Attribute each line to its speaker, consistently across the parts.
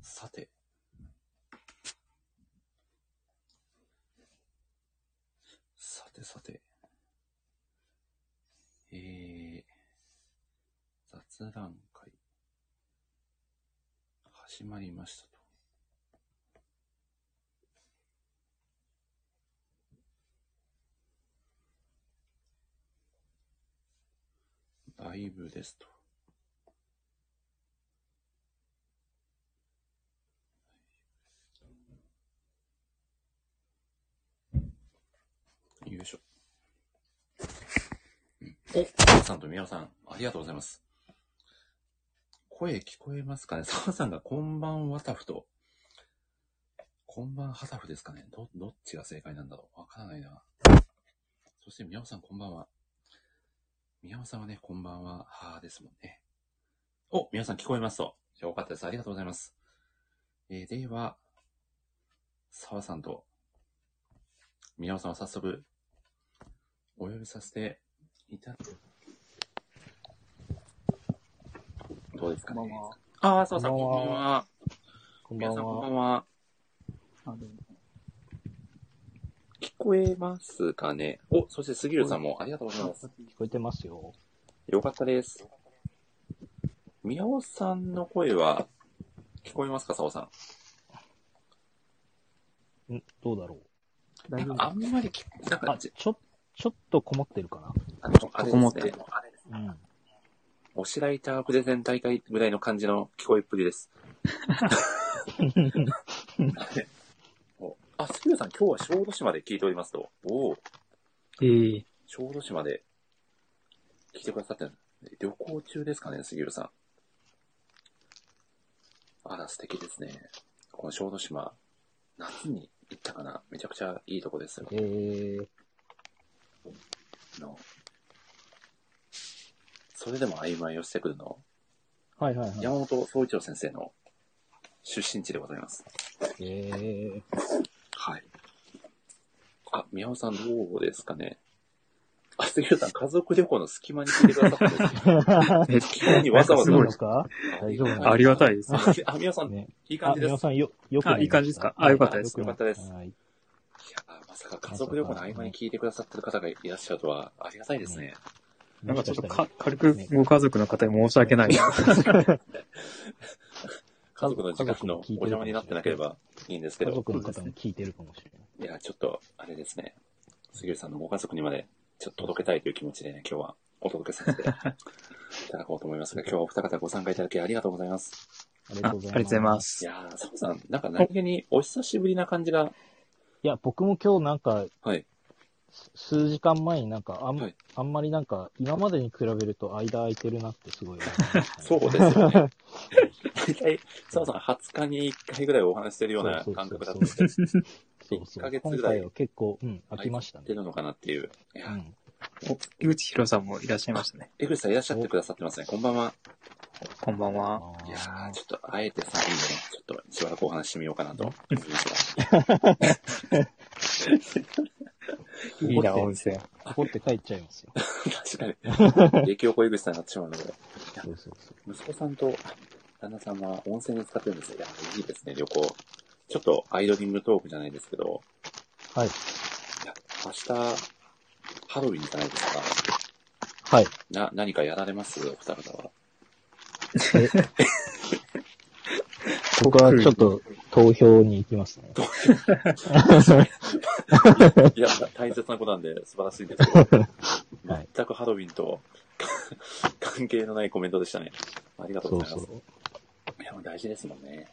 Speaker 1: さて。さてさて。えー、雑談会。始まりましたと。ライブですと。よいしょ。うん、お、澤さんと宮野さん、ありがとうございます。声聞こえますかね澤さんがこんばんはたふと、こんばんはたふですかねど、どっちが正解なんだろうわからないな。そして宮野さんこんばんは。宮野さんはね、こんばんは、はーですもんね。お、宮野さん聞こえますと。よかったです。ありがとうございます。えー、では、澤さんと、宮野さんは早速、お呼びさせていただく。どうですか
Speaker 2: こんばん
Speaker 1: ね
Speaker 2: は。
Speaker 1: ああ、澤さん、こ
Speaker 2: こ
Speaker 1: ん
Speaker 2: ん
Speaker 1: ばん
Speaker 2: ばん
Speaker 1: は。
Speaker 2: こんば
Speaker 1: 皆
Speaker 2: ん
Speaker 1: さん、こんば
Speaker 2: は。
Speaker 1: んは。
Speaker 2: あどうも
Speaker 1: 聞こえますかねお、そして杉浦さんもありがとうございます。
Speaker 2: 聞こえてますよ。
Speaker 1: よかったです。宮尾さんの声は、聞こえますか、澤さん。
Speaker 2: んどうだろう。大丈夫
Speaker 1: あんまり聞、なんか
Speaker 2: あ、、ちょ、ちょっとこもってるか
Speaker 1: あの、あれ
Speaker 3: こも
Speaker 1: で
Speaker 3: っ
Speaker 1: す
Speaker 3: て
Speaker 1: ね
Speaker 3: る。
Speaker 2: な。うん。
Speaker 1: おしらいタープレゼン大会ぐらいの感じの聞こえっぷり です。 おあ、杉浦さん、今日は小豆島で聞いておりますと。おお、
Speaker 3: ええ
Speaker 1: 小豆島で聞いてくださってる。旅行中ですかね、杉浦さん。あら、素敵ですね。この小豆島、夏に行ったかなめちゃくちゃいいとこですよ。
Speaker 2: えー、
Speaker 1: あのそれでも曖昧をしてくるの、
Speaker 2: はいはいはい。
Speaker 1: 山本総一郎先生の出身地でございます。
Speaker 2: え
Speaker 1: はい。あ、宮尾さんどうですかねあ、杉浦さん、家族旅行の隙間に聞いてくださったんです ね
Speaker 2: ー、
Speaker 1: 急
Speaker 3: え
Speaker 1: にわざわ
Speaker 2: す
Speaker 1: ざ
Speaker 2: ごいのか大丈夫
Speaker 3: ありがた
Speaker 1: い。
Speaker 3: いです。
Speaker 1: あ、あ宮尾さん、
Speaker 2: ね。
Speaker 1: いい感
Speaker 2: あ、
Speaker 1: じです
Speaker 2: 皆。さんよ、よくな
Speaker 3: あいい感じですかあよかったです
Speaker 1: よかったです
Speaker 2: はい。
Speaker 1: いやーまさか家族旅行の合間に聞いてくださってる方がいらっしゃるとはありがたいですね。
Speaker 3: なんかちょっと
Speaker 2: もし
Speaker 3: か軽くご家族の方に申し 訳ないな。
Speaker 1: 家族の自覚のお邪魔になってなければいいんですけ
Speaker 2: かしたらね家
Speaker 1: ど、
Speaker 2: 族の方も聞いてるかもしれない。
Speaker 1: いや、ちょっと、あれですね。杉浦さんのご家族にまで、ちょっと届けたいという気持ちでね、今日はお届けさせていただこうと思います が、今日はお二方ご参加いただきありがとうございます。
Speaker 2: あり
Speaker 3: ああ
Speaker 2: がとう
Speaker 3: り
Speaker 2: ご
Speaker 3: が
Speaker 2: ざいます。。
Speaker 1: い
Speaker 3: とうございますす。
Speaker 1: やー、佐藤さん、なんか何気にお久しぶりな感じが、
Speaker 2: いや、僕も今日なんか、
Speaker 1: はい。
Speaker 2: す数時間前になんかあん、
Speaker 1: はい
Speaker 2: あんまりなんか、今までに比べると間空いてるなってすごい思いましたね。
Speaker 1: そうですよ ね。大体、佐藤さん20日に1回ぐらいお話ししてるような感覚だったので、
Speaker 2: そ
Speaker 1: 空
Speaker 2: うそうそう。
Speaker 1: 1ヶ月ぐらい
Speaker 2: 今回は結構、うん、空きました
Speaker 1: い
Speaker 2: ね
Speaker 1: て。るのかなっていう。いうや、
Speaker 2: ん。
Speaker 3: お、井口博さんもいらっしゃいましたね。
Speaker 1: 江口さんいらっしゃってくださってますね。こんばんは。
Speaker 3: こんばんは。
Speaker 2: あー
Speaker 1: いやー、ちょっと、あえて3人でね、ちょっとしばらくお話ししてみようかなと思いますが。
Speaker 3: いいな、お店。
Speaker 2: 怒って帰っちゃいま すよ。
Speaker 1: 確 かに。激おこ井口さんになってしまうので。
Speaker 2: そうそうそう。
Speaker 1: 息子さんと旦那さんは温泉に使ってるんですよ。いや、いいですね、旅行。ちょっとアイドリングトークじゃないですけど、
Speaker 2: はい。
Speaker 1: いや、明日、ハロウィンじゃないですか。
Speaker 2: はい。
Speaker 1: な、何かやられますお二方は。
Speaker 2: 僕はちょっと投票に行きますね。
Speaker 1: いや、大切なことなんで素晴らしいんですけど、
Speaker 2: はい
Speaker 1: 全くハロウィンと 関係のないコメントでしたね。ありがとう
Speaker 2: そ
Speaker 1: ご
Speaker 2: う
Speaker 1: ざいます。
Speaker 2: そ
Speaker 1: いや、大事ですもんね。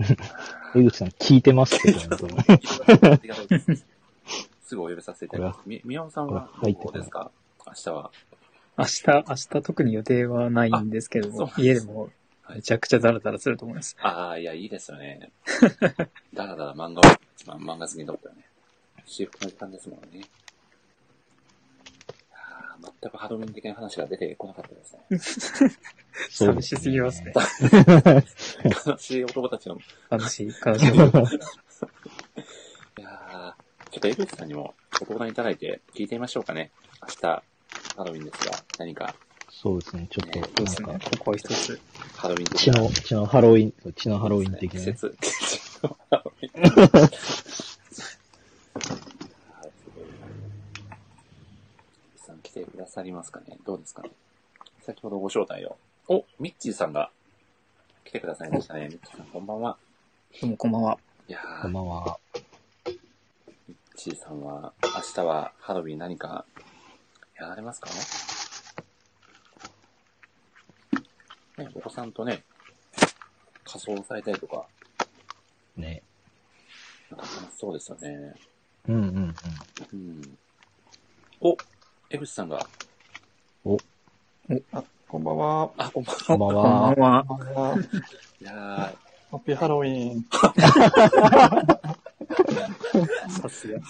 Speaker 2: う。江口さん聞いてますけど、本当に。
Speaker 1: ありがとうございます。すぐお呼びさせていただきます。み、宮尾さんは
Speaker 2: これ入ってこ
Speaker 1: どう
Speaker 2: ない
Speaker 1: ですか明日は。
Speaker 3: 明日、明日特に予定はないんですけど
Speaker 1: そうなんで、
Speaker 3: も
Speaker 1: す
Speaker 3: 家でもめちゃくちゃダラダラすると思います。
Speaker 1: ああ、いや、いいですよ ね。だらだら漫画を、まあ、漫画好きにとってはね、私服の時間ですもんね。ああ、全くハロウィン的な話が出てこなかったですね。
Speaker 2: そう
Speaker 3: 寂しすぎ ますね。
Speaker 1: 悲しい男たちの、い
Speaker 3: 悲しい、悲しい。は
Speaker 1: やーちょっと江口さんにもご相談いただいて聞いてみましょうかね。明日、ハロウィンですが、何か
Speaker 2: そうですね。ちょっと、
Speaker 3: そうです
Speaker 2: な
Speaker 3: ね
Speaker 2: んか、。
Speaker 3: ここは一つ。
Speaker 1: ハロウィン的
Speaker 2: 血の、血のハロウィン、そう血のハロウィン的
Speaker 1: 季
Speaker 2: なね。
Speaker 1: 節。血のハロウィン。はいすごいさん来てくださりますかねどうですかね先ほどご招待を。お、ミッチーさんが来てくださいましたね。ミッチーさん、こんばんは。
Speaker 3: どうもこんばんは。
Speaker 1: いや
Speaker 2: こ
Speaker 1: ー
Speaker 2: ん、ばんは。
Speaker 1: ちいさんは、明日はハロウィン何かやられますかね、お子さんとね、仮装されたりとか、
Speaker 2: ね。
Speaker 1: なんか楽しそうですよね。
Speaker 2: うんうんうん。
Speaker 1: うん。お江口さんが、
Speaker 4: こんばんは。
Speaker 1: あ、こんばんは。
Speaker 2: こんば
Speaker 3: こんば
Speaker 2: んは。
Speaker 3: んは。
Speaker 4: こんばんは。
Speaker 1: いや
Speaker 4: ハッピーハロウィン。
Speaker 3: さすが。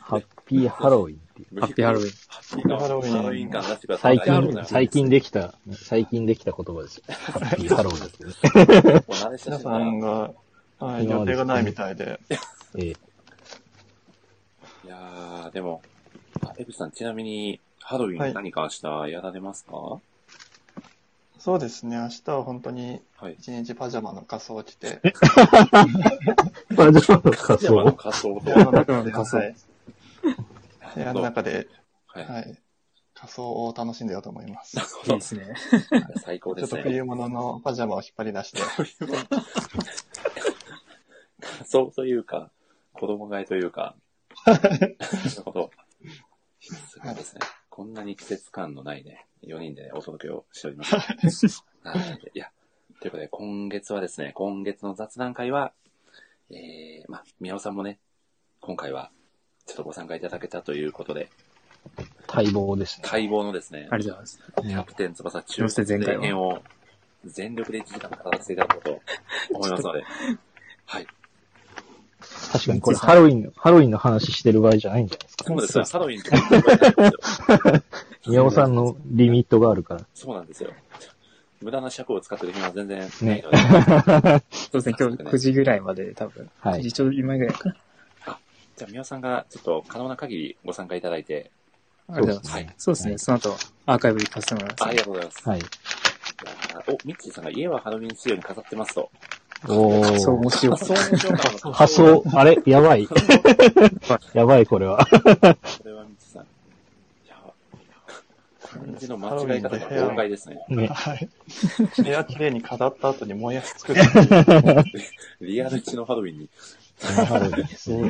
Speaker 2: ハッピーハロウィンっていう。
Speaker 1: ー、
Speaker 3: ハッピーハロウ
Speaker 1: ィン。
Speaker 3: ィン。
Speaker 1: ハッピーハロウィン。
Speaker 4: ハ
Speaker 1: ハ
Speaker 4: ロ
Speaker 1: ロ
Speaker 4: ウ
Speaker 1: ウ
Speaker 4: ィ
Speaker 1: ィ
Speaker 4: ン
Speaker 1: ン感出してください。
Speaker 2: 最
Speaker 1: ありがとうござい
Speaker 2: 近、
Speaker 1: ます
Speaker 2: 最近できた、最近できた言葉ですよ。ハッピーハロウィンですよね。
Speaker 1: お慣れ親
Speaker 4: 皆
Speaker 1: しん
Speaker 4: さん
Speaker 1: だ
Speaker 4: が、
Speaker 2: 今ま
Speaker 4: は
Speaker 2: で
Speaker 4: い、予定がないみたいで。
Speaker 2: ええ
Speaker 1: いやー、でも、あ江口さん、ちなみに、ハロウィン何か明日やられますか、
Speaker 4: そうですね、明日は本当に
Speaker 1: はい
Speaker 4: 一日パジャマの仮装を着て、
Speaker 2: まあ、じゃあ、仮
Speaker 1: パジャマの
Speaker 2: 装。
Speaker 1: 仮装
Speaker 4: 部
Speaker 1: と。
Speaker 4: 屋の中で、
Speaker 3: 仮装
Speaker 4: はい部屋の中で、
Speaker 1: はい。
Speaker 4: はい、仮装を楽しんでようと思います。ち
Speaker 3: いいですね。
Speaker 1: 最高
Speaker 4: ょ
Speaker 1: で
Speaker 4: っ
Speaker 1: す
Speaker 4: と
Speaker 1: ね。
Speaker 4: 冬物のパジャマを引っ張り出して、
Speaker 1: そうというか、子供買いというか。なるほど。すごいですね。こんなに季節感のないね、4人でね、お届けをしております。はいいや、ということで、今月はですね、今月の雑談会は、えー、まあ、宮尾さんもね、今回は、ちょっとご参加いただけたということで、
Speaker 2: 待望ですね。
Speaker 1: 待望のですね、
Speaker 3: ありがとうございます。
Speaker 1: キャプテン翼中
Speaker 3: そして前回は
Speaker 1: 編を全力で1時間語らせていただこうと思いますので。はい。
Speaker 2: 確かにこれハロウィンの、ハロウィンの話してる場合じゃないんじゃないですか。
Speaker 1: そうです
Speaker 3: そう
Speaker 1: よ。
Speaker 3: です
Speaker 1: ハロウィンって言ってもらえないんですよ。
Speaker 2: 宮尾さんのリミットがあるから。
Speaker 1: そうなんですよ。無駄な尺を使ってる暇は全然ない
Speaker 2: ね
Speaker 1: ので。
Speaker 3: そうですね、今日9時ぐらいまで多分。
Speaker 2: はい
Speaker 3: 9時ちょうど今ぐらいかな。
Speaker 1: じゃあ、宮尾さんがちょっと可能な限りご参加いただいて。
Speaker 3: ありがとうございます。
Speaker 1: はい。
Speaker 3: そうですね、その後アーカイブに行かせてもらいます
Speaker 1: あ。りがとうございます。
Speaker 2: はい。
Speaker 1: いやーお、ミッチーさんが家はハロウィン仕様に飾ってますと。
Speaker 2: お
Speaker 3: そう
Speaker 2: ー。
Speaker 3: 面白い。
Speaker 1: そういう情報の
Speaker 2: 発想、あれやばい。やばい、これは。
Speaker 1: これはミッチーさん。いや
Speaker 4: ハ
Speaker 1: ー、字の間違い方が
Speaker 4: 部屋
Speaker 1: 豪快ですね。
Speaker 2: ね。
Speaker 4: はい。部屋綺麗に飾った後に燃やし作るっていう。
Speaker 1: リアル地のハロウィンに。
Speaker 2: ハロウィンですね。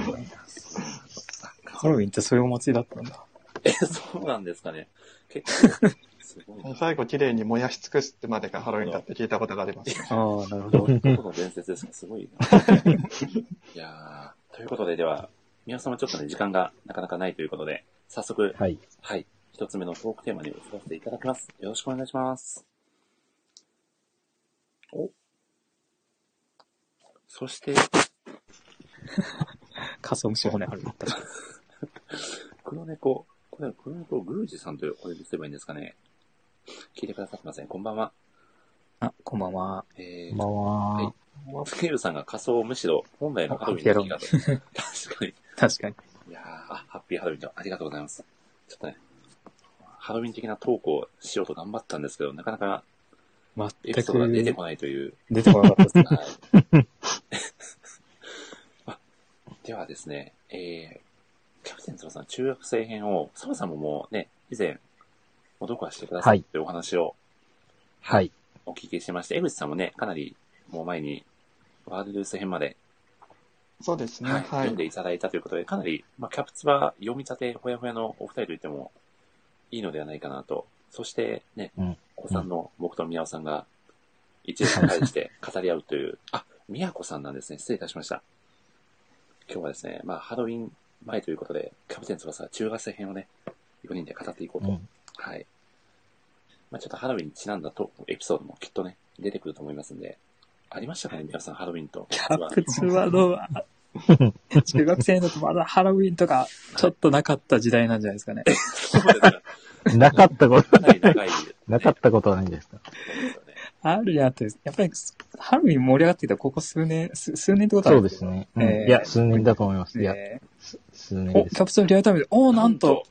Speaker 3: ハロウィンってそういうお祭りだったんだ。
Speaker 1: え、そうなんですか ね。結構、すごいな。
Speaker 4: 最後綺麗に燃やし尽くすってまでがハロウィンだって聞いたことがあります。
Speaker 3: ああ、なる
Speaker 1: 過
Speaker 3: ほど。
Speaker 1: 去の伝説ですね。すごい な。いやーということで、では、皆様ちょっとね、時間がなかなかないということで、早速、
Speaker 2: はい。
Speaker 1: はい、一つ目のトークテーマに移らせていただきます。よろしくお願いします。おそして、
Speaker 3: 仮想虫骨ハロウィン。確かに
Speaker 1: 黒猫、これ、黒猫宮司さんとお呼びすればいいんですかね。聞いてくださってません。こんばんは。
Speaker 3: あ、こんばんは。
Speaker 1: え
Speaker 2: こ
Speaker 1: ー
Speaker 2: んばんは。
Speaker 1: スケールさんが仮装をむしろ本来のハロウィンの日だと。確かに。
Speaker 3: 確かに。
Speaker 1: いやーあ、ハッピーハロウィンと、ありがとうございます。ちょっとね、ハロウィン的なトークをしようと頑張ったんですけど、なかなかエピ
Speaker 3: 全
Speaker 1: ソードが出て
Speaker 3: く
Speaker 1: こないという。
Speaker 3: 出てこ なかったですね。
Speaker 1: はいあではですね、えー、キャプテン翼の中学生編を、澤さんももうね、以前、お読破してくださ
Speaker 2: は
Speaker 1: っ
Speaker 2: い
Speaker 1: てお話を
Speaker 2: はい。
Speaker 1: お聞きしてまして、江口さんもね、かなりもう前に、ワールドルース編まで
Speaker 4: そうですね。
Speaker 1: はい、
Speaker 4: は
Speaker 1: 読ん
Speaker 4: い。
Speaker 1: でいただいたということで、かなり、まあ、キャプツバ読み立てほやほやのお二人と言ってもいいのではないかなと。そしてね、
Speaker 2: うん
Speaker 1: お子さんの僕と宮尾さんが一時間返して語り合うという、あ、宮子さんなんですね。失礼いたしました。今日はですね、まあ、ハロウィン前ということで、キャプテン翼中学生編をね、4人で語っていこう
Speaker 2: う
Speaker 1: と。
Speaker 2: ん。
Speaker 1: はい。まあ、ちょっとハロウィンにちなんだと、エピソードもきっとね、出てくると思いますんで、ありましたかね、皆さん、ハロウィンと。
Speaker 3: キャプチュアの、 中学生だとまだハロウィンとか、ちょっとなかった時代なんじゃないですかね。
Speaker 1: そうですね
Speaker 2: なかったこと、
Speaker 1: かなり長い、
Speaker 2: なかったことはないんですか。
Speaker 3: あるやって、やっぱりハロウィン盛り上がってきたここ数年、数数年ってこと
Speaker 2: そ
Speaker 3: は
Speaker 2: うですね。うん
Speaker 3: えー
Speaker 2: いや、数年だと思います。いや、
Speaker 3: ね
Speaker 2: す数年
Speaker 3: お、
Speaker 2: で
Speaker 3: キ
Speaker 2: す
Speaker 3: ャプチュアリアルタイムで、おー、なんと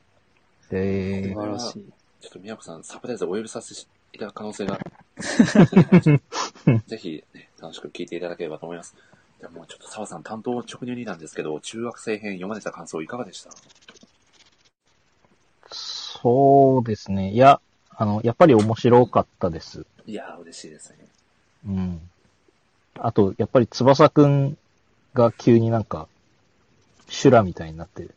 Speaker 2: え
Speaker 3: 素
Speaker 2: ー。
Speaker 3: 晴らしい。
Speaker 1: ちょっと宮子さん、サプライズでお呼びさせていただく可能 性が、ぜひ、ね、楽しく聞いていただければと思います。ではもうちょっと澤さん、担当直入になんですけど、中学生編読まれた感想いかがでした
Speaker 2: そうですね。いや、あの、やっぱり面白かったです。
Speaker 1: いやー、嬉しいですね。
Speaker 2: うん。あと、やっぱり翼くんが急になんか、修羅みたいになってる。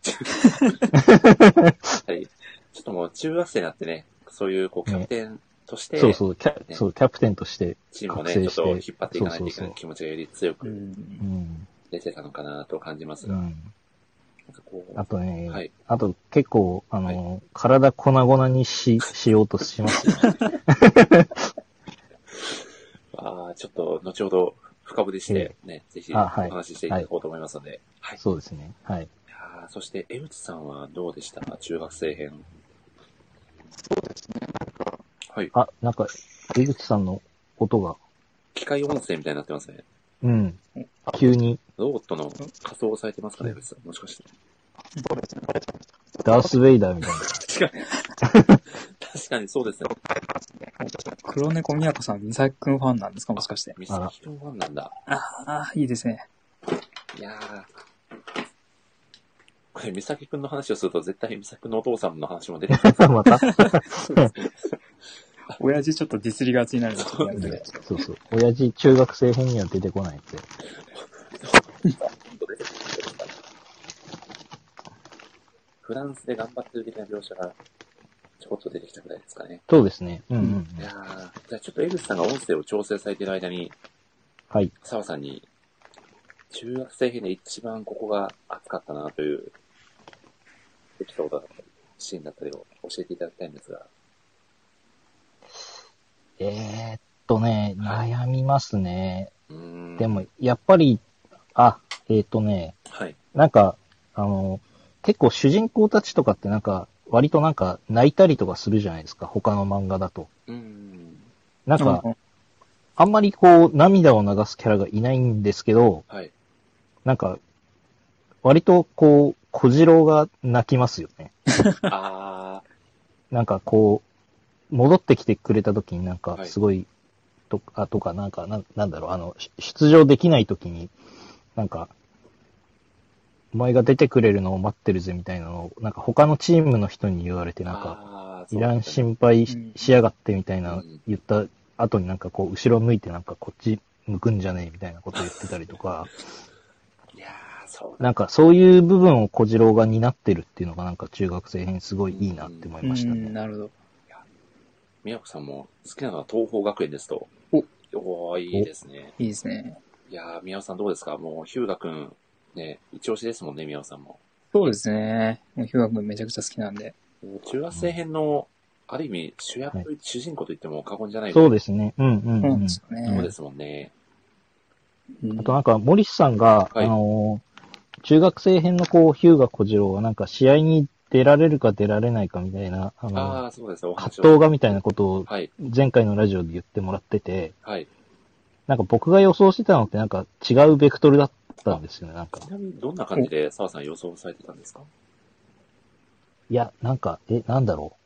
Speaker 1: はい。ちょっともう中学生になってね、そういうこうキャプテンとして、
Speaker 2: そうそう、キ
Speaker 1: ね
Speaker 2: ャそうキャプテンとして、
Speaker 1: チームをね、ちょっ
Speaker 2: 覚醒して
Speaker 1: と引っ張っていかないといけ
Speaker 2: そ
Speaker 1: な
Speaker 2: うそうそ
Speaker 1: いう気持ちがより強
Speaker 3: う。
Speaker 1: く
Speaker 2: うんん。
Speaker 1: 出てたのかなと感じます
Speaker 2: う
Speaker 1: が、なん
Speaker 2: ん。
Speaker 1: かこう
Speaker 2: あとね、
Speaker 1: はい
Speaker 2: あと結構、あの、体粉々 にし、しようとしますよ。
Speaker 1: ああ、ちょっと後ほど深掘りして、ね、ぜひお
Speaker 2: あはい
Speaker 1: 話ししていただこうと思いますので。はい。
Speaker 2: そうですね。はい。
Speaker 1: いやーそして、江口さんはどうでした中学生編。そうですね、なんか。はい。
Speaker 2: あ、なんか、江口さんの音が、
Speaker 1: 機械音声みたいになってますね。
Speaker 2: うん。急に、
Speaker 1: ロボットの仮装をされてますかね、江口さん。もしかして。
Speaker 2: ダース・ベイダーみたい
Speaker 1: 確かにそうですね。
Speaker 3: 黒猫みやこさん、ミサくんファンなんですかもしかして。
Speaker 1: ミ
Speaker 2: あ
Speaker 1: サ
Speaker 2: ら
Speaker 1: キ君ファンなんだ。
Speaker 3: ああ、いいですね。
Speaker 1: いやーこれ、美咲くんの話をすると、絶対美咲くんのお父さんの話も出てくる。
Speaker 2: な。 また
Speaker 3: 親父ちょっとディスりがちになるのちょっとやめて
Speaker 2: うんそうそう。親父、中学生編には出てこないって。
Speaker 1: フランスで頑張ってる的な描写が、ちょこっと出てきたくらいですかね。
Speaker 2: そうですね。うん、うんうん。
Speaker 1: いやーじゃあちょっと江口さんが音声を調整されている間に、
Speaker 2: はい。
Speaker 1: 澤さんに、中学生編で一番ここが熱かったなという、エピソードだったり、シーンだったりを教えていただきたいんですが、
Speaker 2: えーっとね、悩みますね。
Speaker 1: うーん。
Speaker 2: で、も、やっぱり、あ、えーっとね、
Speaker 1: はい。
Speaker 2: なんか、あの、結構主人公たちとかってなんか、割となんか泣いたりとかするじゃないですか、他の漫画だと。
Speaker 1: うーん。
Speaker 2: なんか
Speaker 3: う、ん
Speaker 2: あんまりこう、涙を流すキャラがいないんですけど、
Speaker 1: はい。
Speaker 2: なんか、割とこう、小次郎が泣きますよね。
Speaker 1: あ
Speaker 2: なんかこう、戻ってきてくれた時になん
Speaker 1: は
Speaker 2: か
Speaker 1: い
Speaker 2: すごい、とか、とかなんか、なんなんだろう、あの、し出場できない時に、なんか、お前が出てくれるのを待ってるぜみたいなのを、なんか他のチームの人に言われて、
Speaker 1: ー、
Speaker 2: なんか、
Speaker 1: あー
Speaker 2: いら
Speaker 1: そうだ
Speaker 2: ん
Speaker 1: っ
Speaker 2: 心配
Speaker 3: う
Speaker 2: し
Speaker 3: ん
Speaker 2: しやがってみたいな
Speaker 1: うん
Speaker 2: 言った後になんかこう、後ろ向いてなんかこっち向くんじゃねえみたいなこと言ってたりとか、
Speaker 1: たねいやー、そうだ
Speaker 2: なんかそういう部分を小次郎が担ってるっていうのがなんか中学生編すごいいいなって思いました
Speaker 3: う
Speaker 2: ね
Speaker 3: ん。なるほど。
Speaker 1: 宮子さんも好きなのは東方学園ですと。
Speaker 3: お
Speaker 1: おーいいですね。
Speaker 3: いいですね。
Speaker 1: いやー、宮尾さんどうですかもう、ヒューガくん、ね、一押しですもんね、宮尾さんも。
Speaker 3: そうですね。もうヒューガ君めちゃくちゃ好きなんで。
Speaker 1: もう中学生編の、ある意味、主役、
Speaker 2: はい
Speaker 1: 主人公と言っても過言じゃない
Speaker 2: そうですね。うんうん
Speaker 3: そう
Speaker 2: う
Speaker 3: なん
Speaker 2: ん
Speaker 3: で。すよ
Speaker 1: そう
Speaker 3: ね
Speaker 1: で。すもんね。
Speaker 3: うん
Speaker 2: あとなんか、森さんが、
Speaker 1: はい
Speaker 2: あのー中学生編のこう、ヒューガ小次郎はなんか試合に出られるか出られないかみたいな、あのー
Speaker 1: ああ、そうですね、お話
Speaker 2: 葛
Speaker 1: を。
Speaker 2: 藤がみたいなことを
Speaker 1: はい、
Speaker 2: 前回のラジオで言ってもらってて、
Speaker 1: はい。
Speaker 2: なんか僕が予想してたのってなんか違うベクトルだったんですよね、なんか
Speaker 1: ち。なみに、どんな感じで澤さん予想されてたんですか
Speaker 2: いや、なんか、え、なんだろう。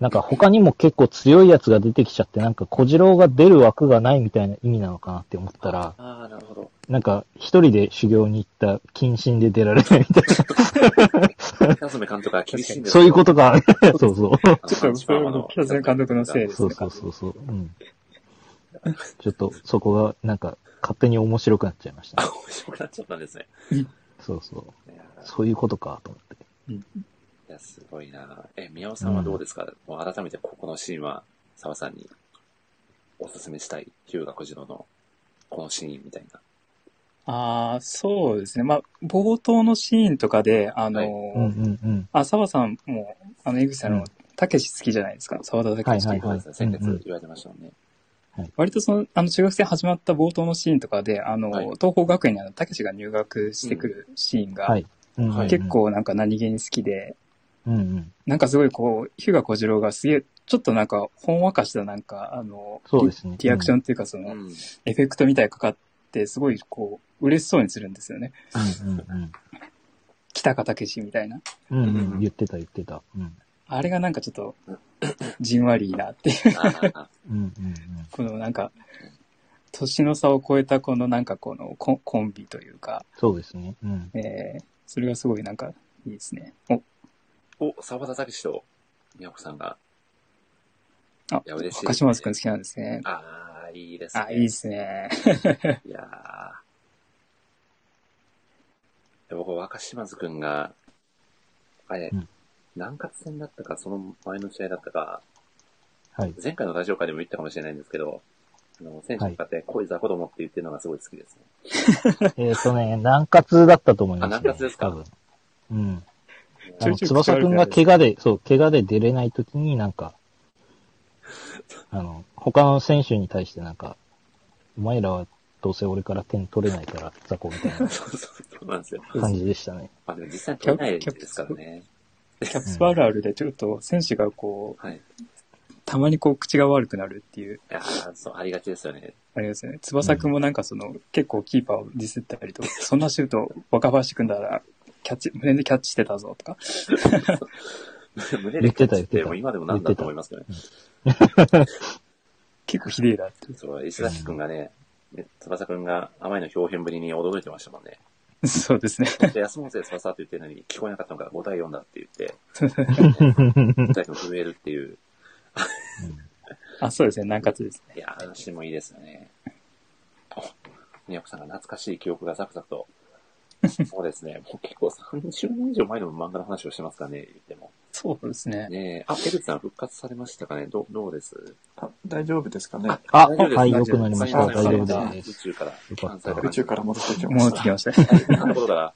Speaker 2: なんか他にも結構強いやつが出てきちゃって、なんか小次郎が出る枠がないみたいな意味なのかなって思ったら、
Speaker 1: ああ、なるほど。
Speaker 2: なんか一人で修行に行った謹慎で出られないみたい
Speaker 1: 北爪監督は厳しいん
Speaker 2: な、
Speaker 1: です
Speaker 2: そういうこ とか。そうそ
Speaker 1: と
Speaker 2: う。
Speaker 3: ちょっと、それも北爪監督のせいです
Speaker 2: そう
Speaker 3: ね。
Speaker 2: そうそうそう。うん。ちょっと、そこが、なんか、勝手に面白くなっちゃいました、
Speaker 1: あ、
Speaker 2: ね。
Speaker 1: 面白くなっちゃったんですね。
Speaker 2: そうそう。
Speaker 1: いやー
Speaker 2: そういうことか、と思って。
Speaker 1: いや、すごいなえ、宮尾さんはどうですか、もう改めてここのシーンは、澤さんにおすすめしたい。ヒューガ小次郎のこのシーンみたいな。
Speaker 3: ああ、そうですね。まあ、冒頭のシーンとかで、あのー、
Speaker 2: うんうんうん。
Speaker 3: あ、澤さんも、あの、江口さん
Speaker 2: うん
Speaker 3: の、たけし好きじゃないですか。澤田たけし。
Speaker 2: はい
Speaker 1: そう
Speaker 2: はい
Speaker 1: ですね。先月
Speaker 2: うんうん
Speaker 1: 言われてましたもんね。
Speaker 3: 割とその、あの、中学生始まった冒頭のシーンとかで、あの、
Speaker 1: はい
Speaker 3: 東邦学園にあの、たけしが入学してくるシーンが、
Speaker 2: はい。うんうんうん
Speaker 3: 結。構なんか何気に好きで、
Speaker 2: うんうん。
Speaker 3: なんかすごいこう、日向小次郎がすげえ、ちょっとなんか、ほんわかしたなんか、あの、
Speaker 2: そうですね
Speaker 3: リリアクションっていうかその、
Speaker 1: うん。
Speaker 3: エフェクトみたいにかかって、すごいこう、嬉しそうにするんですよね。
Speaker 2: うんうんうん。
Speaker 3: 北方けしみたいな。
Speaker 2: うんうん。言ってた言ってた。うん。
Speaker 3: あれがなんかちょっと、じんわりいいなっていう。
Speaker 1: あ
Speaker 2: うんうんうん。
Speaker 3: このなんか、年の差を超えたこのなんかこのコンコンビというか、
Speaker 2: そうですね。うん。
Speaker 3: えー、それがすごいなんかいいですね。お、
Speaker 1: ー お、沢田拓司と、宮子さんが。
Speaker 3: あ
Speaker 1: いや、嬉しい。
Speaker 3: 若島津くん好きなんですね。
Speaker 1: ああ、いいですね。
Speaker 3: あ、いいですね。
Speaker 1: いやーで僕、若島津くんが、あれ、
Speaker 2: うん
Speaker 1: 南葛戦だったか、その前の試合だったか、
Speaker 2: はい。
Speaker 1: 前回のラジオ会でも言ったかもしれないんですけど、あの、選手に向かって、恋ザ子供って言ってるのがすごい好きですね。
Speaker 2: えっ、とね、 南葛だったと思います、ね。
Speaker 1: あ南葛ですか
Speaker 2: 多分。うん。あ
Speaker 3: ちょ
Speaker 2: の、
Speaker 3: いちょい口
Speaker 2: 翼
Speaker 3: 悪
Speaker 2: く
Speaker 3: く
Speaker 2: ん
Speaker 3: な
Speaker 2: が
Speaker 3: る
Speaker 2: 怪我で、そう、怪我で出れないときになんか、 あの、他の選手に対してなんか、お前らはどうせ俺から点取れないから、雑魚みたいな
Speaker 1: そうそう、そうなんですよ。
Speaker 2: 感じでした ね。
Speaker 1: まあでも実際に取れないですからね。
Speaker 3: キャップスあるあるでちょっと選手がこう、
Speaker 1: はい。い
Speaker 3: たまにこう口が悪くなるっていう、
Speaker 1: やーそう、ありがちですよね。
Speaker 3: あれですよね。翼くんもなんかその、結構キーパーをディスったりとか、そんなシュート若林くんだら、キャッチ、胸でキャッチしてたぞとか。
Speaker 1: 胸
Speaker 2: 言って
Speaker 1: キャッチ
Speaker 2: た言ってた
Speaker 1: もう今でもなんだと思いますけどね。
Speaker 3: 結構ひでえなって。
Speaker 1: そう、石崎くんがね、ね翼くんが甘いの表現ぶりに驚いてましたもん ね。
Speaker 3: そうですね。
Speaker 1: で、休もうぜ、ささって言ってるのに、聞こえなかったのが5対4だって言 って、2対4増えるっていう、
Speaker 3: あ、そうですね。南葛ですね。
Speaker 1: いやー、話もいいですよね。お宮子さんが懐かしい記憶がザクザクと。そうですね。もう結構30年以上前の漫画の話をしてますからね、言っても。
Speaker 3: そうですね。
Speaker 1: ねえ、あ、江口さん復活されましたかねどどうです
Speaker 4: あ大丈夫ですかね。
Speaker 2: あ、
Speaker 1: 大丈夫です
Speaker 2: はい、
Speaker 1: 大
Speaker 2: 良
Speaker 1: 丈夫
Speaker 2: くなりました。
Speaker 4: あ
Speaker 2: 大丈夫で
Speaker 1: 宇
Speaker 2: す。
Speaker 1: 宙から。
Speaker 2: よかった
Speaker 4: 宇宙から戻ってき
Speaker 3: 戻
Speaker 4: まし
Speaker 3: ってきました。
Speaker 1: ら。なんだことから。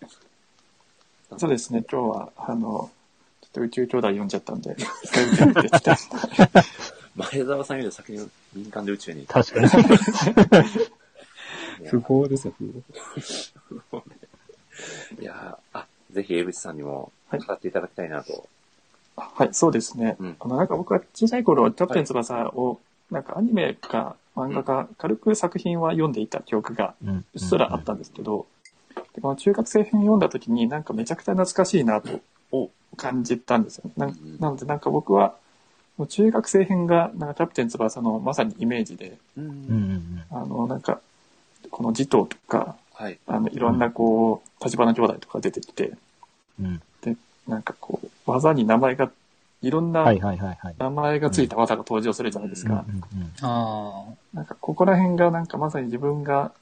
Speaker 4: た。そうですね、今日は、あの、ちょっと宇宙兄弟読んじゃったんで、 一回宇宙見てきた。
Speaker 1: 前澤さんより先に民間で宇宙に。
Speaker 2: 確かに。
Speaker 3: 不法ですよ、不法。
Speaker 1: いやーあ、ぜひ江口さんにも語っていただきたいなと。
Speaker 4: はい、そうですね。
Speaker 1: うん
Speaker 4: あの、なんか僕は小さい頃、キャプテン翼を、なんかアニメか漫画か、軽く作品は読んでいた記憶が
Speaker 2: うん。
Speaker 4: うっすらあったんですけど、でこの中学生編読んだ時になんかめちゃくちゃ懐かしいなと
Speaker 1: お
Speaker 4: 感じたんですよね。な
Speaker 1: うんんうん
Speaker 4: なのでなんか僕は、もう中学生編がなんかキャプテン翼のまさにイメージで、
Speaker 1: う
Speaker 2: うんうん
Speaker 1: ん。
Speaker 2: うん。
Speaker 4: あのなんかこの児童とか、
Speaker 1: はい。
Speaker 4: あのいろんなこう、立花兄弟とか出てきて、
Speaker 2: うん。
Speaker 4: なんかこう、技に名前が、いろんな
Speaker 2: はいはいはいはい。
Speaker 4: 名前がついた技が登場するじゃないです
Speaker 2: うん
Speaker 4: か。
Speaker 2: うん
Speaker 3: ああ。
Speaker 4: なんかここら辺がなんかまさに自分が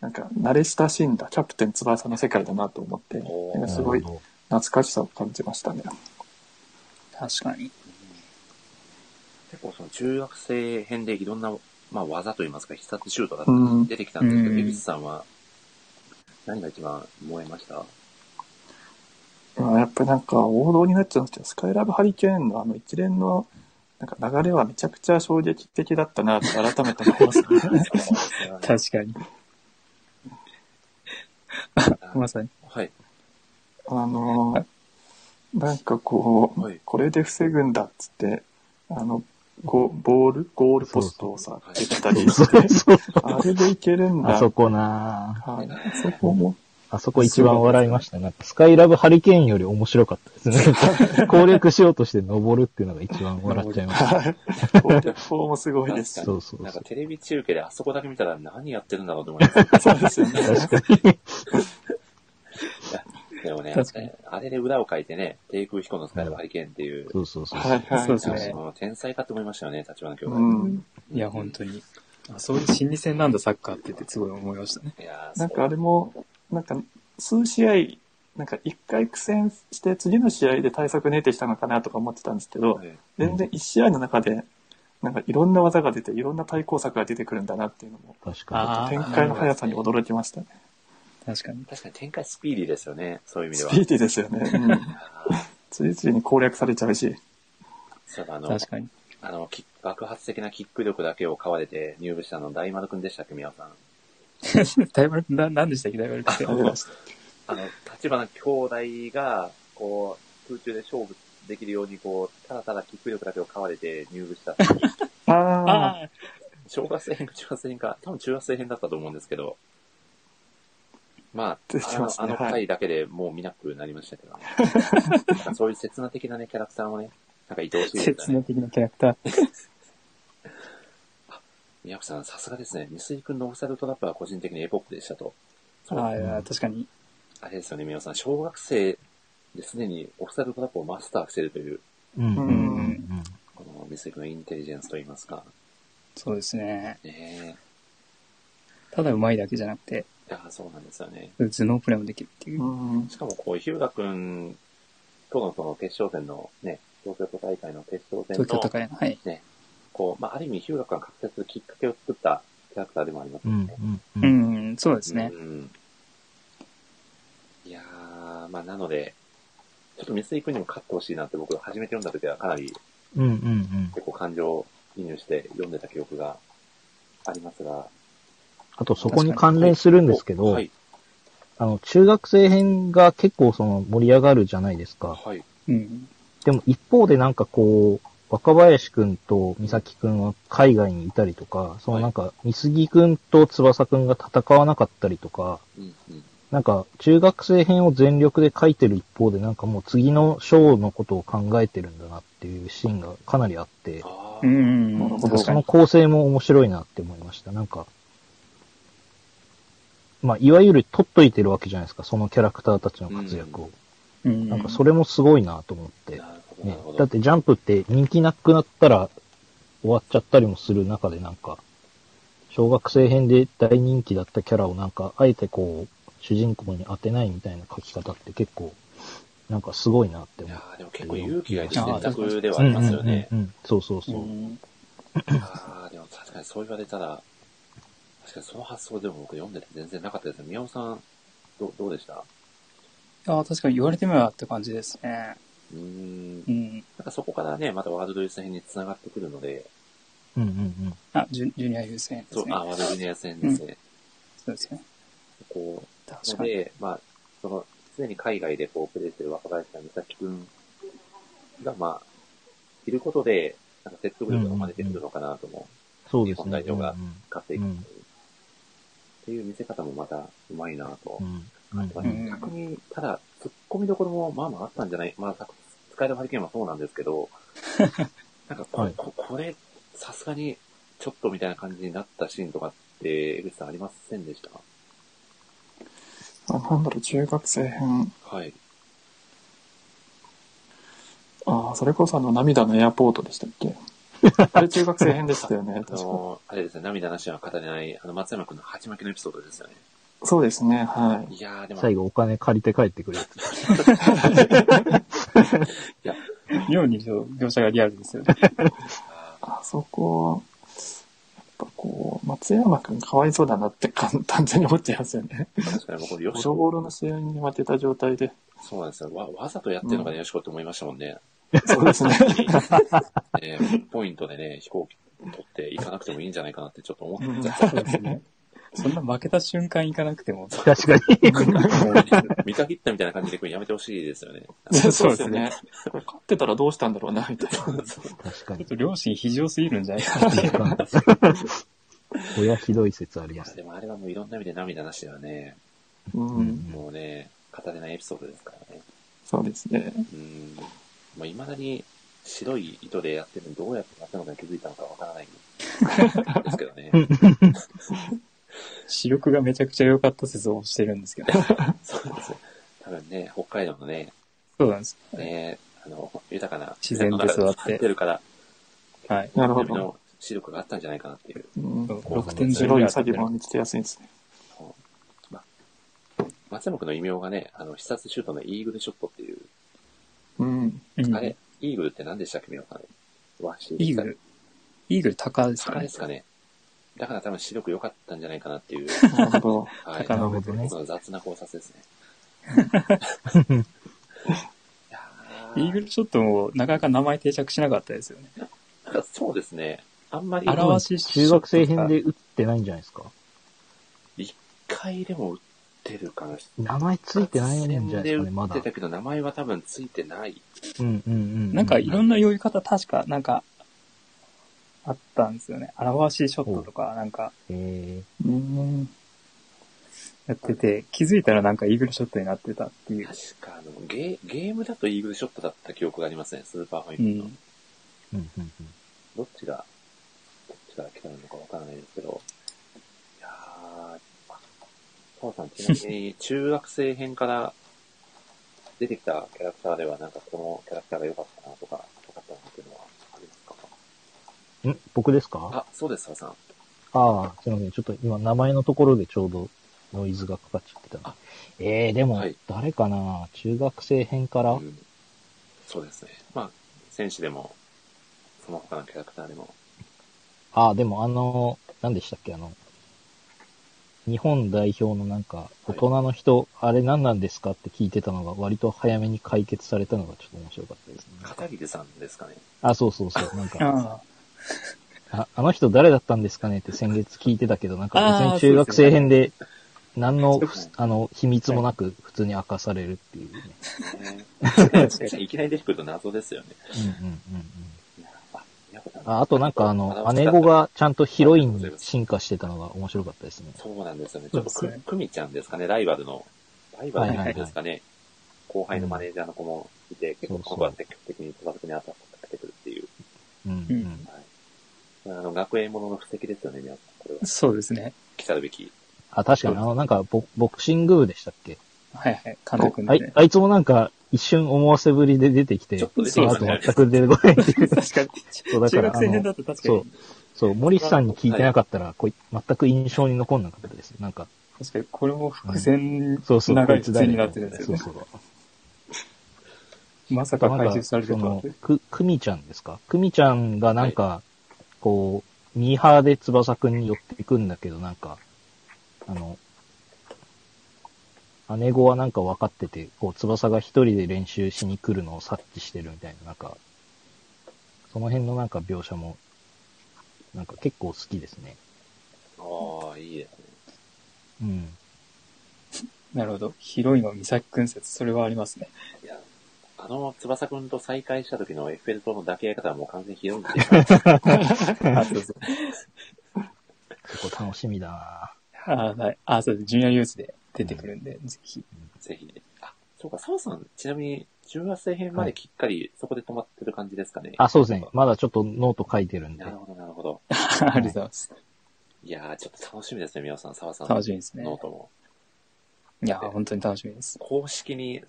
Speaker 4: なんか慣れ親しんだキャプテン翼の世界だなと思って、
Speaker 1: おー
Speaker 2: う
Speaker 4: なん
Speaker 2: ん
Speaker 4: かすごい
Speaker 2: なるほ
Speaker 4: 懐かしさを感じましたね。
Speaker 3: 確かに。
Speaker 1: 結構その中学生編でいろんな、まあ、技といいますか、必殺シュートが
Speaker 4: うん。
Speaker 1: 出てきたんですけど、
Speaker 3: うん
Speaker 1: 江口さんは何が一番燃えました
Speaker 4: まあやっぱりなんか王道になっちゃうんですけど、スカイラブハリケーンのあの一連のなんか流れはめちゃくちゃ衝撃的だったなって改めて思いますね。
Speaker 3: 確かに。まさに。
Speaker 1: はい。
Speaker 4: あの、なんかこう、
Speaker 1: はい
Speaker 4: これで防ぐんだっつって、あの、こう、ボール、ゴールポストをさ、蹴ったり
Speaker 2: ど
Speaker 4: し
Speaker 2: そう
Speaker 4: て、
Speaker 2: そう
Speaker 4: あれでいけるんだ
Speaker 2: あそこな
Speaker 4: はい。そこも。
Speaker 2: ぁあそこ一番笑いました。なんか、スカイラブハリケーンより面白かった ですね。攻略しようとして登るっていうのが一番笑っちゃいました。
Speaker 4: 攻略法もすご いですし。
Speaker 2: そうそう
Speaker 1: なん
Speaker 2: そ
Speaker 1: か
Speaker 2: う。
Speaker 1: テレビ中継であそこだけ見たら何やってるんだろうと思います。
Speaker 4: そうですよね。
Speaker 1: でもね
Speaker 3: 確かに、
Speaker 1: あれで裏を書いてね、低空飛行のスカイラブハリケーンっていう、
Speaker 2: そうそうそう。
Speaker 4: はいはい。
Speaker 3: そうですね
Speaker 1: もう天才かって思いましたよね、立花兄弟。
Speaker 4: うん。
Speaker 3: いや、本当に。あそういう心理戦なんだ、サッカーって言ってすごい思いましたね。
Speaker 1: いやー
Speaker 4: なんか
Speaker 1: そ
Speaker 4: あ
Speaker 1: う
Speaker 4: れも、なんか数試合、なんか一回苦戦して次の試合で対策練ってきたのかなとか思ってたんですけど
Speaker 1: は、い
Speaker 4: 全然一試合の中で、なんかいろんな技が出て、いろんな対抗策が出てくるんだなっていうのも、
Speaker 2: 確か
Speaker 3: あー
Speaker 4: 展開の速さに驚きましたね。
Speaker 3: 確かに。
Speaker 1: 確かに展開スピーディーですよね、そういう意味で
Speaker 4: ス
Speaker 1: は。
Speaker 4: ピーディーですよね。うん。
Speaker 1: あー
Speaker 4: 次々に攻略されちゃうし。
Speaker 1: そういえばあの
Speaker 3: 確、 かに。
Speaker 1: あの、キック爆発的なキック力だけを買われて入部したの大丸くんでしたっけ、宮尾さん。
Speaker 3: 大丸、な、なんでしたっけ、大丸って。
Speaker 4: あれだし
Speaker 1: あの、立花兄弟が、こう、空中で勝負できるように、こう、ただただキック力だけを買われて入部 した。
Speaker 4: あ
Speaker 3: ああ、
Speaker 1: 小学生編か中学生編か、多分中学生編だったと思うんですけど、まあ、
Speaker 4: 出て
Speaker 1: あの
Speaker 4: ます
Speaker 1: あ
Speaker 4: ね
Speaker 1: の
Speaker 4: はい
Speaker 1: 回だけでもう見なくなりましたけど ね。なんかそういう刹那的なね、キャラクターもね、なんか愛おしいです
Speaker 3: 説
Speaker 1: よ
Speaker 3: 明
Speaker 1: ね。
Speaker 3: 的なキャラクター。
Speaker 1: 宮本さん、さすがですね。ミスイ君のオフィシャルトラップは個人的にエポックでしたと。
Speaker 3: ああいや、確かに。
Speaker 1: あれですよね、宮本さん。小学生ですでにオフィシャルトラップをマスターしてるという、
Speaker 2: うんうんうんうん。
Speaker 1: このミスイ君のインテリジェンスといいますか。
Speaker 3: そうですね。
Speaker 1: ね
Speaker 3: ただうまいだけじゃなくて、
Speaker 1: え。いや、そうなんですよね。
Speaker 3: 頭脳プレイもできるっていう。
Speaker 4: うん。
Speaker 1: しかもこう、日向くんとのその決勝戦のね、東京都大会の決勝戦
Speaker 3: 東京
Speaker 1: の
Speaker 3: 高屋の。はい。
Speaker 1: こう、まあ、ある意味、ヒューガ君が活躍するきっかけを作ったキャラクターでもあります
Speaker 2: う
Speaker 1: よ
Speaker 2: ん
Speaker 1: ね。
Speaker 2: うん
Speaker 3: う
Speaker 2: うん。
Speaker 3: ん、そうですね。
Speaker 1: うんいやー、まあ、なので、ちょっと三井君にも勝ってほしいなって僕、初めて読んだ時はかなり
Speaker 2: うんうんうん。
Speaker 1: 結構感情移入して読んでた記憶がありますが。
Speaker 2: あとそこに関連するんですけ
Speaker 1: お
Speaker 2: ど
Speaker 1: は、い。
Speaker 2: あの、中学生編が結構その盛り上がるじゃないですか。
Speaker 1: はい。
Speaker 3: うん。
Speaker 2: でも一方でなんかこう、若林くんと美咲くんは海外にいたりとか、そのなんか、美杉くんと翼くんが戦わなかったりとか、
Speaker 1: うんうん。
Speaker 2: なんか、中学生編を全力で書いてる一方で、なんかもう次の章のことを考えてるんだなっていうシーンがかなりあって、
Speaker 1: あ
Speaker 3: う
Speaker 1: ー、
Speaker 3: ん
Speaker 4: なる、
Speaker 2: な
Speaker 4: ほ
Speaker 2: ん
Speaker 4: ど
Speaker 2: か
Speaker 3: 確
Speaker 2: そ
Speaker 3: か
Speaker 2: の
Speaker 3: に。
Speaker 2: 構成も面白いなって思いました。なんか、まあ、いわゆる取っといてるわけじゃないですか、そのキャラクターたちの活躍を。
Speaker 3: うん
Speaker 2: なんかそれもすごいなと思って、
Speaker 1: なるほど、な
Speaker 2: ね
Speaker 1: るほ。ど。
Speaker 2: だってジャンプって人気なくなったら終わっちゃったりもする中でなんか、小学生編で大人気だったキャラをなんか、あえてこう、主人公に当てないみたいな書き方って結構、なんかすごいなって
Speaker 1: い
Speaker 2: 思
Speaker 1: や
Speaker 2: う。
Speaker 1: ーでも結構勇気がいる選
Speaker 3: あー確か
Speaker 1: 択
Speaker 3: に
Speaker 1: ではありますよね。
Speaker 2: うんうんうんうん。そうそう
Speaker 3: う
Speaker 2: そう。
Speaker 3: ん
Speaker 1: ああ、でも確かにそう言われたら、確かにその発想でも僕読んでて全然なかったですね。宮尾さん、どうどうでした
Speaker 3: ああ、確かに言われてみればって感じですね。
Speaker 1: うーん。な
Speaker 3: うん。
Speaker 1: んかそこからね、またワールドユース編に繋がってくるので、
Speaker 2: うんうん
Speaker 3: あ、ジュジュニア優先で
Speaker 1: そう
Speaker 3: す、ね。
Speaker 1: あ、ワールドユース編ですね。
Speaker 3: そうですね。
Speaker 1: こう、
Speaker 3: 確
Speaker 1: の
Speaker 3: かに。
Speaker 1: で、まあ、その、常に海外でこう、プレイしてる若林さん、美咲くんが、まあ、いることで、なんか説得力が生まれてくるのかなとも、
Speaker 2: そうです
Speaker 1: 日本
Speaker 2: ね。
Speaker 1: 代表が
Speaker 2: うん
Speaker 1: 勝っていく。
Speaker 2: うん
Speaker 1: っていう見せ方もまた、うまいなと。
Speaker 2: うんうん
Speaker 1: まあ
Speaker 2: う
Speaker 3: ん
Speaker 2: ん
Speaker 1: 逆に、ただ、突っ込みどころもまあまああったんじゃない、まあ、使えるハリケーンはそうなんですけ ど、なんかこ、
Speaker 2: はい
Speaker 1: ここれ、さすがに、ちょっとみたいな感じになったシーンとかって、江口さんありませんでした
Speaker 4: あなんだろう、中学生編。
Speaker 1: はい。
Speaker 4: ああ、それこそあの、涙のエアポートでしたっ けあれ中学生編でしたよね、
Speaker 1: あ
Speaker 4: 確か。
Speaker 1: の、あれですね、涙なしは語れない、あの、松山君の鉢巻きのエピソードですよね。
Speaker 4: そうですね、はい。
Speaker 1: いやー、でも、
Speaker 2: 最後お金借りて帰ってくるやつ。
Speaker 3: 妙に描描写がリアルですよね。
Speaker 1: あ
Speaker 4: あそこは、やっぱこう、松山くんかわいそうだなって単単純に思っちゃいますよね。
Speaker 1: ー確かに僕、よ
Speaker 4: ボ
Speaker 1: し
Speaker 4: ロボロの試合に負けた状態で。
Speaker 1: そうなんですよ。わ、わざとやってるのかね、よしこって思いましたもんね。
Speaker 4: そうですね。
Speaker 1: ね、1ポイントでね、飛行機取って行かなくてもいいんじゃないかなってちょっと 思っちゃっ
Speaker 3: そうですね。 そんな負けた瞬間行かなくても。
Speaker 2: 確かに。
Speaker 1: た。見限ったみたいな感じでこれやめてほしいです よね。
Speaker 4: そうですね。これ勝ってたらどうしたんだろうな、みたいな。
Speaker 2: 確か
Speaker 3: ちょ
Speaker 2: に
Speaker 3: っ。と両親非常すぎるんじゃないかっていう。
Speaker 2: 親ひどい説あり
Speaker 1: いや
Speaker 2: ま、す。
Speaker 1: でもあれはもういろんな意味で涙なしだよね。
Speaker 4: う。
Speaker 2: うんん
Speaker 1: もうね、語れないエピソードですからね。
Speaker 4: そうですね。
Speaker 1: うん。まあ、未だに白い糸でやってるのにどうやってやったのかに気づいたのかわからないですけど ね。
Speaker 3: 視力がめちゃくちゃ良かった説をしてるんですけど。
Speaker 1: そうです。多分ね、北海道のね、
Speaker 3: そうなんです。
Speaker 1: ね、あの、豊かな
Speaker 3: 自然で育って
Speaker 1: 自然の中で ってるから、
Speaker 3: はい。
Speaker 4: なるほ
Speaker 1: 自分
Speaker 4: ど。
Speaker 1: の視力があったんじゃないかなっていう。
Speaker 4: うん
Speaker 3: そう6点
Speaker 4: 白いウサ
Speaker 3: 下
Speaker 4: ギ
Speaker 3: げ
Speaker 4: も見つけやすいですね。
Speaker 1: ま松山君の異名がね、あの、必殺シュートのイーグルショットっていう、
Speaker 4: うん。
Speaker 3: うん
Speaker 1: あれ、イーグルって何でしたっけ、皆さん。ワシ
Speaker 3: イーグル。イーグル高ですか
Speaker 1: 坂
Speaker 3: ね
Speaker 1: で。すかね。だから多分視力良かったんじゃないかなっていう。
Speaker 4: なるほ ど。
Speaker 1: はい。
Speaker 3: 高
Speaker 2: なるほどね
Speaker 1: その雑な考察ですね。 いや
Speaker 3: イーグルショットもなかなか名前定着しなかったですよね。
Speaker 1: なんかそうですね。あんまり、
Speaker 3: 表し
Speaker 2: 中学生編で打ってないんじゃないですか
Speaker 1: 一回でも打ってるかな。
Speaker 2: 名前ついてないんじゃないですかね、ま
Speaker 1: 打
Speaker 2: だ
Speaker 1: って。たけど、名前は多分ついてない。
Speaker 2: うんうんうん。
Speaker 3: なんかいろんな呼び方確かなんかあったんですよね。表しショットとかなんか、
Speaker 2: えー
Speaker 4: うん。
Speaker 3: やってて、気づいたらなんかイーグルショットになってたっていう。
Speaker 1: 確か、あの、ゲー、ゲームだとイーグルショットだった記憶がありますね、スーパーファイ
Speaker 3: う
Speaker 1: ブの。
Speaker 3: ん。
Speaker 2: うんうんうん
Speaker 1: どっちが、どっちから来たのかわからないですけど。いやー、父さん、ちなみに中学生編から出てきたキャラクターでは、なんかこのキャラクターが良かったなとか、良かったなっていうのはありますか
Speaker 2: ん僕ですか
Speaker 1: あ、そうです、母さん。
Speaker 2: ああ、すいません。ちょっと今、名前のところでちょうどノイズがかかっちゃってた
Speaker 1: あ
Speaker 2: な。ええー、でも
Speaker 1: はい、
Speaker 2: 誰かな、中学生編から、
Speaker 1: うんそうですね。まあ、選手でも、その他のキャラクターでも。
Speaker 2: ああ、でもあの、何でしたっけ、あの、日本代表のなんか、
Speaker 1: い
Speaker 2: 大人の人、あれ何なんですかって聞いてたのが、割と早めに解決されたのがちょっと面白かったですね。
Speaker 1: 片桐さんですかね。
Speaker 2: あ、そうそうそう、なんか、
Speaker 3: あ
Speaker 2: ああの人誰だったんですかねって先月聞いてたけど、なんか別
Speaker 3: あ
Speaker 2: に
Speaker 3: ー
Speaker 2: 中学生編で、何の
Speaker 1: そうですね、
Speaker 2: あの、秘密もなく普通に明かされるっていうね。
Speaker 1: ね確かにいきなり出てくると謎ですよね。
Speaker 2: うんうんうんうん。
Speaker 1: あ宮子さん
Speaker 2: ああとなんかあの、姉
Speaker 1: 子
Speaker 2: 子がちゃんとヒロインに進化してたのが面白かったですね。
Speaker 1: そうなんですよね。ちょっと
Speaker 3: そうで
Speaker 1: く
Speaker 3: すね、
Speaker 1: くみちゃんですかね、ライバルの、ライバル
Speaker 3: はいはいはい
Speaker 1: ですかね、後輩のマネージャーの子もいて、結構
Speaker 2: そうそう
Speaker 1: ここは積極的に戦ってに当たってくるっていう。
Speaker 2: うんう
Speaker 3: うん
Speaker 2: ん。
Speaker 1: あの、学園ものの布石ですよね、皆さん。これは
Speaker 3: あ、。そうですね。
Speaker 1: 来たるべき。
Speaker 2: あ、確かにあの、なんかボボクシング部でしたっけ
Speaker 3: はいはい。監督
Speaker 2: あ
Speaker 3: の
Speaker 2: い
Speaker 3: ね。
Speaker 2: あいつもなんか、一瞬思わせぶりで出てきて、
Speaker 1: ちょっと出
Speaker 3: てき
Speaker 2: その
Speaker 3: まし
Speaker 2: 後
Speaker 3: た
Speaker 1: ね
Speaker 2: 全く出てこ ないっていう。
Speaker 3: 確かに。
Speaker 2: そう、だ
Speaker 3: 中
Speaker 2: から、
Speaker 3: 学
Speaker 2: あ
Speaker 3: 生編
Speaker 2: の、
Speaker 3: だと確か
Speaker 2: そう
Speaker 3: に。、
Speaker 2: そう、森さんに聞いてなかったら、こう全く印象に残んなかったです。なんか、
Speaker 3: 確かに、これも伏線、
Speaker 2: そうそう、
Speaker 3: 長
Speaker 2: こ
Speaker 3: い
Speaker 2: いつ
Speaker 3: 伏線
Speaker 2: 誰
Speaker 3: に
Speaker 2: だ
Speaker 3: な
Speaker 2: よ
Speaker 3: ってるんですよ
Speaker 2: そう
Speaker 3: ね。
Speaker 2: そう。
Speaker 3: まさか
Speaker 2: なん
Speaker 3: 回
Speaker 2: か
Speaker 3: 収される
Speaker 2: そ
Speaker 3: とは
Speaker 2: の。、く、くみちゃんですかくみちゃんがなんか、こう、ミーハーで翼くんに寄っていくんだけど、なんか、あの、姉子はなんか分かってて、こう、翼が一人で練習しに来るのを察知してるみたいな、なんか、その辺のなんか描写も、なんか結構好きですね。
Speaker 1: ああ、いいですね。
Speaker 2: うん。
Speaker 3: なるほど。ヒロインは美咲くん説、それはありますね。
Speaker 1: いや、あの、翼くんと再会した時のエッフェル塔の抱き合い方はもう完全にひどいんで、
Speaker 3: あ、そうそう。
Speaker 2: そこ楽しみだな
Speaker 3: あ、はい。あ、そうです。ジュニアユースで出てくるんで、ぜひ。
Speaker 1: ぜひね。あ、そうか、澤さん、ちなみに、中学生編まできっかりそこで止まってる感じですかね。
Speaker 2: あ、そうですね。まだちょっとノート書いてるんで
Speaker 1: な。るほど、なるほど。
Speaker 3: ありがとうございます。
Speaker 1: いやー、ちょっと楽しみですね、皆さん、澤さん。
Speaker 3: 楽しみですね。
Speaker 1: ノートも。
Speaker 3: いや、本当に楽しみです。
Speaker 1: 公式に好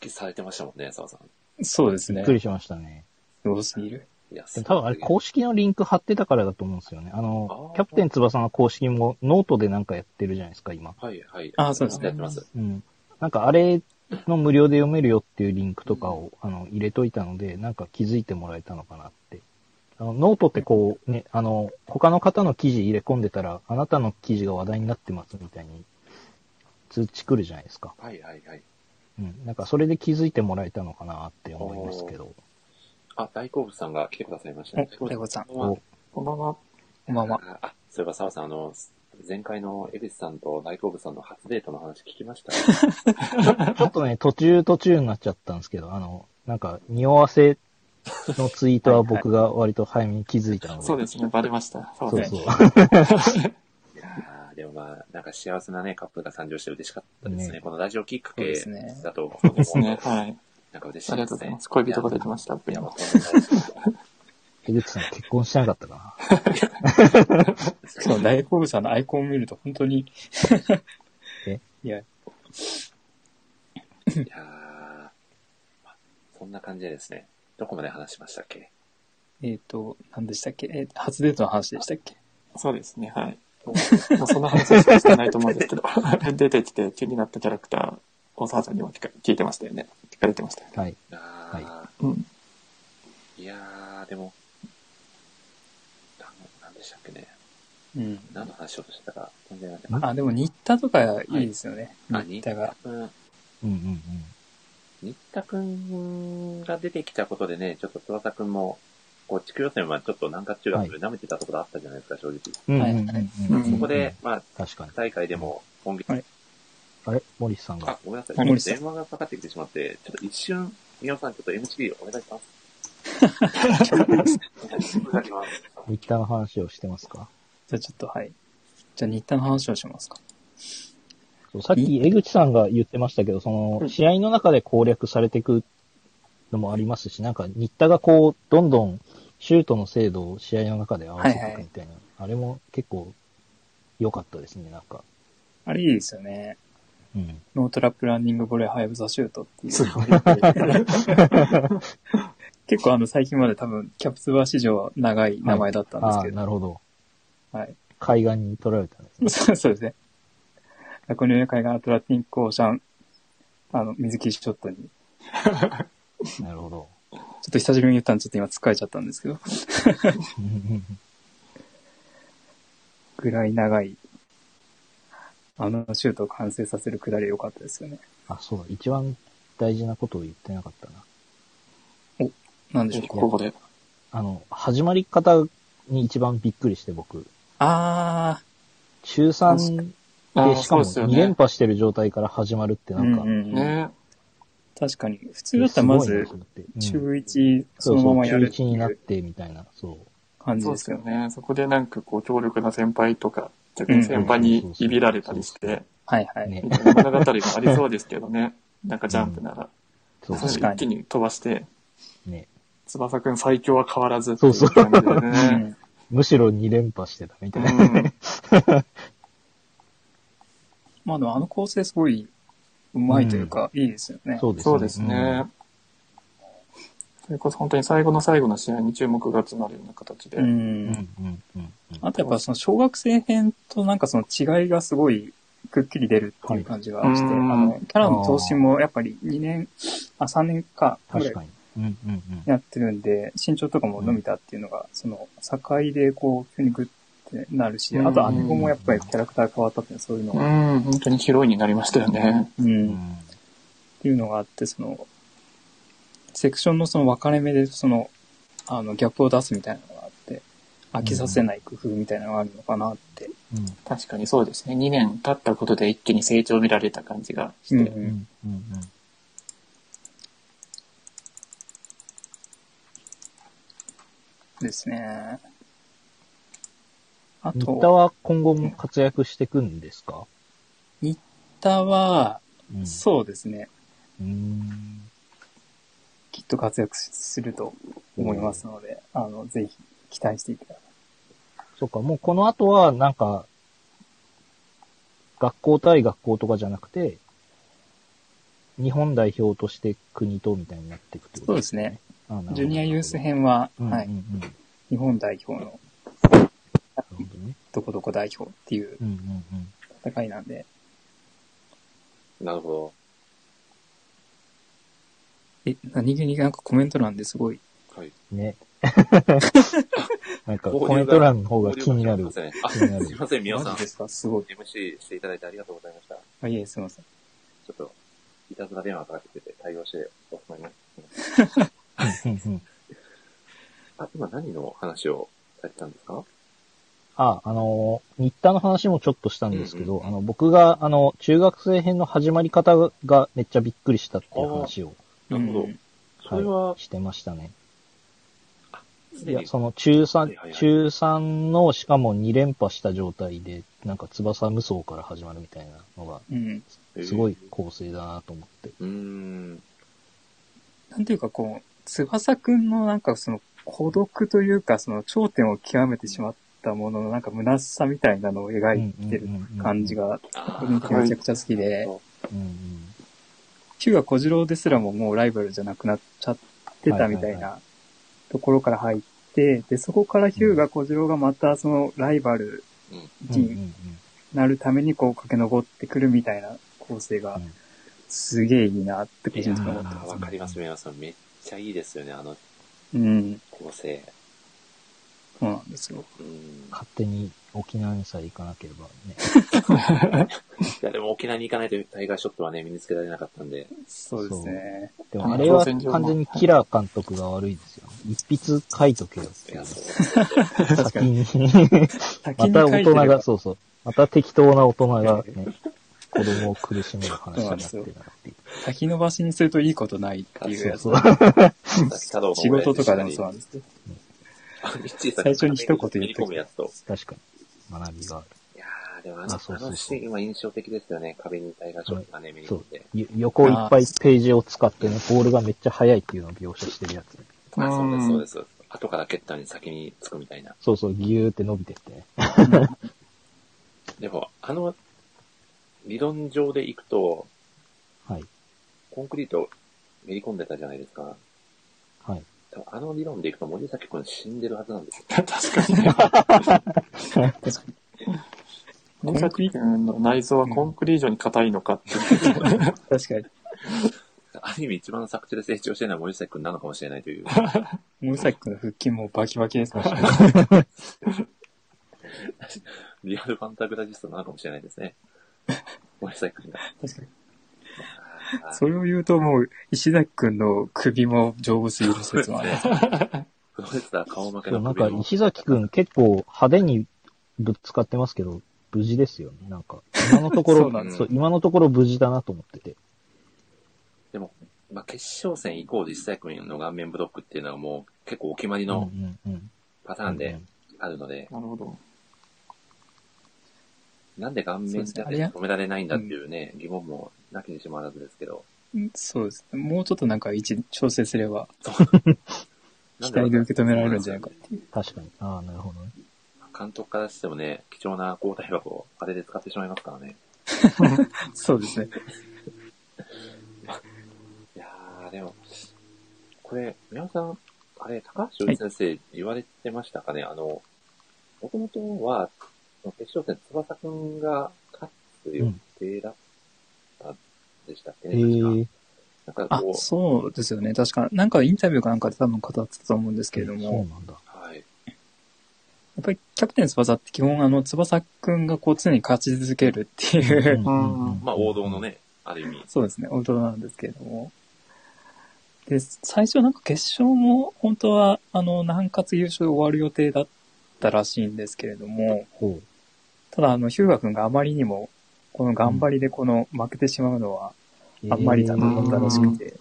Speaker 1: きされてましたもんね、澤さん。
Speaker 3: そうです
Speaker 2: びっ
Speaker 3: ね
Speaker 2: く。りしましたね。
Speaker 3: すごすぎる。
Speaker 1: いや、
Speaker 2: でも多分あれ
Speaker 1: すごい
Speaker 2: 公式のリンク貼ってたからだと思うんですよね。あの
Speaker 1: あ、ー
Speaker 2: キャプテン翼の公式もノートでなんかやってるじゃないですか、今。
Speaker 1: はい、はい。
Speaker 3: あそうですね
Speaker 1: やってます。
Speaker 2: うん。なんかあれの無料で読めるよっていうリンクとかを、あの入れといたので、なんか気づいてもらえたのかなって。あのノートってこうね、あの、他の方の記事入れ込んでたら、あなたの記事が話題になってますみたいに通知来るじゃないですか。
Speaker 1: はい、はい、はい。
Speaker 2: うん。なんかそれで気づいてもらえたのかなって思いますけど。
Speaker 1: あ、大好物さんが来てくださいました
Speaker 3: お
Speaker 1: ね。、
Speaker 3: レゴさん、
Speaker 1: こんばんは
Speaker 4: こんばん
Speaker 3: こ
Speaker 4: は。
Speaker 3: んばんは。
Speaker 1: あ、そういえば澤さん、あの、前回の江口さんと大好物さんの初デートの話聞きました。
Speaker 2: ちょっとね、途中途中になっちゃったんですけど、あの、なんか、匂わせのツイートは僕が割と早めに気づいたので。
Speaker 4: そうですね、バレました。そ
Speaker 2: そう
Speaker 4: です。
Speaker 2: うそ
Speaker 1: い
Speaker 2: う。
Speaker 1: やーでもまあ、なんか幸せなね、カップルが誕生して嬉しかったですね。
Speaker 2: ね
Speaker 1: このラジオきっか
Speaker 3: そうで
Speaker 1: け
Speaker 3: すね
Speaker 1: だと、
Speaker 4: そうですね。はい。
Speaker 1: なんか嬉し
Speaker 4: あ
Speaker 1: い
Speaker 4: り
Speaker 1: で
Speaker 4: がと
Speaker 1: す
Speaker 4: うござい
Speaker 1: ね
Speaker 4: ます。。恋人ができました、僕
Speaker 1: い
Speaker 4: に
Speaker 1: や、
Speaker 4: も
Speaker 1: 本。当に
Speaker 2: 江口さん結婚してなかったか
Speaker 3: しかも大好物さんのアイコンを見ると本当 に
Speaker 2: え。
Speaker 3: いや、
Speaker 1: いやーまあそんな感じでですね、どこまで話しましたっけ
Speaker 3: えっ、と、何でしたっけえー初デートの話でしたっけ
Speaker 4: そうですね、はい。もうそんな話しかしてないと思うんですけど、 出てきて気になったキャラクター、大沢さんにも聞か聞いてましたよね。聞かれてましたよね。
Speaker 2: な。はい。
Speaker 1: あ、
Speaker 2: はい
Speaker 4: うん。い
Speaker 1: いやー、でも、なんなんでしたっけね。
Speaker 3: うん。
Speaker 1: 何の話をしてたか、全然忘れて
Speaker 2: ん
Speaker 3: あ、でも、新田とかいいですよね。
Speaker 1: はいあ
Speaker 3: 新田が。
Speaker 1: うん
Speaker 2: うんうんうん。
Speaker 1: 新田くんが出てきたことでね、ちょっと翼くんも、こう、地区予選はちょっと南葛中学で舐めてたところあったじゃないですか、正直。
Speaker 2: うん
Speaker 3: はい
Speaker 2: うんうんうん
Speaker 4: うん
Speaker 1: そこで、、まあ、
Speaker 2: 確かに。
Speaker 1: 大会でも、本気、
Speaker 3: はい
Speaker 2: あれ森さんが
Speaker 1: あ。、ごめんなさ。
Speaker 3: はいい
Speaker 1: 電話がかかってきてしまって、ちょっと一瞬、宮尾さん、ちょっと MCD お願いします。 いただきます。
Speaker 2: ツイッターの話をしてますか
Speaker 3: じゃあちょっと、はい。じゃあ、新田の話をしますか。
Speaker 2: そそうさっき江口さんが言ってましたけど、その、試合の中で攻略されていくのもありますし、なんか、新田がこう、どんどんシュートの精度を試合の中で合わせていくみたいな、あれも結構良かったですね、なんか。
Speaker 3: あれいいですよね。
Speaker 2: うん。
Speaker 3: ノートラップランニングボレーハイブザシュートっていう。 結構あの最近まで多分キャプツバー史上は長い名前だったんです
Speaker 2: ああ
Speaker 3: け
Speaker 2: ー、
Speaker 3: ど。
Speaker 2: なるほど。
Speaker 3: はい。
Speaker 2: 海岸に取られたんですね。
Speaker 3: そうそうですね。ラコニュー海岸アトラティンコーシャン、あの、水切りショットに。ちょ
Speaker 2: なるほど。
Speaker 3: っと久しぶりに言ったんでちょっと今疲れちゃったんですけど。ぐらい長い。あのシュートを完成させるくだり良かったですよね。
Speaker 2: あ、そうだ。一番大事なことを言ってなかったな。
Speaker 3: なんでしょうか。
Speaker 4: ここで。
Speaker 2: あの、始まり方に一番びっくりして、僕。
Speaker 3: あ
Speaker 2: 中3
Speaker 4: あ
Speaker 2: で、
Speaker 4: あ、
Speaker 2: しか
Speaker 4: そう
Speaker 2: も
Speaker 4: ですよ
Speaker 2: 2連
Speaker 4: ね。
Speaker 2: 覇してる状態から始まるって
Speaker 3: ー。
Speaker 2: なんか、
Speaker 3: うんうんうん、
Speaker 4: ね
Speaker 3: 確かに。普通だったらまず
Speaker 2: すごいなと思ってうん
Speaker 3: 中1
Speaker 2: そ
Speaker 3: そうの
Speaker 2: そ
Speaker 3: ま
Speaker 2: う、
Speaker 3: ま
Speaker 2: 中
Speaker 3: やるって
Speaker 2: 1に
Speaker 3: い
Speaker 2: なっ
Speaker 3: う
Speaker 2: てみたいな、そう。
Speaker 3: 感じ
Speaker 4: そう
Speaker 3: で
Speaker 4: ですす
Speaker 3: よ
Speaker 4: よ
Speaker 3: ね。
Speaker 4: ね。そこでなんかこう、強力な先輩とか、逆に先輩
Speaker 2: うん
Speaker 4: にいびられたりして、
Speaker 3: はいはい。
Speaker 2: ね
Speaker 4: み。たいな物語がありそうですけどね。なんかジャンプなら。
Speaker 2: そう
Speaker 4: そ
Speaker 2: そう
Speaker 4: い
Speaker 3: 確
Speaker 4: うの
Speaker 3: か
Speaker 4: 一気に飛ばして、
Speaker 2: ね。
Speaker 4: 翼くん最強は変わらず。
Speaker 2: そうそう
Speaker 4: っていう感じで
Speaker 3: う
Speaker 4: ね。
Speaker 3: ん
Speaker 2: むしろ2連覇してたみ
Speaker 4: う
Speaker 2: たいな。
Speaker 4: ん。
Speaker 3: まあでもあの構成すごい上手いというか、いいですよね。
Speaker 2: そうですね。
Speaker 4: そうですね。それこそ本当に最後の最後の試合に注目が集まるような形で。
Speaker 3: う。
Speaker 2: うんん。うんうんうんうん。
Speaker 3: あとやっぱその小学生編となんかその違いがすごいくっきり出るっていう感じがして、
Speaker 4: はい
Speaker 3: あの、キャラの投資もやっぱり2年、あ、3年かぐら
Speaker 2: 確
Speaker 3: い
Speaker 2: かに。うんうん
Speaker 3: やってるんで、身長とかも伸びたっていうのが、その、境でこう、急にグッてなるし、
Speaker 4: うん
Speaker 3: あと姉子もやっぱりキャラクター変わったっていうのはそういうの
Speaker 4: う
Speaker 3: が、
Speaker 4: ん、本当にヒロインになりましたよね。
Speaker 3: う
Speaker 2: うんん。う、ん
Speaker 3: っていうのがあって、その、セクションのその分かれ目で、その、あの、ギャップを出すみたいなのがあって、飽きさせない工夫みたいなのがあるのかなって。
Speaker 2: うん
Speaker 4: 確かにそうですね。2年経ったことで一気に成長を見られた感じがして。
Speaker 3: うん
Speaker 2: うんうん
Speaker 3: ですね。あ
Speaker 2: うん。新田
Speaker 3: と、
Speaker 2: は今後も活躍していくんですか
Speaker 3: 歌は、
Speaker 2: うん。
Speaker 3: そうですね。
Speaker 2: うん。
Speaker 3: きっと活躍すると思いますので、あの、ぜひ期待していただ
Speaker 2: そっか、もうこの後は、なんか、学校対学校とかじゃなくて、日本代表として国とみたいになっていくってことね。そうです
Speaker 3: ジュニアユース。編は、
Speaker 2: うんうんうん、
Speaker 3: はい、
Speaker 2: なる
Speaker 3: 日本代表の
Speaker 2: ほどね。
Speaker 3: どこどこ代表っていう
Speaker 2: うんうんうん。
Speaker 3: 戦いなんで、
Speaker 5: なるほ
Speaker 3: え、何気になんかコメント欄ですごい、
Speaker 5: ど。はい。
Speaker 2: ね。なんか、
Speaker 5: 交流が
Speaker 2: コメント欄の方が気になる
Speaker 5: 交。流が
Speaker 2: 気
Speaker 5: すいませ
Speaker 2: に
Speaker 5: んあ、
Speaker 2: なる
Speaker 5: すいません、皆さ
Speaker 3: マ
Speaker 5: ん
Speaker 3: ジ。ですかすごい。
Speaker 5: MC していただいてありがとうございました。ち
Speaker 3: あ、いえ、すいません。
Speaker 5: ょっと、いたずら電話かかってきて対応しておまいます。
Speaker 2: うんうんうん
Speaker 5: あ、今何の話をされてたんですか
Speaker 2: あ、あのー、新田の話もちょっとしたんですけど、
Speaker 5: うんうん
Speaker 2: あの、僕が、あの、中学生編の始まり方がめっちゃびっくりしたっていう話を、
Speaker 5: なるほど
Speaker 3: うん
Speaker 5: それは
Speaker 2: は、いしてましたね。
Speaker 5: す
Speaker 2: い
Speaker 5: で
Speaker 2: や、
Speaker 5: に、
Speaker 2: その中
Speaker 5: はいはいは
Speaker 2: 3、
Speaker 5: い
Speaker 2: 中3のしかも2連覇した状態で、なんか翼無双から始まるみたいなのが、
Speaker 3: うん。
Speaker 5: えー
Speaker 2: すごい。構成だなと思って。
Speaker 5: うーん。
Speaker 3: なんていうかこう、翼くんのなんかその孤独というか、その頂点を極めてしまったもののなんか虚しさみたいなのを描いてる感じが、
Speaker 5: あ
Speaker 3: め
Speaker 5: ー
Speaker 3: ちゃくちゃ好きで、
Speaker 2: うんうん。
Speaker 3: ヒューガ小次郎ですらももうライバルじゃなくなっちゃってたみた
Speaker 2: はい
Speaker 3: い
Speaker 2: はい
Speaker 3: なところから入って、で、そこからヒューガ小次郎がまたそのライバル
Speaker 2: うんうん
Speaker 3: になるためにこう駆け上ってくるみたいな構成が
Speaker 2: うん
Speaker 3: すげえいいなって個
Speaker 5: いや
Speaker 3: 人的に思って
Speaker 5: ー
Speaker 3: ま
Speaker 5: わかります、皆さん。めっちゃいいですよね、あの
Speaker 3: す。うん。
Speaker 5: 構成。
Speaker 3: そうなんですよ。
Speaker 5: うーん。
Speaker 2: 勝手に沖縄にさえ行かなければね。
Speaker 5: いや、でも沖縄に行かないとタイガーショットはね、身につけられなかったんで。
Speaker 3: そうですね。
Speaker 2: で
Speaker 4: あ
Speaker 2: も
Speaker 4: の
Speaker 2: あれは
Speaker 4: 挑戦状も。
Speaker 2: 完全にキラー監督が悪いですよね。一筆書いとけよっ
Speaker 5: い
Speaker 2: ていう
Speaker 5: や、。 そう。
Speaker 3: 確か
Speaker 2: 先
Speaker 3: に。
Speaker 2: に。
Speaker 3: 先
Speaker 2: ま
Speaker 3: に
Speaker 2: た
Speaker 3: 書い
Speaker 2: 大
Speaker 3: て
Speaker 2: 人
Speaker 3: れば
Speaker 2: が、そうそう。また適当な大人がね、子供を苦しめる話になってるなっていう。
Speaker 3: 先延ばしにするといいことないっていうやつ。
Speaker 2: そうそう。
Speaker 5: 佐藤
Speaker 3: 仕事とかでもそうなんですけど。
Speaker 5: あの一時さ
Speaker 3: 最初に一言言っとく
Speaker 5: 切り込むやつと。
Speaker 2: 確かに。学びがある。
Speaker 5: いや
Speaker 1: あ、でもあの、
Speaker 2: あそう
Speaker 1: あ
Speaker 2: そうそう
Speaker 1: のシーンは印象的ですよね。壁にタイガーショットがね、目に
Speaker 2: そ
Speaker 1: 入っ
Speaker 2: う
Speaker 1: て。
Speaker 2: よ横いっぱいページを使ってね、ボールがめっちゃ速いっていうのを描写してるやつ。
Speaker 1: あ、そうです、そうですす。そうです後から蹴ったのに先につくみたいな。
Speaker 2: そうそう、ギューって伸びてってね。
Speaker 1: でも、あの、理論上で行くと、
Speaker 2: はい。
Speaker 1: コンクリートめり込んでたじゃないですか。
Speaker 2: はい。
Speaker 1: 多分あの理論で行くと森崎くん死んでるはずなんですよ。
Speaker 4: 確かにね。
Speaker 3: コ
Speaker 4: モ
Speaker 3: ン
Speaker 4: ザ
Speaker 3: クリ
Speaker 4: キ君の内臓はコンクリートに硬いのかっていう。
Speaker 3: 確かに。
Speaker 1: ある意味一番作中で成長してるのは森崎くんなのかもしれないという。
Speaker 3: ムサキ君の腹筋もバキバキですからね。
Speaker 1: リアルファンタグラジストなのかもしれないですね。森崎くんが。
Speaker 3: 確かに。
Speaker 1: あー
Speaker 3: それを言うともう、石崎君の首も丈夫すぎる説もあります。
Speaker 1: プロレスラー顔負け
Speaker 2: でも
Speaker 1: の
Speaker 2: なんか
Speaker 1: 首の
Speaker 2: 石崎くん結構派手にぶつかってますけど、無事ですよね。なんか、今のと こ
Speaker 3: そう
Speaker 2: ろ、
Speaker 3: なん
Speaker 1: です
Speaker 2: そう今のところ無事だなと思ってて。
Speaker 1: まあ、決勝戦以降実際君の顔面ブロックっていうのはもう結構お決まり
Speaker 2: うんう
Speaker 1: の
Speaker 2: んうん。
Speaker 1: パターンであるので、
Speaker 4: なるほど。
Speaker 1: なんで顔面じゃ
Speaker 3: そうですねあれや
Speaker 1: 止められないんだっていうね、疑問もなきにしもあらずですけど、
Speaker 3: うん そうです。もうちょっとなんか位置調整すれば、
Speaker 1: なん
Speaker 3: 期
Speaker 1: で
Speaker 3: 待で受け止められるんじゃないかっていう。
Speaker 2: 確かに。ああ、なるほどね。
Speaker 1: 監督からしてもね、貴重な交代箱をあれで使ってしまいますからね。
Speaker 3: そうですね。
Speaker 1: いやー、でも、これ、宮本さん、あれ、高橋由先生言われてましたかね、あの、もともとは、その決勝戦、翼くんが勝つ予定だったんでしたっけ
Speaker 2: え
Speaker 1: ね、
Speaker 2: ー、
Speaker 1: 確か。なんか
Speaker 3: あ
Speaker 1: こ、う、
Speaker 3: そうですよね。確か、なんかインタビューかなんかで多分語ってたと思うんですけれど
Speaker 2: そ
Speaker 3: も、
Speaker 2: うなんだ。
Speaker 1: はい。
Speaker 3: やっぱりキャプテン翼って基本あの、翼くんがこう常に勝ち続けるっていう、
Speaker 2: うんうんうん
Speaker 1: まあ、王道の。ね、ある意味。
Speaker 3: そうですね、王道なんですけれども。で、最初なんか決勝も本当は、あの、南葛優勝で終わる予定だったらしいんですけれども、
Speaker 2: ほう。
Speaker 3: ただあの、ヒューガ君があまりにも、この頑張りでこの負けてしまうのはあんまりだと思ったらし
Speaker 2: えー
Speaker 3: くて、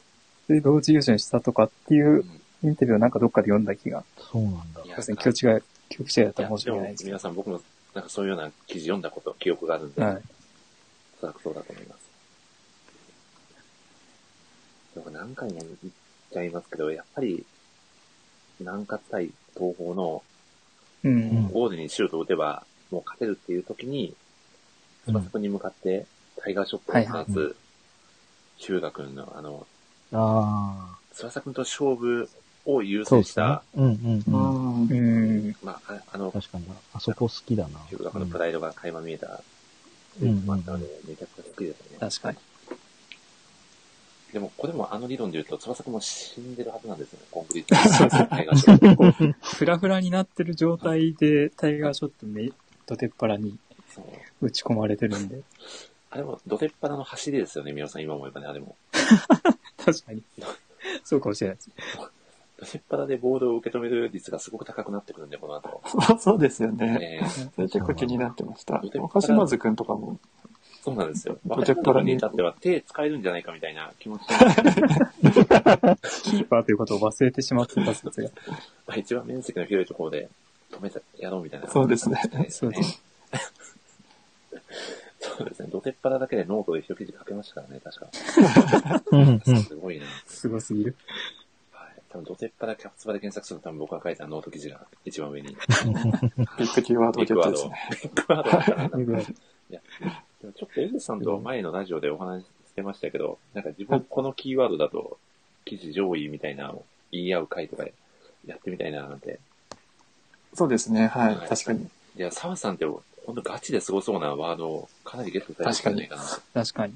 Speaker 3: で、同時優勝にしたとかっていううんインタビューをなんかどっかで読んだ気が、
Speaker 2: そうなんだ
Speaker 1: い。
Speaker 3: そ
Speaker 1: や
Speaker 3: うですね、今日違い、記憶違いだっ
Speaker 1: い
Speaker 3: た
Speaker 1: や
Speaker 3: ら申し
Speaker 1: で
Speaker 3: 訳
Speaker 1: も
Speaker 3: ないですけ
Speaker 1: 皆さん僕もなんかそういうような記事読んだこと、記憶があるんで、
Speaker 3: ど。はい。
Speaker 1: おそらくそうだと思います。でも何回も言っちゃいますけど、やっぱり、南葛対東方の
Speaker 3: うん。
Speaker 1: ゴールにシュートを打てば、もう勝てるっていう時に、
Speaker 2: うん
Speaker 1: 翼くんに向かってタイガーショットを打
Speaker 3: はい
Speaker 1: つ、
Speaker 2: は
Speaker 1: ヒューガ君のあの、
Speaker 2: あ
Speaker 1: 翼くんと勝負を優
Speaker 2: あ、そ
Speaker 1: 先
Speaker 2: うで
Speaker 1: し
Speaker 2: すね
Speaker 1: た、。
Speaker 2: うんう
Speaker 4: う
Speaker 2: んうん。
Speaker 4: ん
Speaker 3: う。ん。
Speaker 1: まあ、ああの、
Speaker 2: 確かに。あそこ好きだな。
Speaker 1: ヒューガ君のプライドが垣間見えた、
Speaker 2: うん
Speaker 1: もあったので、めちゃくちゃ好きですね。
Speaker 3: 確かに。
Speaker 1: でも、これもあの理論で言うと、翼くんも死んでるはずなんですよね、コンクリートの タイガーショット。
Speaker 3: フラフラになってる状態で、タイガーショットめ、どてっぱらに
Speaker 1: そう
Speaker 3: 打ち込まれてるんで。
Speaker 1: あれも、どてっぱらの走りですよね、皆さん、今思えばね、あれも。
Speaker 3: 確かに。そうかもしれないです。
Speaker 1: どてっぱらでボールを受け止める率がすごく高くなってくるんで、この後。
Speaker 4: そうですよ ね。
Speaker 1: えー
Speaker 4: それ結構気になってまし
Speaker 1: そ
Speaker 4: た
Speaker 1: うなんだ。
Speaker 4: 岡島津くんとかも、
Speaker 1: そうなんですよ。
Speaker 4: どてっぱらに
Speaker 1: に至っては手使えるんじゃないかみたいな気持ちで、
Speaker 3: キーパーということを忘れてしまってた説が。
Speaker 1: まあ、一番面積の広いところで止めてやろうみたいな。
Speaker 4: そうです ね。
Speaker 3: そうです。
Speaker 1: そうですね。どてっぱらだけでノートで一記事書けましたからね、確か。
Speaker 2: うんうん。
Speaker 1: すごいな。
Speaker 3: すごすぎる。
Speaker 1: はい。多分、どてっぱらキャプツバで検索すると多分僕が書いたノート記事が一番上に。
Speaker 4: ビッグキーワード
Speaker 1: ビッグ
Speaker 4: をゲッ
Speaker 1: ワ
Speaker 4: ト
Speaker 1: ー
Speaker 4: で
Speaker 1: ド
Speaker 4: すね。。
Speaker 1: ビッグワードだったな。
Speaker 3: よくある
Speaker 1: でもちょっとエルさんと前のラジオでお話ししてましたけど、なんか自分このキーワードだと、記事上位みたいなのを言い合う回とかでやってみたいななんて。
Speaker 4: そうですね。は
Speaker 1: はい
Speaker 4: い。確かに。
Speaker 1: いや、澤さんってほんとガチで凄そうなワードをかなりゲットされてたんじゃないかな。
Speaker 3: 確かに。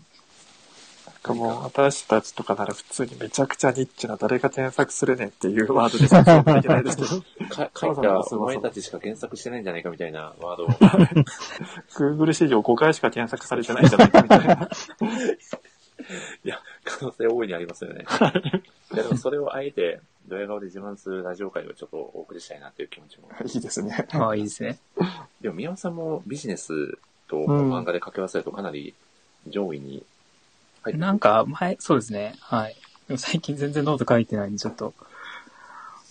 Speaker 4: なんかもう、私たちとかなら普通にめちゃくちゃニッチな誰が検索するねんっていうワードで 検索できないですけど、
Speaker 1: か 書い
Speaker 4: 澤さん
Speaker 1: た
Speaker 4: もす
Speaker 1: お
Speaker 4: ごそう
Speaker 1: 前たちしか検索してないんじゃないかみたいなワードを。
Speaker 4: Google 史上5回しか検索されてないんじゃないかみたいな。
Speaker 1: いや、可能性大いにありますよね。いや、でもそれをあえて、ドヤ顔で自慢するラジオ会をちょっとお送りしたいなっていう気持ちも。
Speaker 4: いいですね。
Speaker 3: ああ、いいですね。
Speaker 1: でも、宮本さんもビジネスと漫画で掛け合わせるとかなり上位に入ってくる
Speaker 3: なんか、前、そうですね。はい。でも最近全然ノート書いてないんで、ちょっと、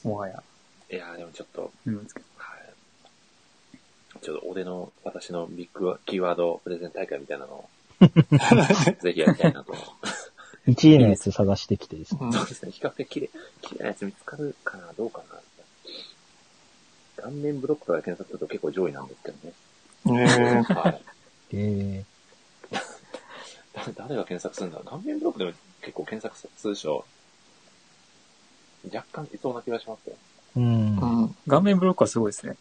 Speaker 3: もはや、
Speaker 1: いやーでもちょっと、
Speaker 3: うんですけど。
Speaker 1: はい。ちょっと俺の、私のビッグキーワードプレゼン大会みたいな のを、ぜひやりたいなと。
Speaker 2: 1位のやつ探してきてですね。
Speaker 4: うん
Speaker 1: そうですね、比較的綺麗、綺麗なやつ見つかるかな、どうかな。顔面ブロックとかで検索すると結構上位なんですけどね。
Speaker 4: え
Speaker 1: はい。
Speaker 2: え
Speaker 1: だ 誰が検索するんだろう顔面ブロックでも結構検索数少、若干いそうな気がしますよ。
Speaker 2: ー、うん
Speaker 4: ー、う。ん。
Speaker 3: 顔面ブロックはすごいですね。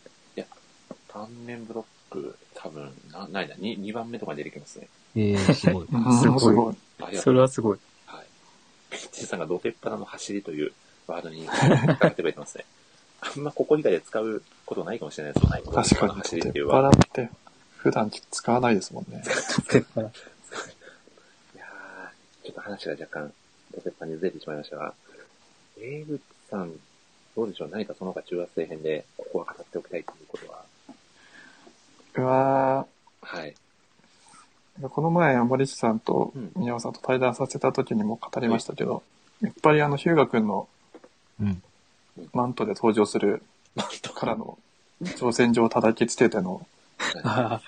Speaker 1: 顔面ブロック、多分、な、ないな、2, 2番目とかに出てきますね。
Speaker 2: えー、すごい。
Speaker 4: うんす
Speaker 3: す
Speaker 4: ご
Speaker 3: ご
Speaker 4: い。
Speaker 1: ありがと
Speaker 3: そうれはすごい。
Speaker 1: はい。ピッチさんがドテッパラの走りというワードに 引っかけてくれてますね。あんまここ以外で使うことないかもしれないですよね。
Speaker 4: 確か
Speaker 1: ドテッパラの走
Speaker 4: に。
Speaker 1: りってい
Speaker 4: 出っ
Speaker 1: う
Speaker 4: 払
Speaker 1: ワー
Speaker 4: って、普段使わないですもんね。
Speaker 1: ド。いやー、ちょっと話が若干ドテッパにずれてしまいましたが、エイブさん、どうでしょう何かその他中学生編でここは語っておきたいということは。
Speaker 4: うわ
Speaker 1: はい。
Speaker 4: ーこの前、森内さんと
Speaker 1: うん
Speaker 4: 宮尾さんと対談させた時にも語りましたけど、やっぱりあの、ヒューガ君の
Speaker 2: うん。
Speaker 4: マントで登場する
Speaker 1: マント
Speaker 4: からの挑戦状を叩きつけての、
Speaker 3: あ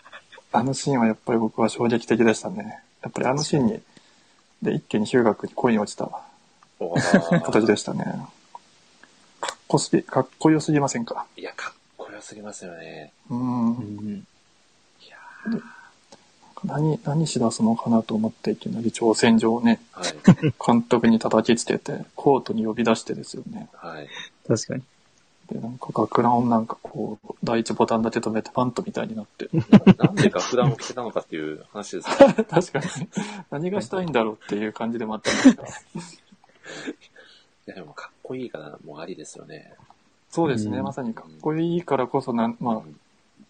Speaker 4: あのシーンはやっぱり僕は衝撃的でしたね。やっぱりあのシーンに、で、一気にヒューガ君に恋に落ちた
Speaker 1: おー
Speaker 4: 形でしたね。かっこすぎ、かっこよすぎませんか。
Speaker 1: いや、かっこよすぎますよね。
Speaker 4: うん
Speaker 3: あ。。うん
Speaker 1: いや
Speaker 4: 何、何しだすのかなと思っていきなり挑戦状をね、
Speaker 1: ーはい。
Speaker 4: 監督に叩きつけて、コートに呼び出してですよね。
Speaker 1: はい。
Speaker 3: 確かに。
Speaker 4: で、なんか学ランをなんかこう、第一ボタンだけ止めてパントみたいになって。
Speaker 1: ななんで楽団を着てたのかっていう話ですね。
Speaker 4: 確かに。何がしたいんだろうっていう感じでもあったんですが。
Speaker 1: いや、でもかっこいいからもうありですよね。
Speaker 4: そうですね、
Speaker 3: うん
Speaker 4: まさにかっこいいからこそなん、
Speaker 1: う
Speaker 4: まあ、
Speaker 1: ん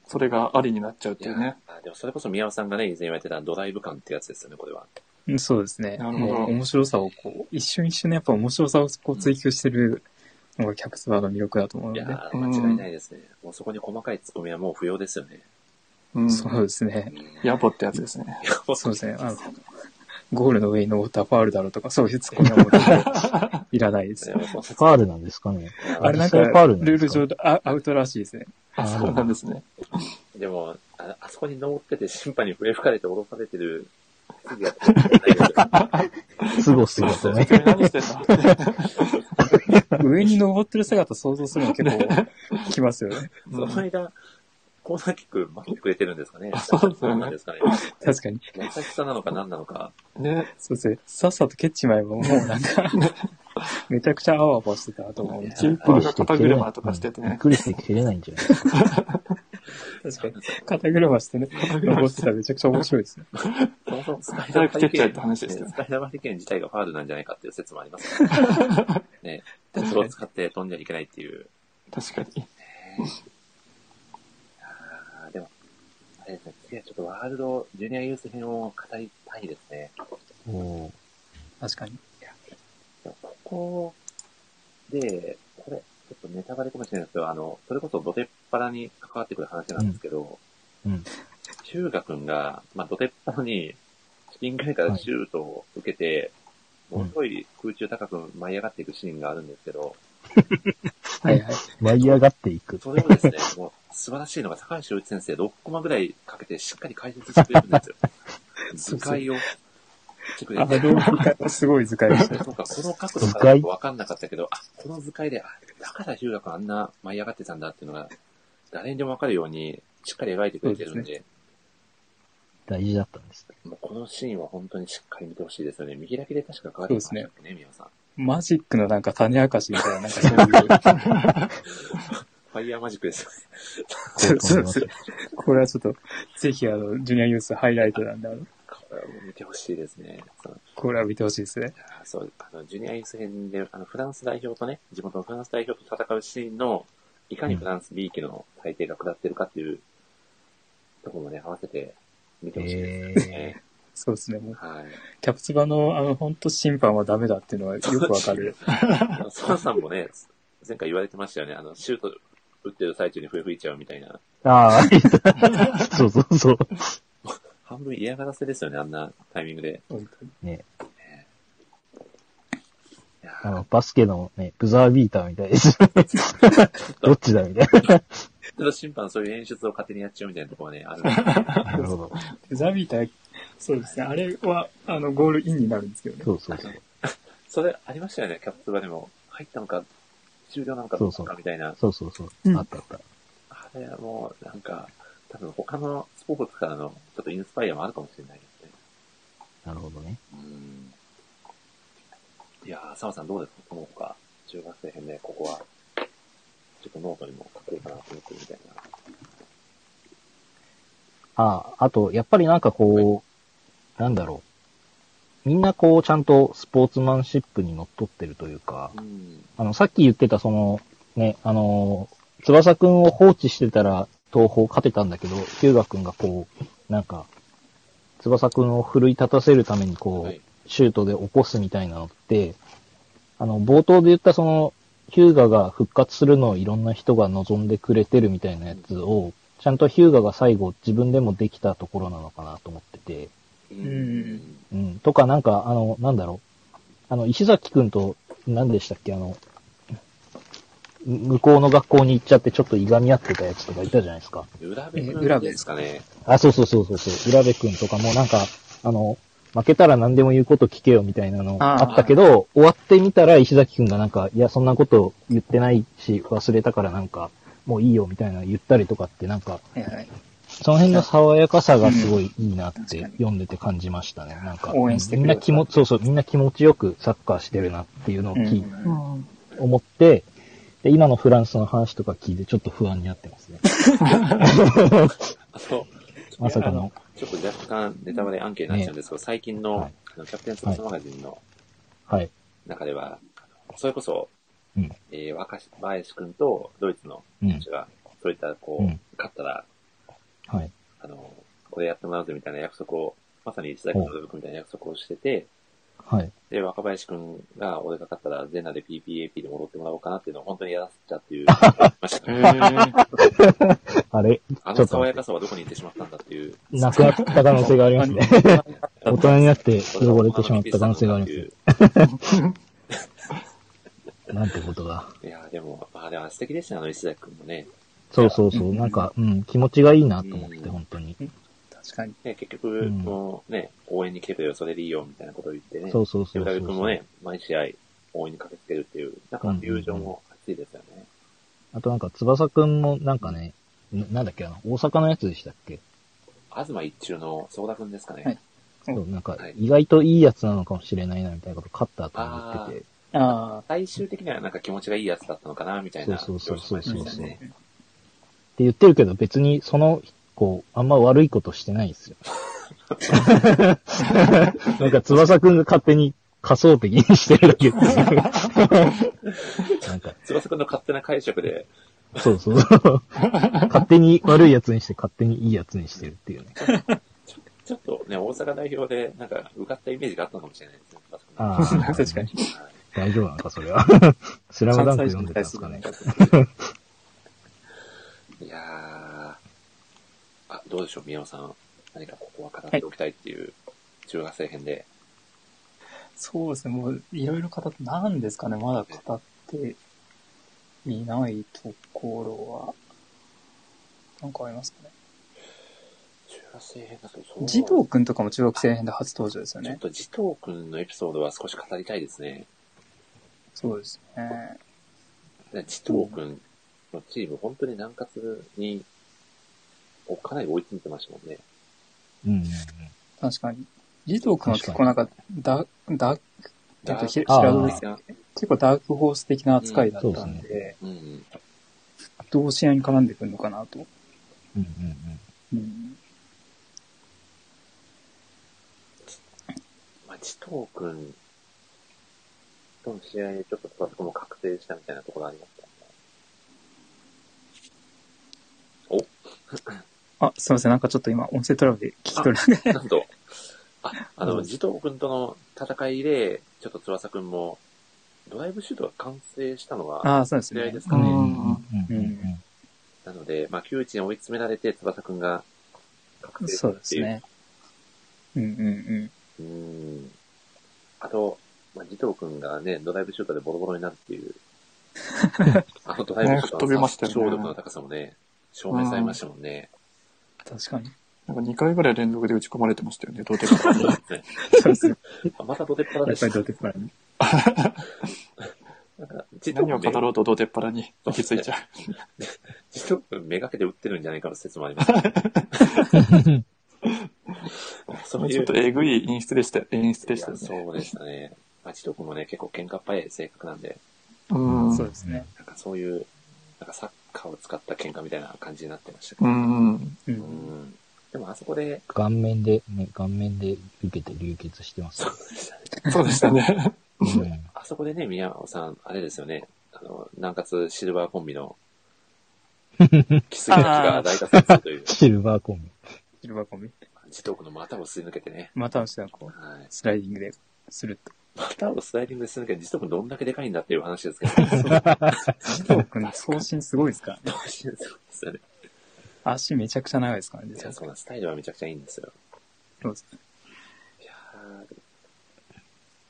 Speaker 4: それがありになっちゃうっ
Speaker 1: い
Speaker 4: てい
Speaker 1: や
Speaker 4: うね。
Speaker 1: あでもそれこそ宮尾さんがね、以前言われてたドライブ感ってやつですよね、これは。
Speaker 3: うんそうですね。
Speaker 4: なるほど
Speaker 3: もう面白さをこう、一瞬一瞬のやっぱ面白さをこう追求してるのがキャプツバーの魅力だと思うの
Speaker 1: い
Speaker 3: で。
Speaker 1: やー、
Speaker 4: うん
Speaker 1: 間違いないですね。もうそこに細かいツッコミはもう不要ですよね。
Speaker 4: うん。
Speaker 3: そうですね。
Speaker 4: 野暮ってやつですね。
Speaker 3: そうですね。あの、ゴールの上に登ったらファールだろうとか、そういうツッコミはもう全然いらないですよ。
Speaker 1: フ
Speaker 2: ファールなんですかね。
Speaker 3: あれなんか、
Speaker 2: 実
Speaker 3: ル
Speaker 2: 際ファールなん
Speaker 3: ー
Speaker 2: で
Speaker 3: ル
Speaker 2: すか
Speaker 3: 上であアウトらしいですね。
Speaker 4: あ、そうなんですね。
Speaker 1: でもあ、あそこに登ってて審判に笛吹かれて脅されてる。すぐやってるんじゃないですよ
Speaker 2: すごすごと ね。
Speaker 4: 君何してんだ
Speaker 3: 上に登ってる姿想像するの結構きますよね。
Speaker 1: その間、コーナーキック待ってくれてるんですかね。
Speaker 4: そうですよね
Speaker 1: なんですかね。
Speaker 3: 確かに。
Speaker 1: 優しさなのか何なのか。
Speaker 4: ね、
Speaker 3: そうですね。さっさと蹴っちまえばもうなんか、めちゃくちゃあわあわしてたと思うんで。
Speaker 4: チン
Speaker 2: びっ
Speaker 4: ポ
Speaker 2: くり
Speaker 4: が
Speaker 2: して
Speaker 4: 肩
Speaker 2: 蹴れな
Speaker 4: 車
Speaker 2: い。
Speaker 4: とかしてて
Speaker 2: うんびっ
Speaker 4: ね。
Speaker 2: くりして蹴れないんじゃないですか。
Speaker 3: 確かに。肩車してね、登ってたらめちゃくちゃ面白いですね。
Speaker 1: そもそもスパイ
Speaker 4: 早
Speaker 1: ダー
Speaker 4: く
Speaker 1: バリ
Speaker 4: 蹴っ
Speaker 1: ケ
Speaker 4: ち
Speaker 1: ー
Speaker 4: ゃえっ
Speaker 1: ン
Speaker 4: て話ですよ
Speaker 1: ス
Speaker 4: ね。
Speaker 1: パイダーバリケーン自体がファールなんじゃないかっていう説もあります からね。ね、鉄を使って飛んじゃいけないっていう。
Speaker 4: 確かに。
Speaker 1: あーでも、あれですね、次はちょっとワールドジュニアユース編を語りたいですね。
Speaker 2: おー
Speaker 3: 確かに。
Speaker 1: でもここで、これ、ちょっとネタバレかもしれないですけど、あの、それこそドテッパラに関わってくる話なんですけど、
Speaker 2: うんうん
Speaker 1: 中華君が、まあ、ドテッパラに、チキンぐらいからシュートを受けて、
Speaker 2: はい
Speaker 1: ものすごい空中高く舞い上がっていくシーンがあるんですけど、
Speaker 3: はいはい。
Speaker 2: 舞い上がっていく。
Speaker 1: それを ですね、もう素晴らしいのが高橋洋一先生6コマぐらいかけてしっかり解説してくれるん ですよ。図解をしてくれ
Speaker 3: あ
Speaker 1: て。
Speaker 3: の図解はすごい図解 でした。
Speaker 1: そうか、この角度
Speaker 2: 図
Speaker 1: から
Speaker 2: 解
Speaker 1: 分かんなかったけど、あ、この図解で、あ、だからヒューガ君あんな舞い上がってたんだっていうのが、誰にでも分かるように、しっかり描いてくれてるんで、
Speaker 2: 大事だったんです。
Speaker 1: もうこのシーンは本当にしっかり見てほしいですよね。見開きで確か変わってましたっけね、宮尾さん。
Speaker 3: マジックのなんか種明かしみたいな、なんかそういう。
Speaker 1: ファイヤーマジックですよね。
Speaker 3: そうそうそう。 これはちょっと、ぜひあの、ジュニアユースハイライトなんで、あの、
Speaker 1: これはもう見てほしいですね。その
Speaker 3: これは見てほしいですね。
Speaker 1: あそう、あの、ジュニアユース編で、あの、フランス代表とね、地元のフランス代表と戦うシーンの、いかにフランス B 級の最低が下ってるかっていう、ところもね、合わせて見てほしいですね。
Speaker 3: そうですね。もう、
Speaker 1: はい。
Speaker 3: キャプツバの、あの、本当審判はダメだっていうのはよくわか る。
Speaker 1: あの澤さんもね、前回言われてましたよね、あの、シュート打ってる最中に笛吹いちゃうみたいな。
Speaker 2: ああ、 そうそうそう。
Speaker 1: 半分嫌がらせですよね、あんなタイミングで。
Speaker 3: 本当に
Speaker 1: いや
Speaker 2: あ
Speaker 1: ー
Speaker 2: の、バスケのね、ブザービーターみたいです。どっちだみたい
Speaker 1: ちょっと審判そういう演出を勝手にやっちゃうみたいなところはね、あるんで。
Speaker 2: なるほど。
Speaker 3: ザビータ、そうですね。あれは、あの、ゴールインになるんですけどね。
Speaker 2: そうそうそう。
Speaker 1: それありましたよね、キャプツバでも。入ったのか、終了なのか、ど
Speaker 2: そう
Speaker 1: う
Speaker 2: そう
Speaker 1: かみたいな。
Speaker 2: そうそうそう
Speaker 3: う。ん。
Speaker 2: あったあった。
Speaker 1: あれはもう、なんか、多分他のスポーツからの、ちょっとインスパイアもあるかもしれないですね。
Speaker 2: なるほどね。
Speaker 1: うん。いやー、澤さんどうですかその他、中学生編で、ここは、ちょっとノートにも書けるかなと思ってるみたいな。
Speaker 2: ああ、あと、やっぱりなんかこう、なんだろう。みんなこう、ちゃんとスポーツマンシップにのっとってるというか、
Speaker 1: うん。
Speaker 2: あの、さっき言ってた、その、ね、あの、翼くんを放置してたら、東方勝てたんだけど、ヒューガくんがこう、なんか、翼くんを奮い立たせるためにこう、
Speaker 1: はい。
Speaker 2: シュートで起こすみたいなのって、あの、冒頭で言ったその、ヒューガが復活するのをいろんな人が望んでくれてるみたいなやつを、ちゃんとヒューガが最後自分でもできたところなのかなと思ってて、
Speaker 1: うん
Speaker 2: うん、とかなんか、あの、なんだろう、あの、石崎くんと、何でしたっけ、あの、む向こうの学校に行っちゃってちょっといがみ合ってたやつとかいたじゃないですか。
Speaker 1: 裏部
Speaker 3: え浦
Speaker 1: 裏
Speaker 3: 部
Speaker 1: 部
Speaker 3: で
Speaker 1: ですす
Speaker 3: か
Speaker 1: かね。
Speaker 2: あ、そうそうそうそうそう。浦部くんとかもなんか、あの、負けたら何でも言うこと聞けよみたいなの
Speaker 3: あ
Speaker 2: あ
Speaker 3: ー
Speaker 2: ったけど、終わってみたら石崎くんがなんか、いや、そんなこと言ってないし、忘れたからなんか、もういいよみたいなの言ったりとかってなんか、
Speaker 3: はいはい。
Speaker 2: その辺の爽やかさがすごいいいなっ
Speaker 3: うん確
Speaker 2: て
Speaker 3: かに
Speaker 2: 読んでて感じましたね。なんか、
Speaker 3: 応援してく
Speaker 2: みん
Speaker 3: れる
Speaker 2: な気持ち、そうそう、みんな気持ちよくサッカーしてるなっていうのを
Speaker 3: うん
Speaker 2: 聞い、
Speaker 3: う
Speaker 4: う
Speaker 3: ん
Speaker 4: ん。
Speaker 2: 思って、で、今のフランスの話とか聞いてちょっと不安になっ てますね。
Speaker 1: あと、
Speaker 2: まさかの。
Speaker 1: ちょっと若干ネタバレ案件になっちゃうんですけど、最近の、
Speaker 2: はい
Speaker 1: あのキャプテン翼マガジンの
Speaker 2: はい。
Speaker 1: 中では、あのそれこそ、
Speaker 2: うん
Speaker 1: えー若林くんとドイツの
Speaker 2: うん
Speaker 1: 選手が、そういった、こう、
Speaker 2: うん
Speaker 1: 勝ったら、
Speaker 2: はい。
Speaker 1: あの、これやってもらうぜみたいな約束を、まさに石崎の部分みたいな約束をしてて、
Speaker 2: はい。
Speaker 1: で、若林くんが俺が勝ったら、全裸で PPAP で戻ってもらおうかなっていうのを本当にやらせちゃ っていう、ました
Speaker 4: へ
Speaker 1: ね
Speaker 4: ー
Speaker 2: あれ
Speaker 1: あ
Speaker 2: ちょ
Speaker 1: の
Speaker 2: っと
Speaker 1: 爽やかさはどこに行ってしまったんだっていう。
Speaker 2: なくなった可能性がありますね。大人になって汚れてしまった可能性があります。なんてことだ。
Speaker 1: いや、でも、まあ、でも素敵でしたね、あの、石崎くんもね。
Speaker 2: そうそうそうう。
Speaker 3: ん
Speaker 2: なんか、うん、気持ちがいいなと思っ
Speaker 1: う
Speaker 2: て、
Speaker 1: ん
Speaker 2: 本当に。
Speaker 3: 確かに。
Speaker 1: ね、結局、
Speaker 2: ん
Speaker 1: もうね、応援に来てくれよ、それでいいよ、みたいなことを言ってね。
Speaker 2: そうそうそう
Speaker 1: 浦部
Speaker 2: そ
Speaker 1: 君
Speaker 2: う
Speaker 1: もね、毎試合、応援に駆けつけるっていう、なんか友情も熱いですよね。
Speaker 2: あとなんか、翼くんもなんかね、ななんだっけ、あの、大阪のやつでしたっけ
Speaker 1: 東一中の相田くんですかね。
Speaker 3: はいうん
Speaker 2: そう、なんか
Speaker 1: はい、
Speaker 2: 意外といいやつなのかもしれないな、みたいなこと、勝った後に言ってて。
Speaker 3: あ
Speaker 1: 最終的にはなんか気持ちがいいやつだったのかな、みたいな。
Speaker 2: そうそうそう
Speaker 3: あ、
Speaker 2: そ
Speaker 1: 描写も
Speaker 2: う
Speaker 1: ありましたね
Speaker 2: って言ってるけど、別に、その、こう、あんま悪いことしてないんですよ。なんか、翼くんが勝手に仮想的にしてるだけっていうなんか、
Speaker 1: 翼くんの勝手な解釈で、
Speaker 2: そうそう そう。勝手に悪いやつにして、勝手にいいやつにしてるっていうね。
Speaker 1: ちょっとね、大阪代表で、なんか、受かったイメージがあったのかもしれないですね、翼くん
Speaker 2: ああ、
Speaker 3: 確かに。
Speaker 1: はい
Speaker 2: 大丈夫なのか、それは。 スラムダンク読んでたんですかね。
Speaker 1: いやー、あ、どうでしょう、宮尾さん。何かここは語っておきたいっていう、中学生編で。
Speaker 3: そうですね。もう、いろいろ語って、なんですかね。まだ語っていないところは、なんかありますかね。
Speaker 1: 中学生編だとそう。
Speaker 3: 児童くんとかも中学生編で初登場ですよ
Speaker 1: ちょっ
Speaker 3: ね。
Speaker 1: と児童くんのエピソードは少し語りたいですね。
Speaker 3: そうですね。
Speaker 1: で児童くんのチーム、本当に南葛に、おかなり追い詰めてましたもんね。
Speaker 2: うんうんうん。
Speaker 3: 確かに。児童くんは結構なんか、だ、だ、えっと、ひ
Speaker 1: ダー
Speaker 3: 平
Speaker 1: ク
Speaker 3: 戸
Speaker 1: ホー
Speaker 3: で
Speaker 1: ス
Speaker 3: す
Speaker 1: 的な
Speaker 3: 結構ダークホース的な扱いだった
Speaker 2: うん
Speaker 3: ん
Speaker 2: そう
Speaker 3: で、
Speaker 1: うん。
Speaker 3: どう試合に絡んでくるのかなと。
Speaker 2: うんうん
Speaker 3: うん。
Speaker 1: まあ、児童くんとの試合でちょっとそこも確定したみたいなところありましたね。
Speaker 3: あ、すいません。なんかちょっと今、音声トラブルで聞き取れなくて。
Speaker 1: なんと、あ、あ
Speaker 3: う
Speaker 1: の、
Speaker 3: ん
Speaker 1: 児童くんとの戦いで、ちょっと翼くんも、ドライブシュートが完成したのは、
Speaker 3: ああ、そうです
Speaker 1: 試合
Speaker 3: ね
Speaker 1: で。す
Speaker 2: う
Speaker 1: か
Speaker 2: ん。うん
Speaker 1: ね。
Speaker 2: うんうんうんうん
Speaker 1: なので、まあ、窮地に追い詰められて、翼くんが確定した
Speaker 3: そ
Speaker 1: っ
Speaker 3: うで
Speaker 1: て
Speaker 3: す
Speaker 1: いう。
Speaker 3: ね。うんうんうん。
Speaker 1: うーん。あと、まあ、児童くんがね、ドライブシュートでボロボロになるっていう。あのドライブシュート
Speaker 4: ね飛び
Speaker 1: の
Speaker 4: ましたよね
Speaker 1: 勝力の高さもね。
Speaker 5: 証明されましたもんね。
Speaker 3: 確かに。
Speaker 4: なんか2回ぐらい連続で打ち込まれてましたよね、どうでか。
Speaker 1: そうですね。
Speaker 3: そうですよ。
Speaker 1: あまたドテッパラで
Speaker 3: やっぱ
Speaker 1: し
Speaker 3: り
Speaker 1: た
Speaker 3: ド。テッパラに。
Speaker 1: なんか自動
Speaker 4: 何を
Speaker 1: で
Speaker 4: 語ろうとどうでっぱらに行き着いちゃう。
Speaker 1: 自動めがけて売ってるんじゃないかの説もあります、ね。そういう
Speaker 4: ちょっとえぐい演出でした、演出でした
Speaker 1: いや
Speaker 4: ね。
Speaker 1: そうでしたね。まあ、ジト君もね、結構喧嘩っ早い性格なんで、
Speaker 4: うん。
Speaker 3: そうですね。
Speaker 1: なんかそういう、なんかサッカーを使った喧嘩みたいな感じになってましたけ
Speaker 4: う
Speaker 1: ど。
Speaker 4: ん。
Speaker 3: う。
Speaker 1: うんん。でもあそこで、
Speaker 2: 顔面で、ね、顔面で受けて流血してます。
Speaker 4: そうでしたね。
Speaker 2: うん
Speaker 1: あそこでね、宮尾さん、あれですよね。あの、南葛シルバーコンビ の、キス劇が大活躍するという、
Speaker 2: シルバーコンビ。
Speaker 3: シルバーコンビ。
Speaker 1: ジト君の股をすり抜けてね。
Speaker 3: またの人はこう、
Speaker 1: はい。
Speaker 3: スライディングで、スルッと。
Speaker 1: 股をスライディングでするけど、ジト君どんだけでかいんだっていう話ですけ ど、
Speaker 3: ジトー君の送信すごいですからね。
Speaker 1: どうしてそうですよね。
Speaker 3: 足めちゃくちゃ長いですからね。
Speaker 1: い
Speaker 3: 実
Speaker 1: や、
Speaker 3: は
Speaker 1: そうなんですスタイルはめちゃくちゃいいんですよ。
Speaker 3: そうですね。
Speaker 1: いやー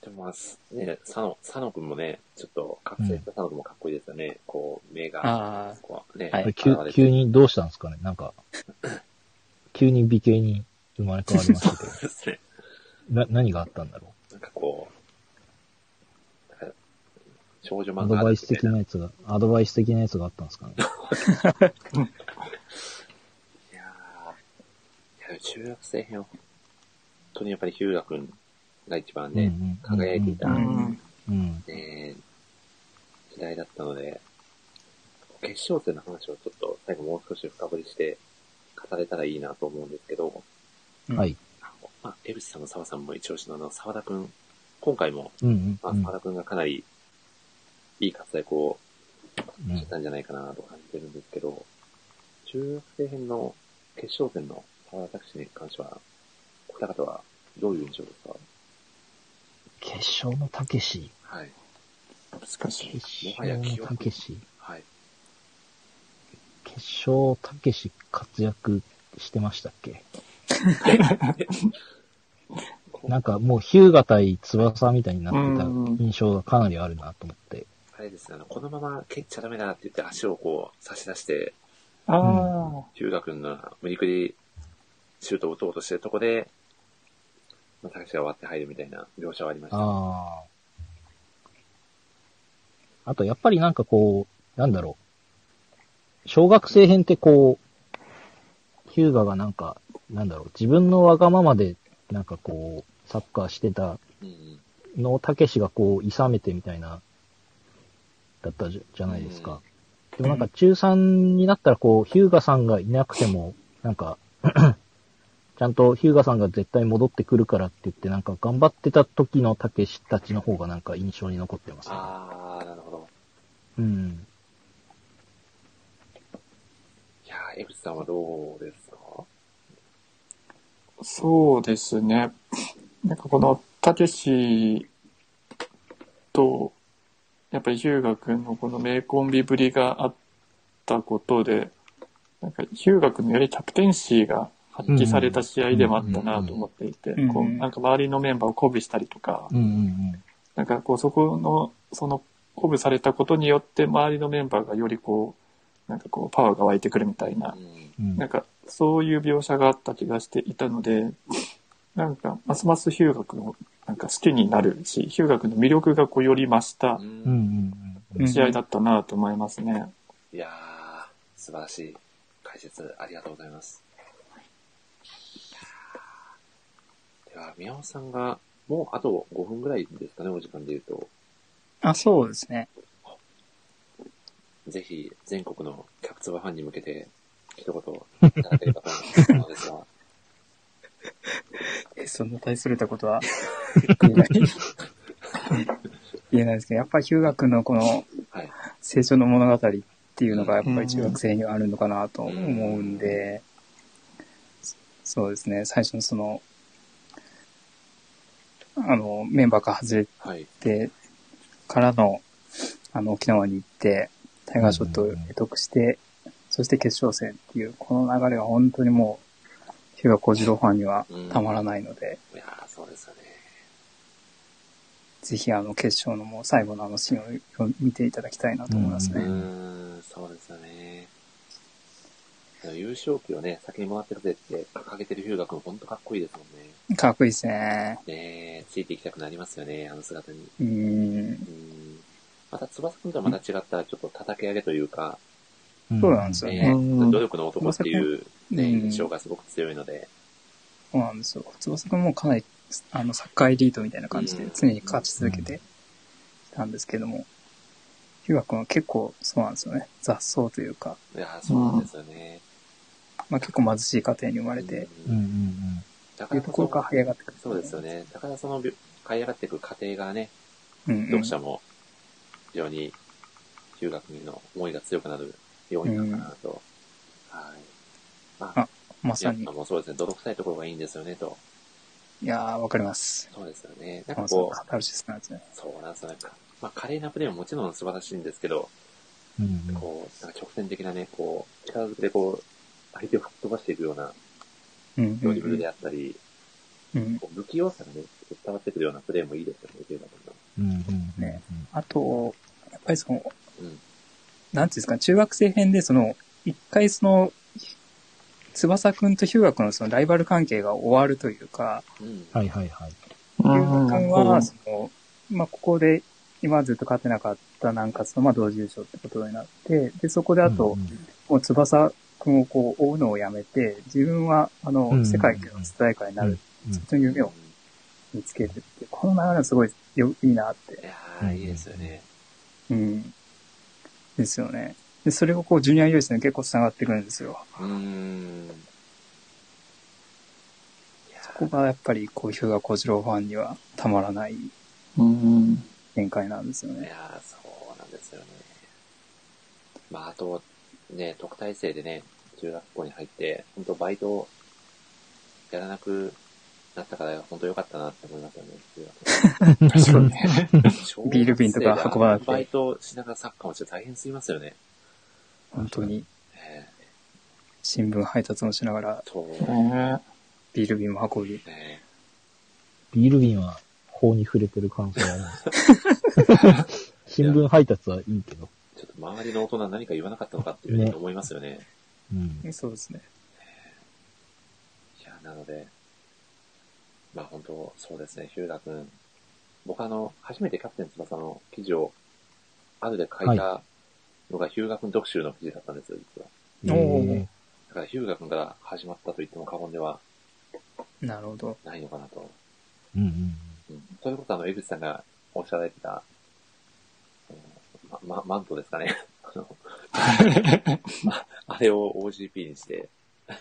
Speaker 1: でもまあ、すね、佐野、佐野くんもね、ちょっと、覚醒した佐野くんもかっこいいですよね。こう、目が、
Speaker 3: あ
Speaker 1: こう、ね、
Speaker 3: はい
Speaker 2: これ
Speaker 1: 現
Speaker 2: 急
Speaker 1: れて
Speaker 2: 急にどうしたんですかねなんか、急に美形に生まれ変わりましたけ ど、
Speaker 1: そうですね。
Speaker 2: な何があったんだろ
Speaker 1: なんかこう、なんか少女
Speaker 2: うア
Speaker 1: 漫
Speaker 2: ド
Speaker 1: 画
Speaker 2: バイス的なやつが、アドバイス的なやつがあったんですかね
Speaker 1: いやーいや、中学生編、本当にやっぱりヒューガくんが一番ね、
Speaker 2: うんうん
Speaker 1: 輝いていた
Speaker 4: う、ん。
Speaker 2: うん。
Speaker 1: ね、時代だったので、決勝戦の話をちょっと最後もう少し深掘りして語れたらいいなと思うんですけど、
Speaker 3: あ。
Speaker 2: はい。
Speaker 1: あのまあ、江口さんも澤さんも一押しのあの、沢田くん、今回も、
Speaker 2: うんうん
Speaker 1: まあ、
Speaker 2: うん
Speaker 1: 沢田くんがかなりいい活躍を
Speaker 2: うん
Speaker 1: してたんじゃないかなと感じてるんですけど、中学生編の決勝戦の沢田拓司に関しては、お二方はどういう印象ですか
Speaker 2: 決勝のたけし。
Speaker 1: はい。
Speaker 4: 難しい。
Speaker 2: 決勝のたけし。
Speaker 1: はい。
Speaker 2: 決勝たけし活躍してましたっけなんかもうヒューガ対翼みたいになってた印象がかなりあるなと思って。
Speaker 1: あれですね、あの、このまま蹴っちゃダメだって言って足をこう差し出して、
Speaker 4: ああ。
Speaker 1: ヒューガ君の無理くりシュートを打とうとしてるとこで、まあ、高橋が割って入るみたいな描写はありました。
Speaker 2: ああ。あと、やっぱりなんかこう、なんだろう。小学生編ってこう、ヒューガがなんか、なんだろう、自分のわがままで、なんかこう、サッカーしてた
Speaker 1: うんうん
Speaker 2: のをたけしがこう、いさめてみたいな、だったじゃじゃないですか。でもなんか中3になったらこう、ヒューガさんがいなくても、なんか、 ちゃんとヒューガさんが絶対戻ってくるからって言って、なんか頑張ってた時のたけしたちの方がなんか印象に残ってますね。
Speaker 1: ああ、なるほど。
Speaker 2: うん。
Speaker 1: いやー、江口さんはどうですか
Speaker 4: そうですね。なんかこの、たけしと、やっぱりヒューガ君のこの名コンビぶりがあったことで、なんかヒューガ君のよりキャプテンシーが発揮された試合でもあったなと思っていて
Speaker 3: うん、
Speaker 4: こ
Speaker 3: う
Speaker 4: う、
Speaker 3: ん
Speaker 4: なんか周りのメンバーを鼓舞したりとか
Speaker 2: う、んうん
Speaker 4: なんかこう、そこの、その、鼓舞されたことによって周りのメンバーがよりこう、なんかこう、パワーが湧いてくるみたいな、
Speaker 1: うん。
Speaker 2: うん。う
Speaker 4: なん
Speaker 2: ん
Speaker 4: か、そういう描写があった気がしていたので、なんか、ますますヒューガ君をなんか好きになるし、ヒューガ君の魅力がこうより増した
Speaker 1: うん
Speaker 2: うんうん。
Speaker 4: 試合だったなと思いますね。
Speaker 1: いやー、素晴らしい解説ありがとうございます。では、宮尾さんが、もうあと5分ぐらいですかね、お時間で言うと。
Speaker 3: あ、そうですね。
Speaker 1: ぜひ、全国のキャプツバファンに向けて、一言いただければと思いますの ですが、
Speaker 3: え、そんな大それ たことは言えない。言えないですけど、やっぱりヒューガ君のこの
Speaker 1: はい。
Speaker 3: 成長の物語っていうのがやっぱり中学生にはあるのかなと思うんで、そそうですね、最初のその、あの、メンバーから外れ
Speaker 1: はい。
Speaker 3: てからの、あの、沖縄に行って、タイガーショットを得得して、そして決勝戦っていう、この流れが本当にもう、ヒューガ小次郎ファンにはたまらないので、
Speaker 1: いやー、そうですよね。
Speaker 3: ぜひあの決勝のもう最後のあのシーンをよ見ていただきたいなと思います
Speaker 1: う
Speaker 3: ね。
Speaker 1: ーん、そうですよね。優勝旗をね、先に回ってるぜって掲げてるヒューガ君、ほんとかっこいいですもんね。
Speaker 3: かっこいいですね。
Speaker 1: ねえ、ついていきたくなりますよね、あの姿に。
Speaker 3: うーん。
Speaker 1: うん。また、翼くんとはまた違った、ちょっと叩き上げというか、
Speaker 3: そうなんですよ
Speaker 1: ねえ、
Speaker 3: ね。
Speaker 4: うん
Speaker 1: 努力の男っていう、ね、
Speaker 3: うん
Speaker 1: 印象がすごく強いので、
Speaker 3: そうなんですよ。翼くんもかなり、あの、サッカーエリートみたいな感じで常に勝ち続けてたんですけども、ヒューガ君は結構そうなんですよね。雑草というか、
Speaker 1: いやー、そうなんですよね。
Speaker 3: まあ結構貧しい家庭に生まれて、
Speaker 1: うん、だ
Speaker 3: というところから這い上がってくる。
Speaker 1: そうですよね。だからその、買い上がっていく過程がね、
Speaker 3: うんうん。
Speaker 1: 読者も非常に中学にの思いが強くなる要因なのかなと。はい。まあ、
Speaker 3: あまさに
Speaker 1: やっぱ。もうそうですね、泥臭いところがいいんですよねと。
Speaker 3: いやー、わかります。
Speaker 1: そうですよね。なん
Speaker 3: ま
Speaker 1: か
Speaker 3: あそう、
Speaker 1: こ
Speaker 3: カタルシスなんですね
Speaker 1: う。、そうなんですよね。まあ、華麗なプレーももちろん素晴らしいんですけど、こう、なんか直線的なね、こう、力づくでこう、相手を吹っ飛ばしていくような
Speaker 3: うんうん
Speaker 1: ドリブルであったり、
Speaker 3: うん。うん
Speaker 1: こう不器用さがね、伝わってくるようなプレーもいいですよね、というのも
Speaker 3: ねあと、やっぱりその、
Speaker 1: うん
Speaker 3: なんていうんですか、中学生編でその、一回その、翼くんとヒューガくんのそのライバル関係が終わるというか、
Speaker 1: うん。
Speaker 2: はいはいはい。
Speaker 4: う
Speaker 3: ヒュ
Speaker 4: ん
Speaker 3: ーガくんは、その、まあ、ここで、今までずっと勝てなかったなんかその、まあ、同時優勝ってことになって、で、そこであと、もう翼くんをこう、追うのをやめて、自分は、あの、
Speaker 2: うん
Speaker 3: 世界一の伝え会になる、
Speaker 2: うん
Speaker 3: ずっと夢を見つけるって、この流れがすごいよいいなって
Speaker 1: いやー、いいですよね。
Speaker 3: うん。ですよね。で、それがこう、ジュニアユースに結構繋がってくるんですよ。
Speaker 1: うーん。いやー
Speaker 3: ここがやっぱり、こう、ヒューガ小次郎ファンにはたまらない
Speaker 4: うん。
Speaker 3: 展開なんですよ
Speaker 1: い
Speaker 3: ね。
Speaker 1: やーそうなんですよね。まあ、あと、ね、特待生でね、中学校に入って、本当バイトやらなくなったから、本当良かったなって思いますよね。中
Speaker 4: 確かにね。
Speaker 1: 学
Speaker 3: ビール瓶とか運ばなく
Speaker 1: 小学生であ
Speaker 3: て
Speaker 1: んバイトしながらサッカーもして大変すぎますよね。
Speaker 3: 本当に、
Speaker 1: ね
Speaker 3: 新聞配達もしながら、
Speaker 1: そう。
Speaker 4: ね
Speaker 3: ビール瓶も運び。
Speaker 1: ね
Speaker 2: ビール瓶は法に触れてる感想があります。 新聞配達はいいけど。
Speaker 1: ちょっと周りの大人何か言わなかったのかっていうふうに
Speaker 2: ね
Speaker 1: 思いますよね。
Speaker 2: うん。
Speaker 3: そうですね。
Speaker 1: いや、なので、まあ本当、そうですね、ヒューダ君。僕あの、初めてキャプテン翼の記事を、あるで書いたのがヒューガ君特集の記事だったんですよ、実は。
Speaker 3: おー
Speaker 1: だからヒューガ君から始まったと言っても過言では
Speaker 3: なるほど。
Speaker 1: ないのかなと。
Speaker 2: うんうん。
Speaker 1: うん。それこそあの、江口さんがおっしゃられてた、うんま、ま、マントですかね。あの、ああれを OGP にして、
Speaker 4: あ、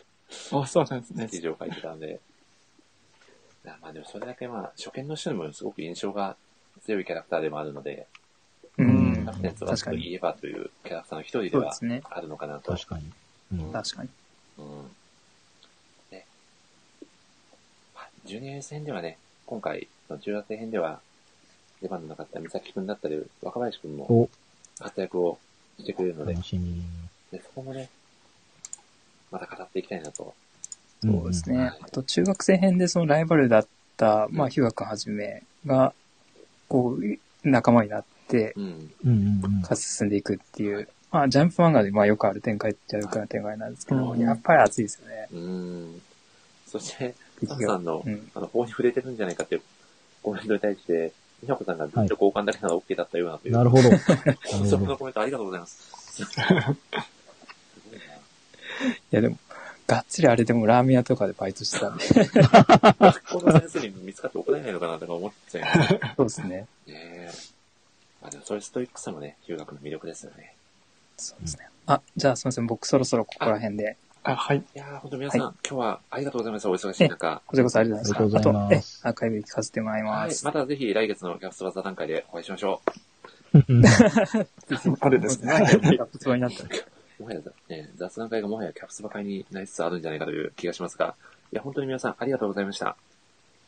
Speaker 4: そうなんですね。
Speaker 1: 記事を書いてたんで。 いやまあでもそれだけまあ、初見の人にもすごく印象が強いキャラクターでもあるので、
Speaker 3: う
Speaker 1: キ
Speaker 3: ん
Speaker 1: ャプ。テン翼といえばというキャラクターの一人で
Speaker 3: そうで
Speaker 1: は
Speaker 3: すね。
Speaker 1: あるのかなと。
Speaker 2: 確かに。うん
Speaker 3: 確かに。
Speaker 1: うん。ね。まあジュニアユース編ではね、今回、その中学生編では、出番のなかった美咲くんだったり、若林くんも
Speaker 2: お
Speaker 1: 活躍をしてくれるので、
Speaker 2: 楽しみ。
Speaker 1: でそこもね、また語っていきたいなと。
Speaker 3: そうです
Speaker 1: うん
Speaker 3: ね。あと、中学生編でそのライバルだった、まあ、ヒューガ君はじめが、こう、仲間になって、
Speaker 1: うん。
Speaker 2: うんうんうん。
Speaker 3: かつ進んでいくっていう、まあ、ジャンプ漫画でまあよくある展開っちゃよくある展開なんですけど、
Speaker 4: うん
Speaker 3: やっぱり熱いですよね。
Speaker 1: うん。そして、サム
Speaker 3: 敵
Speaker 1: さ
Speaker 3: が
Speaker 1: ん。の
Speaker 3: う、ん。
Speaker 1: あの、法に触れてるんじゃないかっていうコメントに対して、美奈子さんがずっと交換だけなら OK だったようなという。
Speaker 2: なる ほど。な
Speaker 1: そ
Speaker 2: る
Speaker 1: こ
Speaker 2: ほ
Speaker 1: の
Speaker 2: ど。
Speaker 1: コメントありがとうございます。すごい
Speaker 3: いやでも、がっつりあれでもラーメン屋とかでバイトしてたんで。
Speaker 1: な。この先生に見つかって怒られないのかなとか思っちゃいますね
Speaker 3: そうですね。
Speaker 1: え。まあでもそういうストイックさもね、留学の魅力ですよね。
Speaker 3: そうですね。あ、じゃあすみません。僕そろそろここら辺で。
Speaker 4: あ、はい。
Speaker 1: いやー、本当皆さん、
Speaker 3: は
Speaker 1: 今日はありがとうございます。お忙しい中。
Speaker 3: こちらこそありがとうございました。
Speaker 2: ありがとうございます
Speaker 3: あと、え、アーカイブ聞かせてもらい
Speaker 1: は
Speaker 3: ま
Speaker 1: い。
Speaker 3: す。
Speaker 1: またぜひ来月のキャプツバザ段階でお会いしましょ
Speaker 4: あれですね。
Speaker 3: なんか仏像になった。
Speaker 1: う。もはや、ね、雑談会がもはやキャプツバ会になりつつあるんじゃないかという気がしますが、いや、本当に皆さんありがとうございました。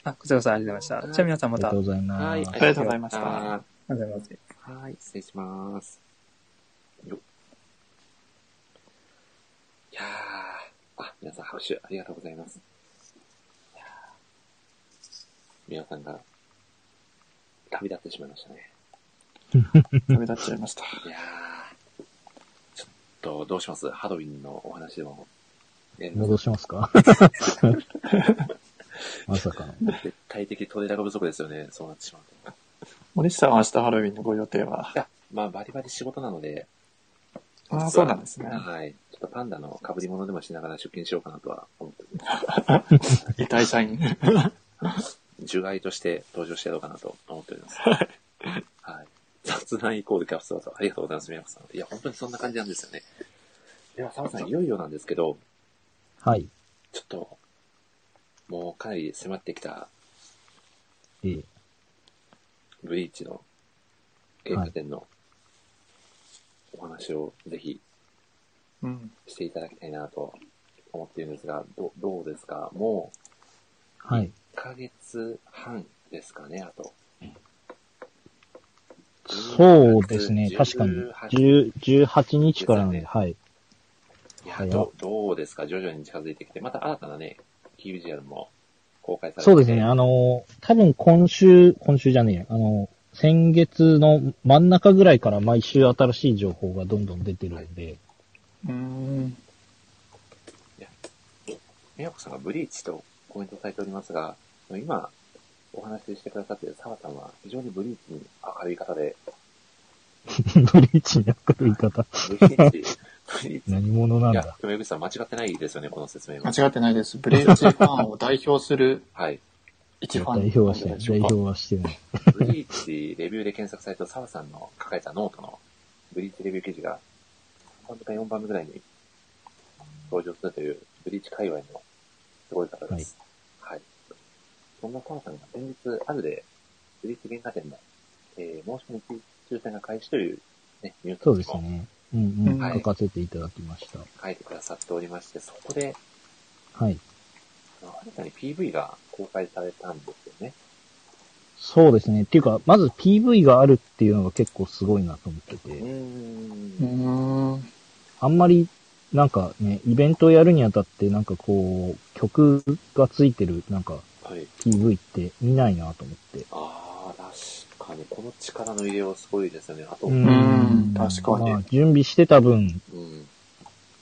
Speaker 3: あ、こちらこそありがとうございました。じゃあ皆さん
Speaker 2: あ
Speaker 3: ま
Speaker 2: り
Speaker 3: た。
Speaker 2: が
Speaker 3: あ
Speaker 2: とう
Speaker 3: り
Speaker 2: ござい
Speaker 1: は
Speaker 2: ま
Speaker 1: い。
Speaker 2: す。
Speaker 4: ありがとうございました
Speaker 3: がとうございます。
Speaker 1: はい、失礼します。よっいやー、あ、皆さん拍手ありがとうございます。いやー皆さんが旅立ってしまいましたね。
Speaker 4: 旅立っちゃいました。
Speaker 1: いやー、ちょっとどうしますハロウィンのお話でもね、
Speaker 2: 戻しま すかまさかの。
Speaker 1: 絶対的トレラが不足ですよね、そうなってしまうと。。
Speaker 4: 森下さんは明日ハロウィンのご予定はい
Speaker 1: や、まあ、バリバリ仕事なので、
Speaker 4: ああ、そうなんですね。
Speaker 1: はい。ちょっとパンダの被り物でもしながら出勤しようかなとは思ってます。
Speaker 4: 遺体社員。
Speaker 1: 除外として登場してやろうかなと思っております。はい。雑談イコールキャプスワード。ありがとうございます、宮本さん。いや、本当にそんな感じなんですよね。では、澤さん、いよいよなんですけど、
Speaker 2: はい。
Speaker 1: ちょっと、もうかなり迫ってきた
Speaker 2: えー
Speaker 1: ブリーチの映画展のお話をぜひ
Speaker 4: うん。
Speaker 1: していただきたいなと思っているんですが、どどうですかもう
Speaker 2: はい。
Speaker 1: 1ヶ月半ですかね、あと。
Speaker 2: そうですね。確かに。
Speaker 1: 10
Speaker 2: 10 18日からなん
Speaker 1: ですよね
Speaker 2: で、はい。
Speaker 1: いや
Speaker 2: 早っ
Speaker 1: どどうですか徐々に近づいてきて、また新たなね、キービジュアルも公開されて
Speaker 2: そうですね。あの、多分今週、今週じゃねえやあの、先月の真ん中ぐらいから毎週新しい情報がどんどん出てるんで、
Speaker 4: うん。
Speaker 1: 宮子さんがブリーチとコメントされておりますが、今お話ししてくださっている澤さんは非常にブリーチに明るい方で、
Speaker 2: ブリーチに明るい方、
Speaker 1: ブリーチ、ブリーチ。
Speaker 2: 何者 なん
Speaker 1: いや
Speaker 2: だ。、
Speaker 1: でも江口さん間違ってないですよね、この説明は。
Speaker 4: 間違ってないです。ブレーチファンを代表する
Speaker 1: はい。
Speaker 4: 一
Speaker 2: 代
Speaker 4: ファンなん
Speaker 2: 表
Speaker 4: じゃ
Speaker 2: はしてな
Speaker 4: ない
Speaker 2: い。
Speaker 4: でしょ
Speaker 2: 代
Speaker 4: うか
Speaker 2: 表はしてない。
Speaker 1: ブリーチレビューで検索された澤さんの書かれたノートのブリーチレビュー記事が3番目か4番目ぐらいに登場するというブリーチ界隈のすごい方です。はい。そんな澤さんが先日あるでブリーチ原価展の、えー、申し込み抽選が開始という、ね、ニュ
Speaker 2: そう
Speaker 1: ー
Speaker 2: で
Speaker 1: ス
Speaker 2: す
Speaker 1: も
Speaker 2: ね。うんうん。
Speaker 4: はい
Speaker 2: 書かせていただきました。
Speaker 1: 書いてくださっておりまして、そこで
Speaker 2: はい。
Speaker 1: あの新たに PV が公開されたんですよね。
Speaker 2: そうですね。っていうか、まず PV があるっていうのが結構すごいなと思ってて。
Speaker 1: うーん
Speaker 4: う。ーん。
Speaker 2: あんまり、なんかね、イベントをやるにあたって、なんかこう、曲がついてる、なんか、
Speaker 1: はい。
Speaker 2: PV って見ないなと思って。
Speaker 1: ああ、確かに、この力の入れようすごいですよね。あと、
Speaker 4: んうん確かに
Speaker 2: まあ、準備してた分、
Speaker 1: うん。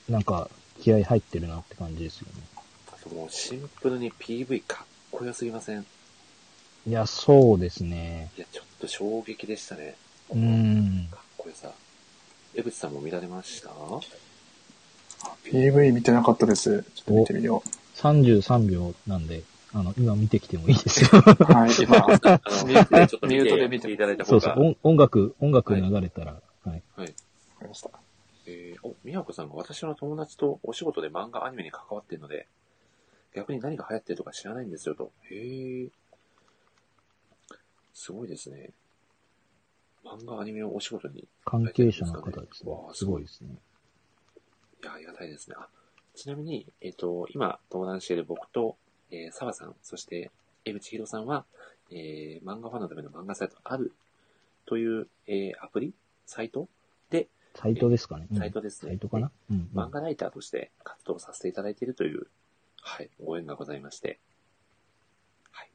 Speaker 2: なんか、気合入ってるなって感じですよね。
Speaker 1: あともうシンプルに PV かっこよすぎません
Speaker 2: いや、そうですね。
Speaker 1: いや、ちょっと衝撃でしたね。
Speaker 2: うん。
Speaker 1: かっこよさ。江口さんも見られました
Speaker 4: PV 見てなかったです。ちょっと見てみよ
Speaker 2: 33秒なんで、あの、今見てきてもいいですよ。
Speaker 4: う。はい、 今。
Speaker 1: あの、
Speaker 4: ミュートで
Speaker 1: ちょっと
Speaker 4: ミュートで見て
Speaker 1: いただいた
Speaker 2: そ
Speaker 1: 方
Speaker 2: う そう
Speaker 1: が。、
Speaker 2: 音音楽、音楽流れたら、はい。
Speaker 4: わかりました
Speaker 1: えー、お、宮子さんが私の友達とお仕事で漫画アニメに関わってるので、逆に何が流行ってるとか知らないんですよと。へえ。すごいですね。漫画アニメをお仕事に
Speaker 2: 関係者の方ですね
Speaker 1: わ。あ
Speaker 2: すごいですね。
Speaker 1: いや、ありがたいですね。あ、ちなみに、えっ、と、今、登壇している僕と、えー、沢さん、そして、江口博さんは、えー、漫画ファンのための漫画サイト、あるという、えー、アプリサイトで、
Speaker 2: サイトですかね。うん
Speaker 1: サイトですね。
Speaker 2: サイトかなうん。
Speaker 1: 漫画ライターとして活動させていただいているという、はい、ご縁がございまして。はい。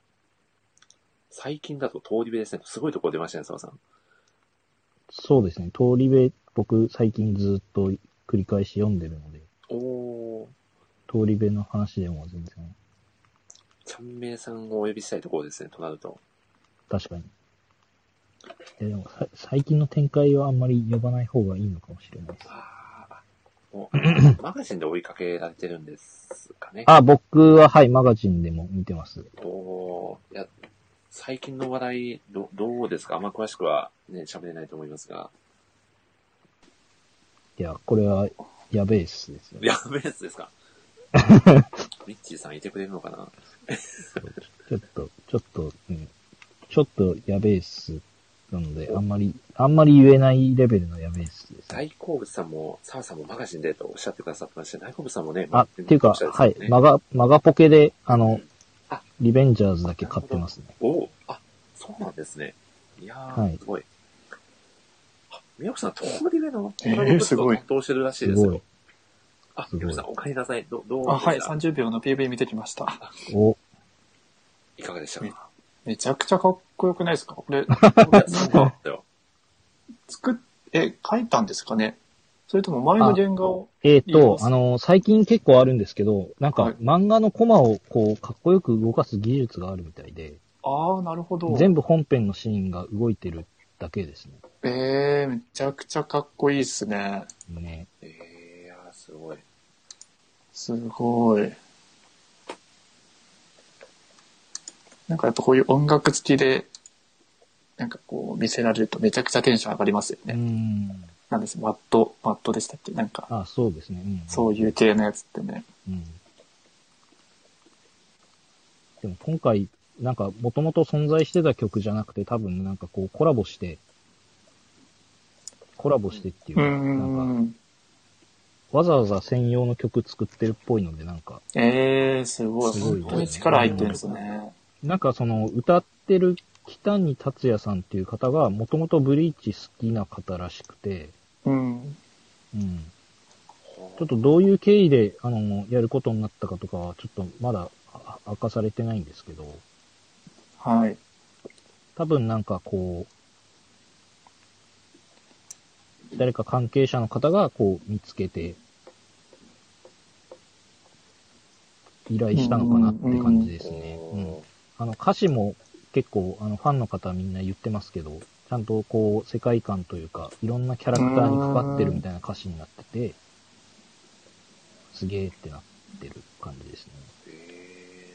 Speaker 1: 最近だと通り部ですね。すごいところ出ましたね、沢さん。
Speaker 2: そうですね。通り部、僕最近ずっと繰り返し読んでるので、
Speaker 1: おー、
Speaker 2: 通り部の話でも全然、
Speaker 1: ちゃんめいさんをお呼びしたいところですね、となると。
Speaker 2: 確かに。いやでもさ、最近の展開はあんまり呼ばない方がいいのかもしれないです。
Speaker 1: あーも うマガジンで追いかけられてるんですかね。
Speaker 2: あ、僕ははい、マガジンでも見てます。
Speaker 1: おーいや最近の話題ど、どうですかあんま詳しくはね、喋れないと思いますが。
Speaker 2: いや、これは、やべえっすですよ。
Speaker 1: やべえやつです かミッチーさんいてくれるのかな
Speaker 2: ちょっと、ちょっと、うん。ちょっと、やべえっす。なので、あんまり、あんまり言えないレベルのやべえっすです、
Speaker 1: 大好物さんも、澤さんもマガジンでとおっしゃってくださってまして、大好物さんもね、
Speaker 2: あ、っていうか、はい、マ
Speaker 1: ガ
Speaker 2: ガ、マガポケで、あの
Speaker 1: あ、
Speaker 2: リベンジャーズだけ買ってますね。
Speaker 1: おーあ、そうなんですね。いやー、
Speaker 2: はい
Speaker 1: すごい。あ、宮古さん、通り部の、
Speaker 4: えーすごい
Speaker 1: 担当してるらしい
Speaker 2: す
Speaker 1: ですよ
Speaker 2: ご。い。
Speaker 1: あ、
Speaker 2: すごい
Speaker 1: 皆さん、お帰りなさい。ど、どう
Speaker 4: あ、はい、
Speaker 1: でした
Speaker 4: 30秒の PV 見てきました。
Speaker 2: お、
Speaker 1: いかがでしたか
Speaker 4: めちゃくちゃかっこよくないです かこ
Speaker 1: い
Speaker 4: れ、
Speaker 1: やそうだったよ。
Speaker 4: 作っ、え、書いたんですかねそれとも前の原画を、
Speaker 2: えっ、
Speaker 4: いいで
Speaker 2: と、
Speaker 4: す
Speaker 2: あの、最近結構あるんですけど、なん
Speaker 4: はい
Speaker 2: か漫画のコマをこう、かっこよく動かす技術があるみたいで、
Speaker 4: ああ、なるほど。
Speaker 2: 全部本編のシーンが動いてるだけですね。
Speaker 4: ええめちゃくちゃかっこいいっすね。
Speaker 2: ね
Speaker 1: えー、いやー、すごい。
Speaker 4: すごい。なんかやっぱこういう音楽付きで、なんかこう見せられるとめちゃくちゃテンション上がりますよ
Speaker 2: う
Speaker 4: ね。
Speaker 2: ん。
Speaker 4: なんです、マット、マットでしたっけなんか、
Speaker 2: あ、そうですね。うん、
Speaker 4: そういう系のやつってね。
Speaker 2: うん。でも今回、なんか、もともと存在してた曲じゃなくて、多分なんかこう、コラボして、コラボしてっていうか、
Speaker 4: う
Speaker 2: なんか、
Speaker 4: ん。
Speaker 2: わざわざ専用の曲作ってるっぽいので、なんか、
Speaker 4: ええすごい。
Speaker 2: すごい
Speaker 4: 本当に力入ってるんですね。
Speaker 2: なんかその、歌ってる北に達也さんっていう方が、もともとブリーチ好きな方らしくて、
Speaker 4: うん。
Speaker 2: うん。ちょっとどういう経緯で、あの、やることになったかとかは、ちょっとまだあ明かされてないんですけど、
Speaker 4: はい。
Speaker 2: 多分なんかこう、誰か関係者の方がこう見つけて、依頼したのかなって感じですね。うん。あの歌詞も結構あのファンの方みんな言ってますけど、ちゃんとこう世界観というか、いろんなキャラクターにかかってるみたいな歌詞になってて、すげーってなってる感じですね。
Speaker 1: え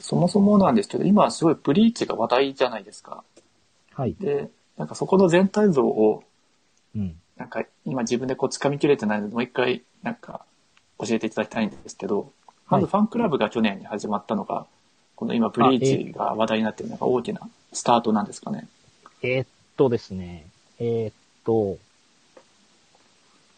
Speaker 4: そもそもなんですけど、今はすごいブリーチが話題じゃないですか。
Speaker 2: はい。
Speaker 4: で、なんかそこの全体像を
Speaker 2: うん。
Speaker 4: なんか今自分でこう掴みきれてないので、もう一回なんか教えていただきたいんですけど、まずファンクラブが去年に始まったのが、この今ブリーチが話題になってるのが大きなスタートなんですかね。
Speaker 2: えーっとですね、えーっと、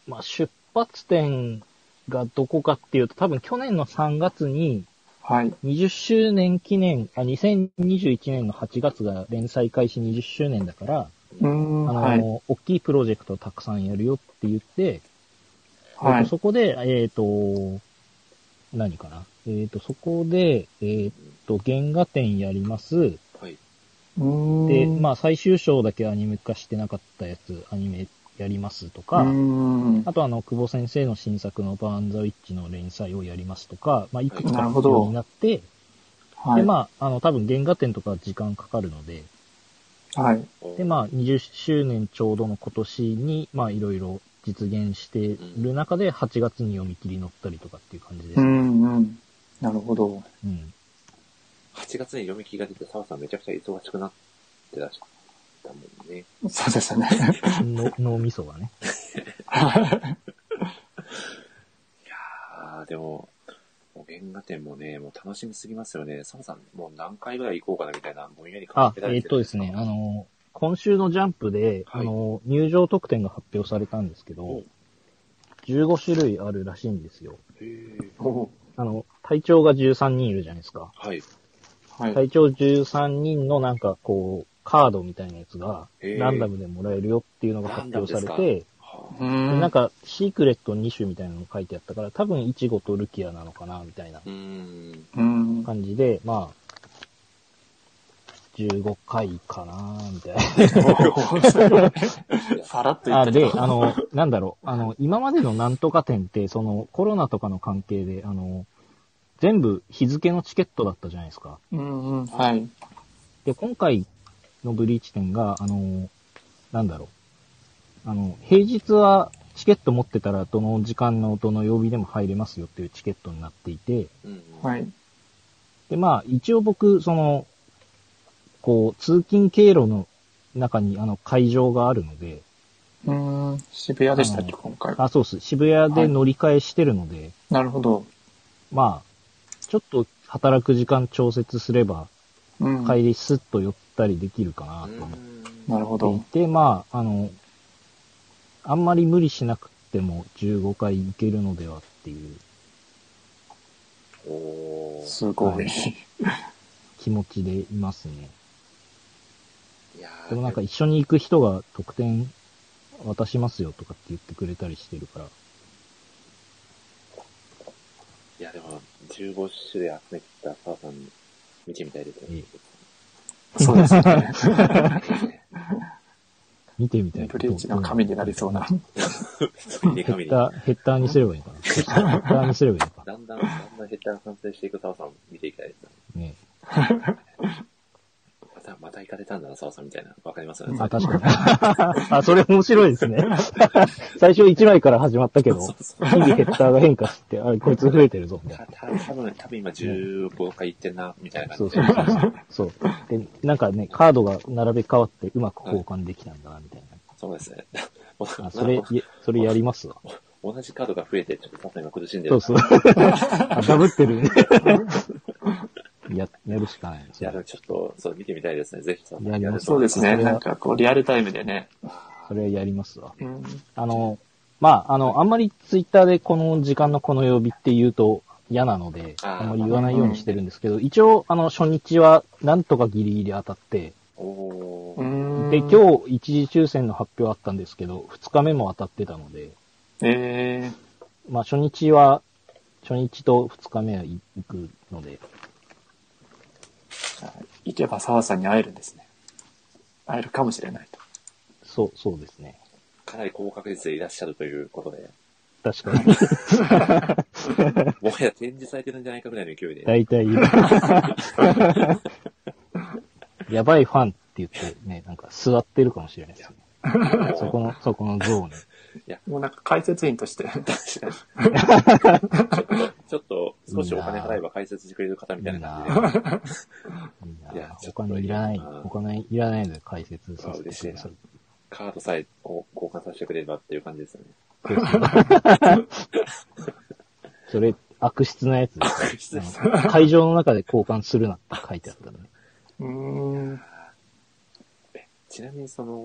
Speaker 2: まあ、出発点がどこかっていうと、多分去年の3月に
Speaker 4: はい。
Speaker 2: 20周年記念、あ、2021年の8月が連載開始20周年だから、
Speaker 4: うーん、
Speaker 2: あの、
Speaker 4: はい。
Speaker 2: 大きいプロジェクトをたくさんやるよって言って、
Speaker 4: は
Speaker 2: えー
Speaker 4: い
Speaker 2: と。そこで、えーっと、何かなえーっと、そこで、えーっと、原画展やります。
Speaker 1: ー、はい。
Speaker 4: うーん。
Speaker 2: で、まあ最終章だけアニメ化してなかったやつ、アニメやりますとか
Speaker 4: うー、ん。
Speaker 2: あとあの、久保先生の新作のバーンザウィッチの連載をやりますとか、まあいくつ
Speaker 4: な
Speaker 2: か
Speaker 4: るほど
Speaker 2: ようになって、
Speaker 4: は
Speaker 2: で
Speaker 4: い。
Speaker 2: まあ、あの、多分原画展とか時間かかるので、
Speaker 4: はい。
Speaker 2: でまあ20周年ちょうどの今年に、まあいろいろ実現している中で8月に読み切り乗ったりとかっていう感じで
Speaker 4: う
Speaker 2: す。
Speaker 4: んうん。なるほど。
Speaker 2: うん。
Speaker 1: 8月に読み切りが出て、澤さんめちゃくちゃ忙しくなってらっしゃったもんね。
Speaker 4: そうで すね。
Speaker 2: の脳みそ がね。
Speaker 1: ああ、でも、もう原画展もね、もう楽しみすぎますよね。澤さん、もう何回ぐらい行こうかなみたいな、ぼんやり考
Speaker 2: あ
Speaker 1: え、ら
Speaker 2: え
Speaker 1: れ
Speaker 2: ってと
Speaker 1: るん
Speaker 2: ですね、あの、今週のジャンプで、
Speaker 1: はい
Speaker 2: あの、入場特典が発表されたんですけど、15種類あるらしいんですよ。
Speaker 1: へー
Speaker 4: お
Speaker 2: あの、隊長が13人いるじゃないですか。
Speaker 1: はい。
Speaker 4: はい。
Speaker 2: 隊長13人のなんかこう、カードみたいなやつが、
Speaker 1: へー
Speaker 2: ランダムでもらえるよっていうのが発表され
Speaker 1: ランダム
Speaker 2: て、
Speaker 1: は
Speaker 4: うー
Speaker 2: で
Speaker 4: ん。
Speaker 2: なんか、シークレット2種みたいなの書いてあったから、多分、イチゴとルキアなのかな、みたいな
Speaker 1: あ、うーん。
Speaker 4: うーん。
Speaker 2: 感じで、まあ、15回かな、みたいな。
Speaker 4: さらっと言っ
Speaker 2: あ
Speaker 4: たけ
Speaker 2: で
Speaker 4: ど、。
Speaker 2: あの、なんだろう、あの、今までのなんとか店って、その、コロナとかの関係で、あの、全部日付のチケットだったじゃないですか。
Speaker 4: うんうん。はい。
Speaker 2: で、今回のブリーチ店が、あの、なんだろう、あの、平日はチケット持ってたら、どの時間の、どの曜日でも入れますよっていうチケットになっていて、
Speaker 1: うんうん。。
Speaker 4: はいい。
Speaker 2: で、まあ、一応僕、その、こう、通勤経路の中に、あの、会場があるので、
Speaker 4: うーん。渋谷でしたっけ、今回。
Speaker 2: あ、そうっす、渋谷で乗り換えしてるので、
Speaker 4: なるほど。
Speaker 2: まあ、ちょっと働く時間調節すれば、
Speaker 4: うん。
Speaker 2: 帰りスッと寄ったりできるかな
Speaker 1: う
Speaker 2: と思
Speaker 1: ーん。
Speaker 4: なるほ
Speaker 2: っ
Speaker 4: ど。
Speaker 2: ていて、まあ、あの、あんまり無理しなくても15回行けるのではっていう
Speaker 1: おー。
Speaker 4: すご い。
Speaker 2: 気持ちでいますね。
Speaker 1: いやー
Speaker 2: でもなんか一緒に行く人が得点渡しますよとかって言ってくれたりしてるから、
Speaker 1: いや、でも、15種類集めてきた澤さん 見てみたいですね。
Speaker 2: え
Speaker 4: そうですね。
Speaker 1: ね
Speaker 2: 見てみたい。
Speaker 4: ブリーチの神になりそうな。
Speaker 1: ついに
Speaker 2: ヘ
Speaker 1: 神
Speaker 2: ッ
Speaker 1: に。
Speaker 2: ダー、ヘッダーにすればいいのかな。ヘ ッダーにすればいいのか。
Speaker 1: だんだん、だんだんヘッダーが完成していく澤さん見ていきたいですね。
Speaker 2: ね
Speaker 1: また、また行かれたんだな、澤さんみたいな。わかりますよね。
Speaker 2: あ、確かに。 あ、それ面白いですね。 最初1枚から始まったけど、
Speaker 1: そう
Speaker 2: 日
Speaker 1: そう
Speaker 2: 々ヘッダーが変化して、あれ、こいつ増えてるぞ、みたいな。
Speaker 1: たた多分多分今15回行ってんな、みたいな
Speaker 2: そ
Speaker 1: 感
Speaker 2: う
Speaker 1: じ
Speaker 2: そ
Speaker 1: で。
Speaker 2: うそうそう。そう。で、なんかね、カードが並べ替わってうまく交換できたんだな、みたい
Speaker 1: そうですね。
Speaker 2: な。あ、それ、いえそれやりますわ。
Speaker 1: 同じカードが増えて、ちょっと澤さん今苦しんで
Speaker 2: そ
Speaker 1: る。
Speaker 2: うそう。あダブってる ね。や、やるしかない。
Speaker 1: いや、でもちょっと、そう、見てみたいですね。ぜひ、澤さん
Speaker 2: やります
Speaker 1: や
Speaker 4: そう
Speaker 1: ると
Speaker 4: ですね。なんかこう、リアルタイムでね。
Speaker 2: それはやりますわ。
Speaker 4: うん。
Speaker 2: あの、まあ、あの、あんまりツイッターでこの時間のこの曜日って言うと嫌なので、
Speaker 1: あー
Speaker 2: あんまり言わないようにしてるんですけど、一応、あの、初日はなんとかギリギリ当たって、
Speaker 1: お
Speaker 4: う
Speaker 1: ー。
Speaker 4: ん。
Speaker 2: で、今日一時抽選の発表あったんですけど、二日目も当たってたので、
Speaker 4: え
Speaker 2: まあ、初日は、初日と二日目は行くので、
Speaker 4: ー、行けば澤さんに会えるんですね。会えるかもしれないと。
Speaker 2: そう、そうですね。
Speaker 1: かなり高確率でいらっしゃるということ で、
Speaker 2: 確かに。
Speaker 1: もはや展示されてるんじゃないかぐらいの勢いで。
Speaker 2: 大体、やばいファンって言ってね、なんか座ってるかもしれないですね。そこの、そこの像に。
Speaker 4: もうなんか解説員として。
Speaker 1: ちょっと、少しお金払えば解説してくれる方みたいな感じ
Speaker 2: いい
Speaker 1: で。
Speaker 2: なぁ
Speaker 1: い
Speaker 2: いや
Speaker 1: や
Speaker 2: お金いらない
Speaker 1: ちょっといいな、
Speaker 2: お金いらないので解説させてください。
Speaker 1: カードさえこう交換させてくれればっていう感じですよね。
Speaker 2: それ、悪質なやつです
Speaker 1: 失礼し
Speaker 2: あの会場の中で交換するなって書いてあったね。
Speaker 4: うーん。
Speaker 1: ちなみにその、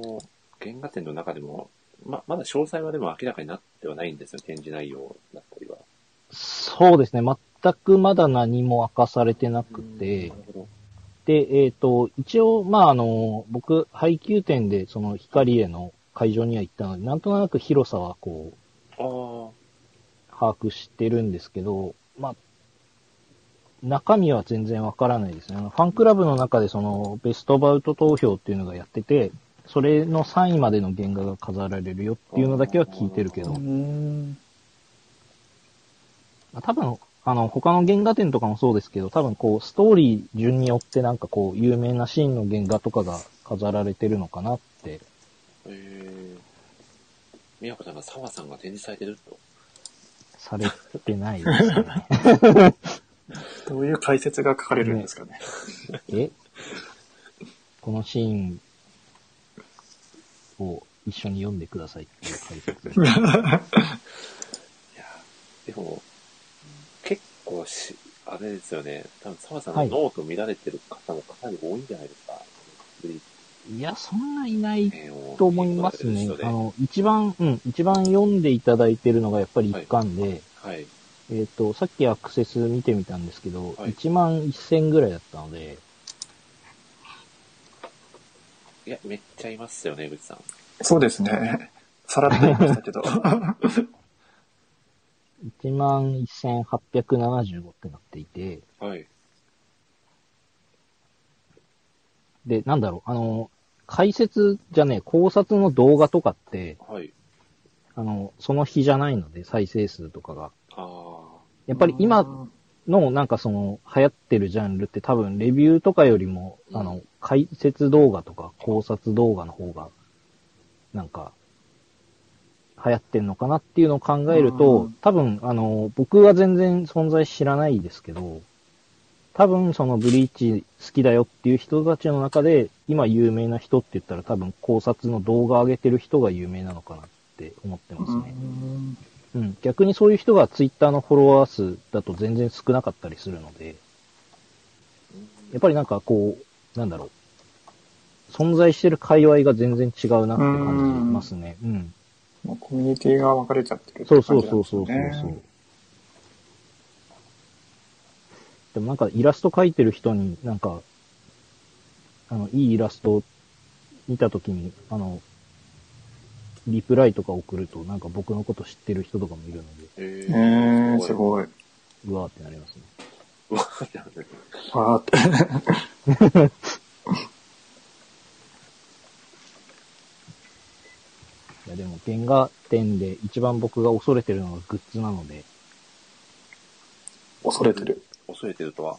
Speaker 1: 原画展の中でも、ま、まだ詳細はでも明らかになってはないんですよ、展示内容だったりは。
Speaker 2: そうですね。全くまだ何も明かされてなくて、
Speaker 1: なるほど。
Speaker 2: で、えっ、と、一応、まあ、あの、僕、配給店で、その、光への会場には行ったので、なんとなく広さは、こう、
Speaker 1: あ
Speaker 2: 把握してるんですけど、まあ、中身は全然わからないですね。あのファンクラブの中でそのベストバウト投票っていうのがやってて、それの3位までの原画が飾られるよっていうのだけは聞いてるけど、ま
Speaker 4: うん。
Speaker 2: あ、多分、あの、他の原画展とかもそうですけど、多分こう、ストーリー順によってなんかこう、有名なシーンの原画とかが飾られてるのかなって。
Speaker 1: あ、えー。みやこさんが沢さんが展示されてると。
Speaker 2: されてないですね。
Speaker 4: どういう解説が書かれるんですかね。
Speaker 2: えこのシーンを一緒に読んでくださいっていう解説。
Speaker 1: いや、でも、結構し、あれですよね。多分沢さん
Speaker 2: は
Speaker 1: の
Speaker 2: い
Speaker 1: ノート見られてる方もかなり多いんじゃないですか。ブリー
Speaker 2: いや、そんないない
Speaker 1: ペンを
Speaker 2: と思いますね
Speaker 1: 見。て
Speaker 2: あ
Speaker 1: もらってる人
Speaker 2: の、一番、うん、一番読んでいただいてるのがやっぱり一巻で、
Speaker 1: ではい。
Speaker 2: えっ、と、さっきアクセス見てみたんですけど、
Speaker 1: はい
Speaker 2: 1万1000ぐらいだったので、
Speaker 1: いや、めっちゃいますよね、江口さん。
Speaker 4: そうですね。さらっと言いました けど。
Speaker 2: 1万1875ってなっていて、
Speaker 1: はい。
Speaker 2: で、なんだろう、あの、解説じゃねえ、考察の動画とかって、
Speaker 1: はい。
Speaker 2: あの、その日じゃないので、再生数とかが。
Speaker 1: ああ。
Speaker 2: やっぱり今のなんかその流行ってるジャンルって多分レビューとかよりも、
Speaker 1: うん
Speaker 2: あの、解説動画とか考察動画の方が、なんか、流行ってんのかなっていうのを考える
Speaker 4: う
Speaker 2: と
Speaker 4: ん、
Speaker 2: 多分あの、僕は全然存在知らないですけど、多分そのブリーチ好きだよっていう人たちの中で、今有名な人って言ったら多分考察の動画上げてる人が有名なのかなって思ってますね。
Speaker 4: うん
Speaker 2: うん、逆にそういう人がツイッターのフォロワー数だと全然少なかったりするので、やっぱりなんかこう、なんだろう、存在してる界隈が全然違うなって感じますね。うん。
Speaker 4: もうコミュニティが分かれちゃってるって
Speaker 2: そ
Speaker 4: 感
Speaker 2: う
Speaker 4: じな
Speaker 2: そ
Speaker 4: ん
Speaker 2: う
Speaker 4: ですね
Speaker 2: そうそうそうそう。でもなんかイラスト描いてる人になんか、あの、いいイラスト見たときに、あの、リプライとか送るとなんか僕のこと知ってる人とかもいるので、
Speaker 1: え
Speaker 4: えー、す
Speaker 1: い。
Speaker 4: ごい。
Speaker 2: うわーってなりますね。
Speaker 1: うわーってなる
Speaker 4: わーって。
Speaker 2: 見が点で、一番僕が恐れてるのがグッズなので、
Speaker 4: 恐れてる。
Speaker 1: 恐れてるとは。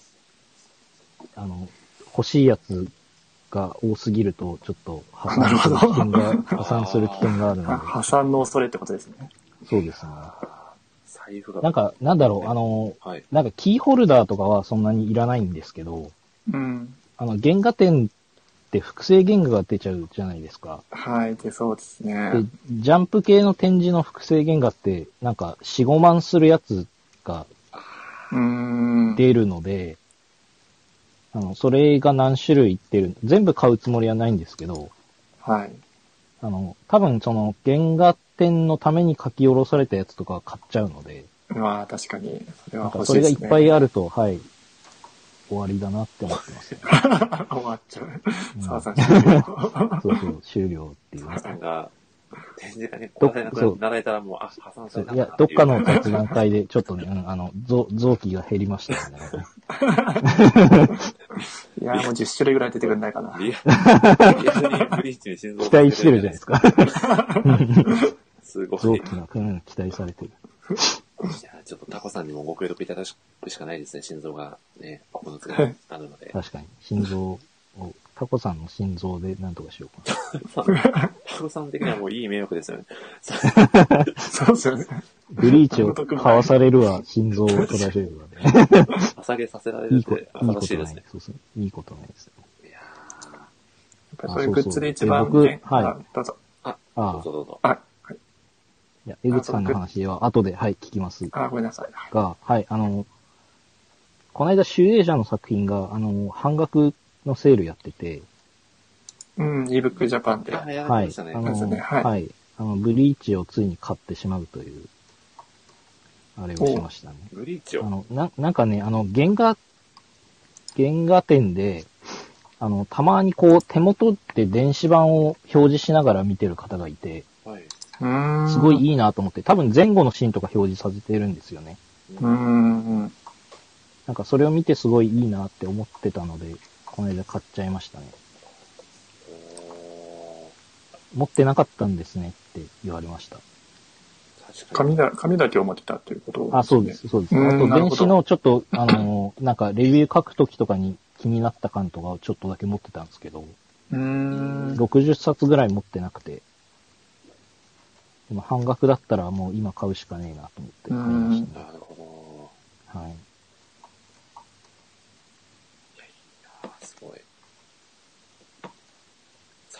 Speaker 2: あの、欲しいやつが多すぎると、ちょっと破
Speaker 4: なる
Speaker 2: 産す
Speaker 4: ほ
Speaker 2: る危
Speaker 4: ど
Speaker 2: 険が、破産する危険があるので、
Speaker 4: 破産の恐れってことですね。
Speaker 2: そうですね。
Speaker 1: 財布が。
Speaker 2: なんか、なんだろう、あの、
Speaker 1: はい。
Speaker 2: なんかキーホルダーとかはそんなにいらないんですけど、
Speaker 4: うん。
Speaker 2: あの、原画展って複製原画が出ちゃうじゃないですか。
Speaker 4: はい、で、そうですね。
Speaker 2: で、ジャンプ系の展示の複製原画って、なんか4、5万するやつが
Speaker 4: うーん。
Speaker 2: 出るので、あの、それが何種類いってる、全部買うつもりはないんですけど、
Speaker 4: はい。
Speaker 2: あの、多分その原画展のために書き下ろされたやつとか買っちゃうので、
Speaker 4: まあ、確かに、それ
Speaker 2: な
Speaker 4: は
Speaker 2: んか
Speaker 4: 欲
Speaker 2: そ
Speaker 4: しい
Speaker 2: れが
Speaker 4: で
Speaker 2: い
Speaker 4: す
Speaker 2: っ
Speaker 4: ね。
Speaker 2: ぱいあると、はい、終わりだなって思って ます、ね。
Speaker 4: 終わっちゃう。
Speaker 2: うん
Speaker 4: 澤さん、終了
Speaker 2: そうそう、終了っていうね。
Speaker 1: なんか、展示がね、壊されなくな
Speaker 2: そう
Speaker 1: なられたらもう、あ、破産さ
Speaker 2: そ
Speaker 1: れた
Speaker 2: う
Speaker 1: ないな
Speaker 2: や、
Speaker 1: て
Speaker 2: ど
Speaker 1: い
Speaker 2: っかの雑談会で、ちょっとね、うんあの、臓臓器が減りましたね。
Speaker 4: いや、もう10種類ぐらい出てくんないかな。
Speaker 1: リアリアルにブリーチに心臓
Speaker 2: 期待してるじゃないです
Speaker 1: か。
Speaker 2: か。
Speaker 1: すご
Speaker 2: 臓
Speaker 1: い。い
Speaker 2: 器が、うん、期待されてる。
Speaker 1: や、ちょっとタコさんにもご協力いただくしかないですね。心臓がね、9つがあるので。
Speaker 2: 確かに。心臓を、タコさんの心臓で何とかしようか
Speaker 1: タコさん的にはもういい迷惑です よね。
Speaker 4: そうですよね。
Speaker 2: な。ブリーチを買わされるわ、心臓を取られるわで、
Speaker 1: 朝げさせられ
Speaker 2: い
Speaker 1: るっ
Speaker 2: いこと、い
Speaker 1: て
Speaker 2: い
Speaker 1: 新
Speaker 2: こ
Speaker 1: しい
Speaker 2: と
Speaker 1: で
Speaker 2: な
Speaker 1: す
Speaker 2: い
Speaker 1: ね。。
Speaker 2: そうそう。いいことないですよ。
Speaker 4: やっぱりそういうグッズで一番
Speaker 2: あそうそう
Speaker 4: ね
Speaker 2: で。僕はい
Speaker 4: あどうぞ。
Speaker 1: ど
Speaker 2: あ
Speaker 1: う
Speaker 2: あ
Speaker 1: ぞ、どうぞ。
Speaker 4: あ、
Speaker 2: いや、江口さんの話は後で、はい、聞きます。
Speaker 4: あ、ごめんなさい。
Speaker 2: が、はい、あの、この間、集英社の作品が、あの、半額のセールやってて、
Speaker 4: うん、ebook ジャパンで。
Speaker 1: あ、やら
Speaker 2: は
Speaker 1: れ
Speaker 2: い
Speaker 1: まし。
Speaker 2: あ
Speaker 1: たね。
Speaker 2: の、
Speaker 4: ね
Speaker 2: は、
Speaker 4: はいい
Speaker 2: あの、ブリーチをついに買ってしまうという、あれをしましたね。
Speaker 1: ブリーチ
Speaker 2: あ
Speaker 1: を。
Speaker 2: の、な、なんかね、あの、原画、原画展で、あの、たまにこう、手元で電子版を表示しながら見てる方がいて、
Speaker 1: はい。
Speaker 4: うーん。
Speaker 2: すごい。いいなと思って、多分前後のシーンとか表示させてるんですよね。
Speaker 4: うーん。
Speaker 2: なんかそれを見てすごいいいなって思ってたので、この間買っちゃいましたね。
Speaker 1: お
Speaker 2: 持ってなかったんですねって言われました。
Speaker 1: ー確かに。
Speaker 4: 紙だ、紙だけを持ってたっていうこと
Speaker 2: あ、そうです、。そうです。
Speaker 4: うん
Speaker 2: あと、
Speaker 4: な
Speaker 2: 電
Speaker 4: るほど
Speaker 2: 子のちょっと、あの、なんか、レビュー書くときとかに気になった感とかをちょっとだけ持ってたんですけど、
Speaker 4: うーん。
Speaker 2: 60冊ぐらい持ってなくて、でも半額だったらもう今買うしかねえなと思って買いましたね。
Speaker 1: なるほ
Speaker 2: はい。
Speaker 1: ど。あーすごい。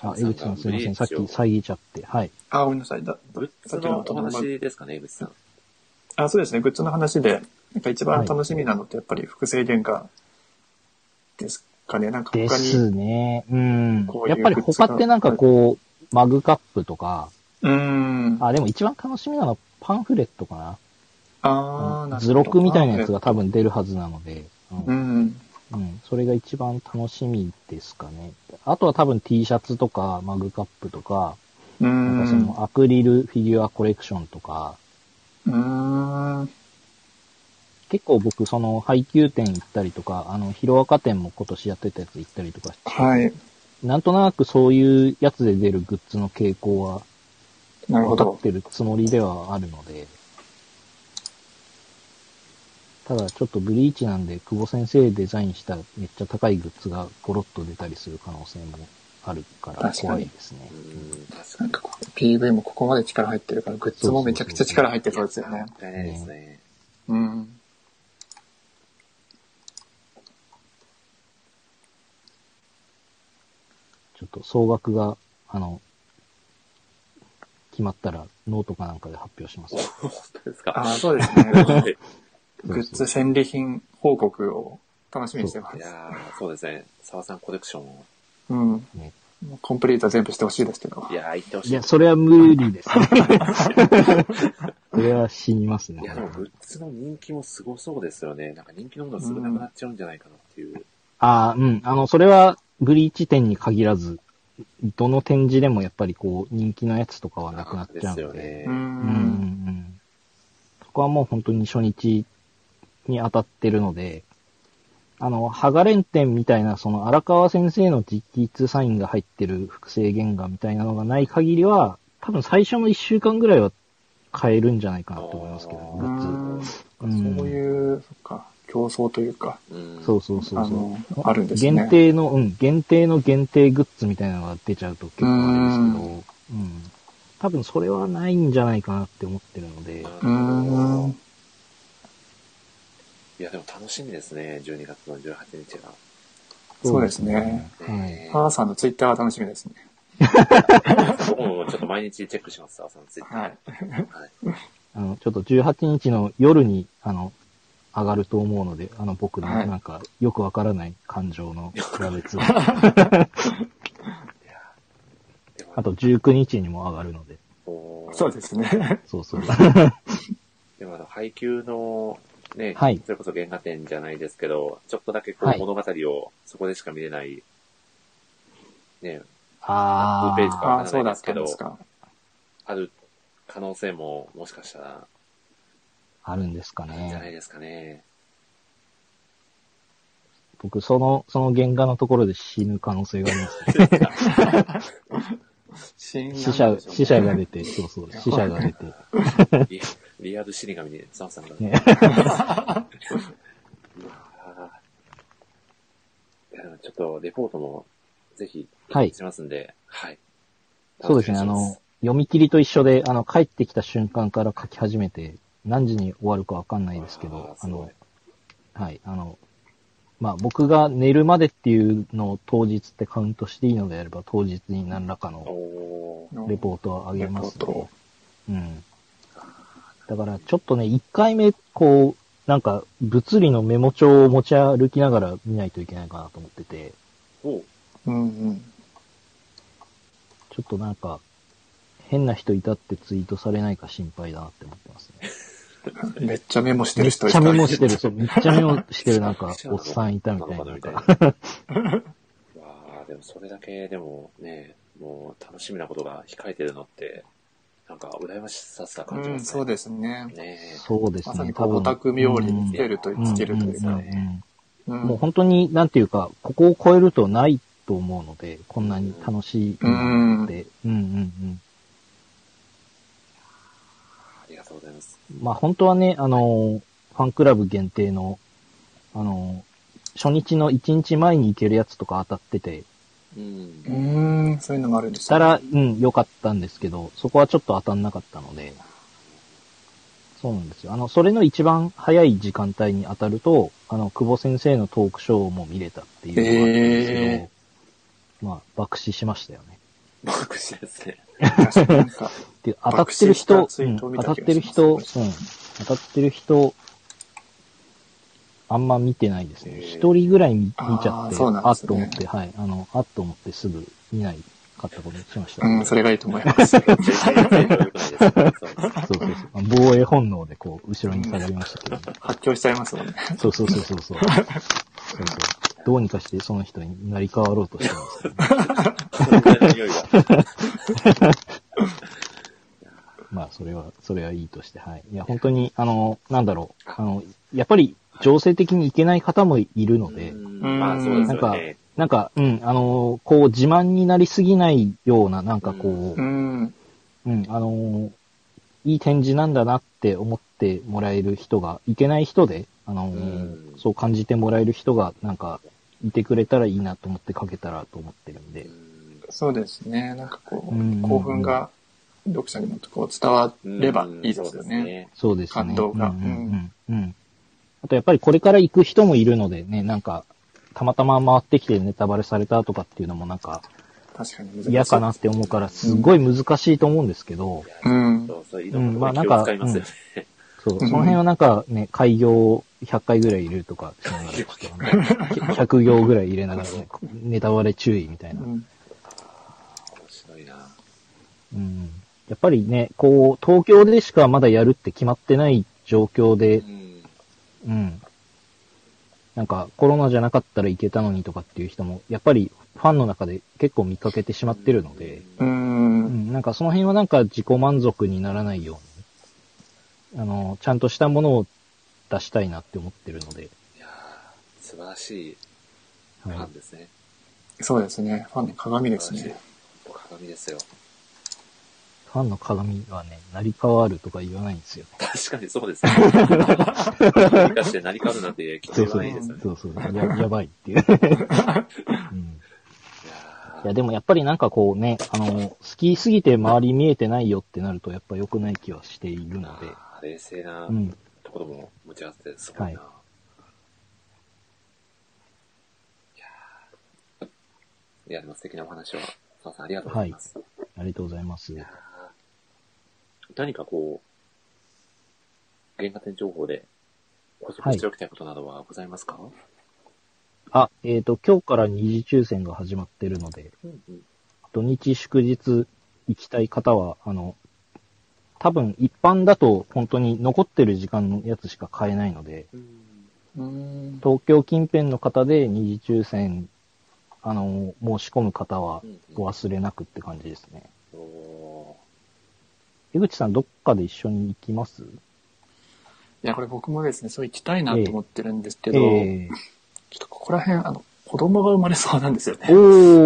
Speaker 2: あ、江口さんすいません。さっき
Speaker 1: ブリーチを
Speaker 2: 遮っちゃって。はい。
Speaker 4: あ、ごめんなさい。だ
Speaker 1: グッズ
Speaker 4: さっきの
Speaker 1: の
Speaker 4: と
Speaker 1: お
Speaker 4: こ
Speaker 1: 話ですかね、江口さん。
Speaker 4: あ、そうですね。グッズの話で、なんか一番楽しみなのってやっぱり複製原価ですかね。なんか
Speaker 2: で
Speaker 4: 他に。
Speaker 2: すね。うん
Speaker 4: こ。うい
Speaker 2: や
Speaker 4: う
Speaker 2: っぱり他ってなんかこう、マグカップとか、
Speaker 4: うーん。
Speaker 2: あ、でも一番楽しみなのはパンフレットかな。
Speaker 4: あー、なるほど。
Speaker 2: 図録みたいなやつが多分出るはずなので、うん
Speaker 4: うん。
Speaker 2: うん、それが一番楽しみですかね。あとは多分 T シャツとかマグカップとか、
Speaker 4: うー
Speaker 2: なんかそ
Speaker 4: ん。
Speaker 2: のアクリルフィギュアコレクションとか、
Speaker 4: うーん。
Speaker 2: 結構僕その配給店行ったりとか、あの、ヒロアカ店も今年やってたやつ行ったりとかして、
Speaker 4: はい。
Speaker 2: なんとなくそういうやつで出るグッズの傾向は
Speaker 4: なるほ
Speaker 2: 分かっ
Speaker 4: ど。
Speaker 2: てるつもりではあるので、ただちょっとブリーチなんで、久保先生デザインしためっちゃ高いグッズがゴロッと出たりする可能性もあるから
Speaker 4: 確か
Speaker 2: 怖
Speaker 4: に
Speaker 2: いですね
Speaker 1: う。ん、確か
Speaker 4: なん
Speaker 1: に。
Speaker 4: かこう PV もここまで力入ってるから、グッズもめちゃくちゃ力入ってそうですよね
Speaker 1: もっ。たいないですね。
Speaker 4: うん。
Speaker 2: ちょっと総額が、あの、決まったらノートかなんかで発表します。
Speaker 1: 本当ですか。
Speaker 4: ああ、そうですね。
Speaker 1: はい
Speaker 4: グッズ戦利品報告を楽しみにしてま
Speaker 1: い
Speaker 4: す。
Speaker 1: やーそうですね。沢さんコレクションを。
Speaker 4: うん
Speaker 2: ね。
Speaker 4: コンプリート全部してほしいですけど
Speaker 1: い。やー、行ってほしい。
Speaker 2: い
Speaker 1: い
Speaker 2: や、それは無 理ですね。それは死にますね。
Speaker 1: や、でもグッズの人気もすごそうですよね。なんか人気のものすぐなくなっちゃうんじゃないかなっていう。
Speaker 2: ああ、うん。あの、それは、ブリーチ店に限らず、どの展示でもやっぱりこう、人気のやつとかはなくなっちゃ
Speaker 1: で
Speaker 2: う
Speaker 1: すよ
Speaker 2: ので。
Speaker 1: ね
Speaker 4: う。。
Speaker 2: うんうんうんん。そこはもう本当に初日に当たってるので、あの、ハガレン展みたいな、その荒川先生の実機2サインが入ってる複製原画みたいなのがない限りは、多分最初の1週間ぐらいは変えるんじゃないかなと思いますけど、
Speaker 1: あ
Speaker 4: う
Speaker 1: ー
Speaker 2: 夏。
Speaker 4: ん
Speaker 2: う
Speaker 4: そうんいう、そっか、競争というか、
Speaker 1: うん。
Speaker 2: そうそうそう
Speaker 4: あ
Speaker 2: そう。
Speaker 4: の、あるんですね。
Speaker 2: 限定の、うん、限定の限定グッズみたいなのが出ちゃうと結構あれですけど、
Speaker 4: う
Speaker 2: うん。多分それはないんじゃないかなって思ってるので、
Speaker 4: うーん。う
Speaker 1: いや、でも楽しみですね。12月の18日が。
Speaker 4: そうですね。
Speaker 2: はい。
Speaker 4: 母さんのツイッターが楽しみですね。
Speaker 1: 僕もちょっと毎日チェックします、朝のツイッター。
Speaker 4: はい。
Speaker 2: あの、ちょっと18日の夜に、あの、上がると思うので、あの、僕の、
Speaker 4: はい
Speaker 2: なんか、よくわからない感情 の比べつ
Speaker 1: でも
Speaker 2: あと19日にも上がるので、
Speaker 1: こう
Speaker 4: そ うですね。
Speaker 2: そ うそう。
Speaker 1: でもあの、配給の、ね、
Speaker 2: はい
Speaker 1: それこそ原画展じゃないですけど、ちょっとだけこ
Speaker 2: は
Speaker 1: う
Speaker 2: い
Speaker 1: 物語をそこでしか見れない、ね、
Speaker 2: あ
Speaker 1: 2ページ
Speaker 2: あ、
Speaker 1: か
Speaker 4: あ
Speaker 1: わ
Speaker 4: あ、
Speaker 1: か
Speaker 4: そ
Speaker 1: ら
Speaker 4: う
Speaker 1: ないで
Speaker 4: だっ
Speaker 1: すけ
Speaker 4: たん
Speaker 1: ど
Speaker 4: です、か。
Speaker 1: ある可能性ももしかしたら
Speaker 2: あるんですか
Speaker 1: あるんじゃない
Speaker 2: ね。
Speaker 1: ですかね。
Speaker 2: 僕、その、その原画のところで死ぬ可能性があり ます。
Speaker 4: 死
Speaker 2: 死者、死者が出て、そうそう、死者が出て。
Speaker 1: リリアル死神にサンさんが。
Speaker 2: ね
Speaker 1: いやーいやでもちょっとレポートもぜひ
Speaker 2: はい
Speaker 1: しますんで、はい。
Speaker 2: そうですね、あ
Speaker 1: 楽しみにしま
Speaker 2: の、読み切りと一緒で、あの、帰ってきた瞬間から書き始めて、何時に終わるかわかんないですけ
Speaker 1: あ
Speaker 2: ど
Speaker 1: ー、
Speaker 2: あ
Speaker 1: すごい
Speaker 2: の、はい、あの、まあ、僕が寝るまでっていうのを当日ってカウントしていいのであれば、当日に何らかの
Speaker 1: おー
Speaker 2: レポートをあげます
Speaker 4: レポー
Speaker 2: の
Speaker 4: ト
Speaker 2: で。うん。だから、ちょっとね、一回目、こう、なんか、物理のメモ帳を持ち歩きながら見ないといけないかなと思ってて、
Speaker 1: おう
Speaker 4: うんうん。
Speaker 2: ちょっとなんか、変な人いたってツイートされないか心配だなって思ってますね。
Speaker 4: めっちゃメモして
Speaker 2: め
Speaker 4: る
Speaker 2: っ
Speaker 4: 人い
Speaker 2: ち
Speaker 4: た
Speaker 2: ゃメモしてる、そう、めっちゃメモしてるなん か、おっさんいたみたい
Speaker 1: な
Speaker 2: な。な
Speaker 1: の
Speaker 2: ん
Speaker 1: かな
Speaker 2: か
Speaker 1: みたいな。わあでもそれだけ、でもね、もう楽しみなことが控えてるのって、なんか羨ましさすら
Speaker 4: う
Speaker 1: 感じま
Speaker 4: ん、
Speaker 1: すね。
Speaker 4: そうですね。
Speaker 1: すねえ。
Speaker 2: そうです
Speaker 4: ま
Speaker 2: ね。
Speaker 4: さにこ
Speaker 2: 多
Speaker 4: う、
Speaker 2: 分
Speaker 4: オタク冥利につけると、
Speaker 1: うん
Speaker 4: つけるとい
Speaker 2: う
Speaker 4: う
Speaker 2: ん
Speaker 4: か
Speaker 2: う。ん
Speaker 4: う。
Speaker 2: うんもうん本当に、なんていうか、ここを超えるとないと思うので、こんなに楽しいなって。うんうんうん。
Speaker 1: ありがとうございます。
Speaker 2: まあ本当はね、あの、ファンクラブ限定の、あの、初日の1日前に行けるやつとか当たってて、
Speaker 1: うん
Speaker 4: う。 ん、そういうのもあるんで
Speaker 2: し
Speaker 4: す
Speaker 2: た
Speaker 4: ね
Speaker 2: ら、うん、良かったんですけど、そこはちょっと当たんなかったので、そうなんですよ。あの、それの一番早い時間帯に当たると、あの、久保先生のトークショーも見れたっていうのがあったんですけど、
Speaker 4: え
Speaker 2: まあ、爆死しましたよね。
Speaker 1: 爆死ですね。
Speaker 4: なんか
Speaker 2: で、当たってる人
Speaker 4: 爆、死
Speaker 2: う
Speaker 4: し
Speaker 2: ん、
Speaker 4: たツイートを見
Speaker 2: 当
Speaker 4: た気
Speaker 2: たっ
Speaker 4: がします
Speaker 2: てる人、うん、当たってる人、あんま見てないですね。
Speaker 1: えー
Speaker 2: 一人ぐらい見見ちゃ
Speaker 4: あ
Speaker 2: っ
Speaker 4: ー
Speaker 2: て、
Speaker 4: そうなん
Speaker 2: あっ
Speaker 4: ですね
Speaker 2: と思って、はい、あの、あっと思ってすぐ見ないかったことにしました。
Speaker 4: うん、それがいいと思います。
Speaker 1: 全然全然良くないですねそう
Speaker 2: そうそうそう。防衛本能でこう、後ろに下がりましたけど、
Speaker 4: 発狂しちゃいますもんね。
Speaker 2: そうそうそうそうそう。そうそうどうにかしてその人になり変わろうとしてますけど、
Speaker 1: そんな匂いが。
Speaker 2: まあ、それは、それはいいとして、はい。いや、本当に、あの、なんだろう。あの、やっぱり、情勢的にいけない方もいるので、
Speaker 1: うんまあそうですよね。
Speaker 2: なんか、うん、あの、こう、自慢になりすぎないような、なんかこ
Speaker 4: う
Speaker 2: う、
Speaker 4: ん。
Speaker 2: うん、あの、いい展示なんだなって思ってもらえる人が、いけない人で、あの、
Speaker 1: ん
Speaker 2: そう感じてもらえる人が、なんか、いてくれたらいいなと思って書けたらと思ってるんで
Speaker 1: う、ん
Speaker 4: そうですね。なんかこ
Speaker 2: うん
Speaker 4: う、興奮が読者にもこう伝わればいいですよね。。
Speaker 2: そうですね。
Speaker 4: 感動が
Speaker 2: うんうんうんうん。あとやっぱりこれから行く人もいるのでね、なんか、たまたま回ってきてネタバレされたとかっていうのもなんか
Speaker 4: 確かに難しい。
Speaker 2: 嫌かなっ。て思うからすごい難しいと思うんですけ
Speaker 1: そ
Speaker 2: ど、
Speaker 1: うです
Speaker 4: う
Speaker 1: ね
Speaker 4: ん。
Speaker 1: そう、そういうの
Speaker 2: うん
Speaker 1: も
Speaker 2: まあなん
Speaker 1: 気を
Speaker 2: か
Speaker 1: 使いますよね。
Speaker 2: そう、
Speaker 4: うん
Speaker 2: その辺はなんかね、開業100回ぐらい入れるとかしながら、ちょっとあの100行ぐらい入れながらね、ネタバレ注意みたいな
Speaker 4: う。ん
Speaker 1: 面白いな。
Speaker 2: うんやっぱりね、こう、東京でしかまだやるって決まってない状況で
Speaker 1: う、ん
Speaker 2: うん。なんか、コロナじゃなかったらいけたのにとかっていう人も、やっぱりファンの中で結構見かけてしまってるので、う
Speaker 4: う。
Speaker 2: んん、なんかその辺はなんか自己満足にならないように、あの、ちゃんとしたものを出したいなって思ってるので、
Speaker 1: いやー素晴らしいフ
Speaker 2: は
Speaker 1: ァ
Speaker 2: い
Speaker 1: ンですね。
Speaker 4: そうですね。ファンの鏡です
Speaker 1: 素晴らしい
Speaker 4: ね。
Speaker 1: 鏡ですよ。
Speaker 2: ファンの鏡はね、成り変わるとか言わないんですよね。
Speaker 1: 確かにそうですね。生かして何かあるなんてきっと
Speaker 2: そ
Speaker 1: 言わ
Speaker 2: うそう
Speaker 1: ないですよね。
Speaker 2: そうそうや。 やばいっていう、うん
Speaker 1: いや
Speaker 2: いや、でもやっぱりなんかこうね、あの、好きすぎて周り見えてないよってなると、やっぱ良くない気はしているので。
Speaker 1: ー冷静な
Speaker 2: うん。
Speaker 1: ところも持ち合わせてすごいな。、
Speaker 2: はい
Speaker 1: やーいや、でも素敵なお話を、澤さんありがとうございます。
Speaker 2: ありがとうございます。
Speaker 1: いやー何かこう、原画展情報で補足しておきたいことなどはございますか、
Speaker 2: あ、えっ、と、今日から二次抽選が始まってるので、
Speaker 1: うんうん
Speaker 2: 土日祝日行きたい方は、あの、多分一般だと本当に残ってる時間のやつしか買えないので、
Speaker 1: うん
Speaker 4: うん。
Speaker 2: 東京近辺の方で二次抽選、あの、申し込む方は
Speaker 1: うん
Speaker 2: お忘れなくって感じですね。
Speaker 1: うんお
Speaker 2: 江口さんどっかで一緒に行きます
Speaker 4: いや、これ僕もですね、そう行きたいなと思ってるんですけど、
Speaker 2: ええ
Speaker 4: ちょっとここら辺、あの、子供が生まれそうなんですよね。
Speaker 2: お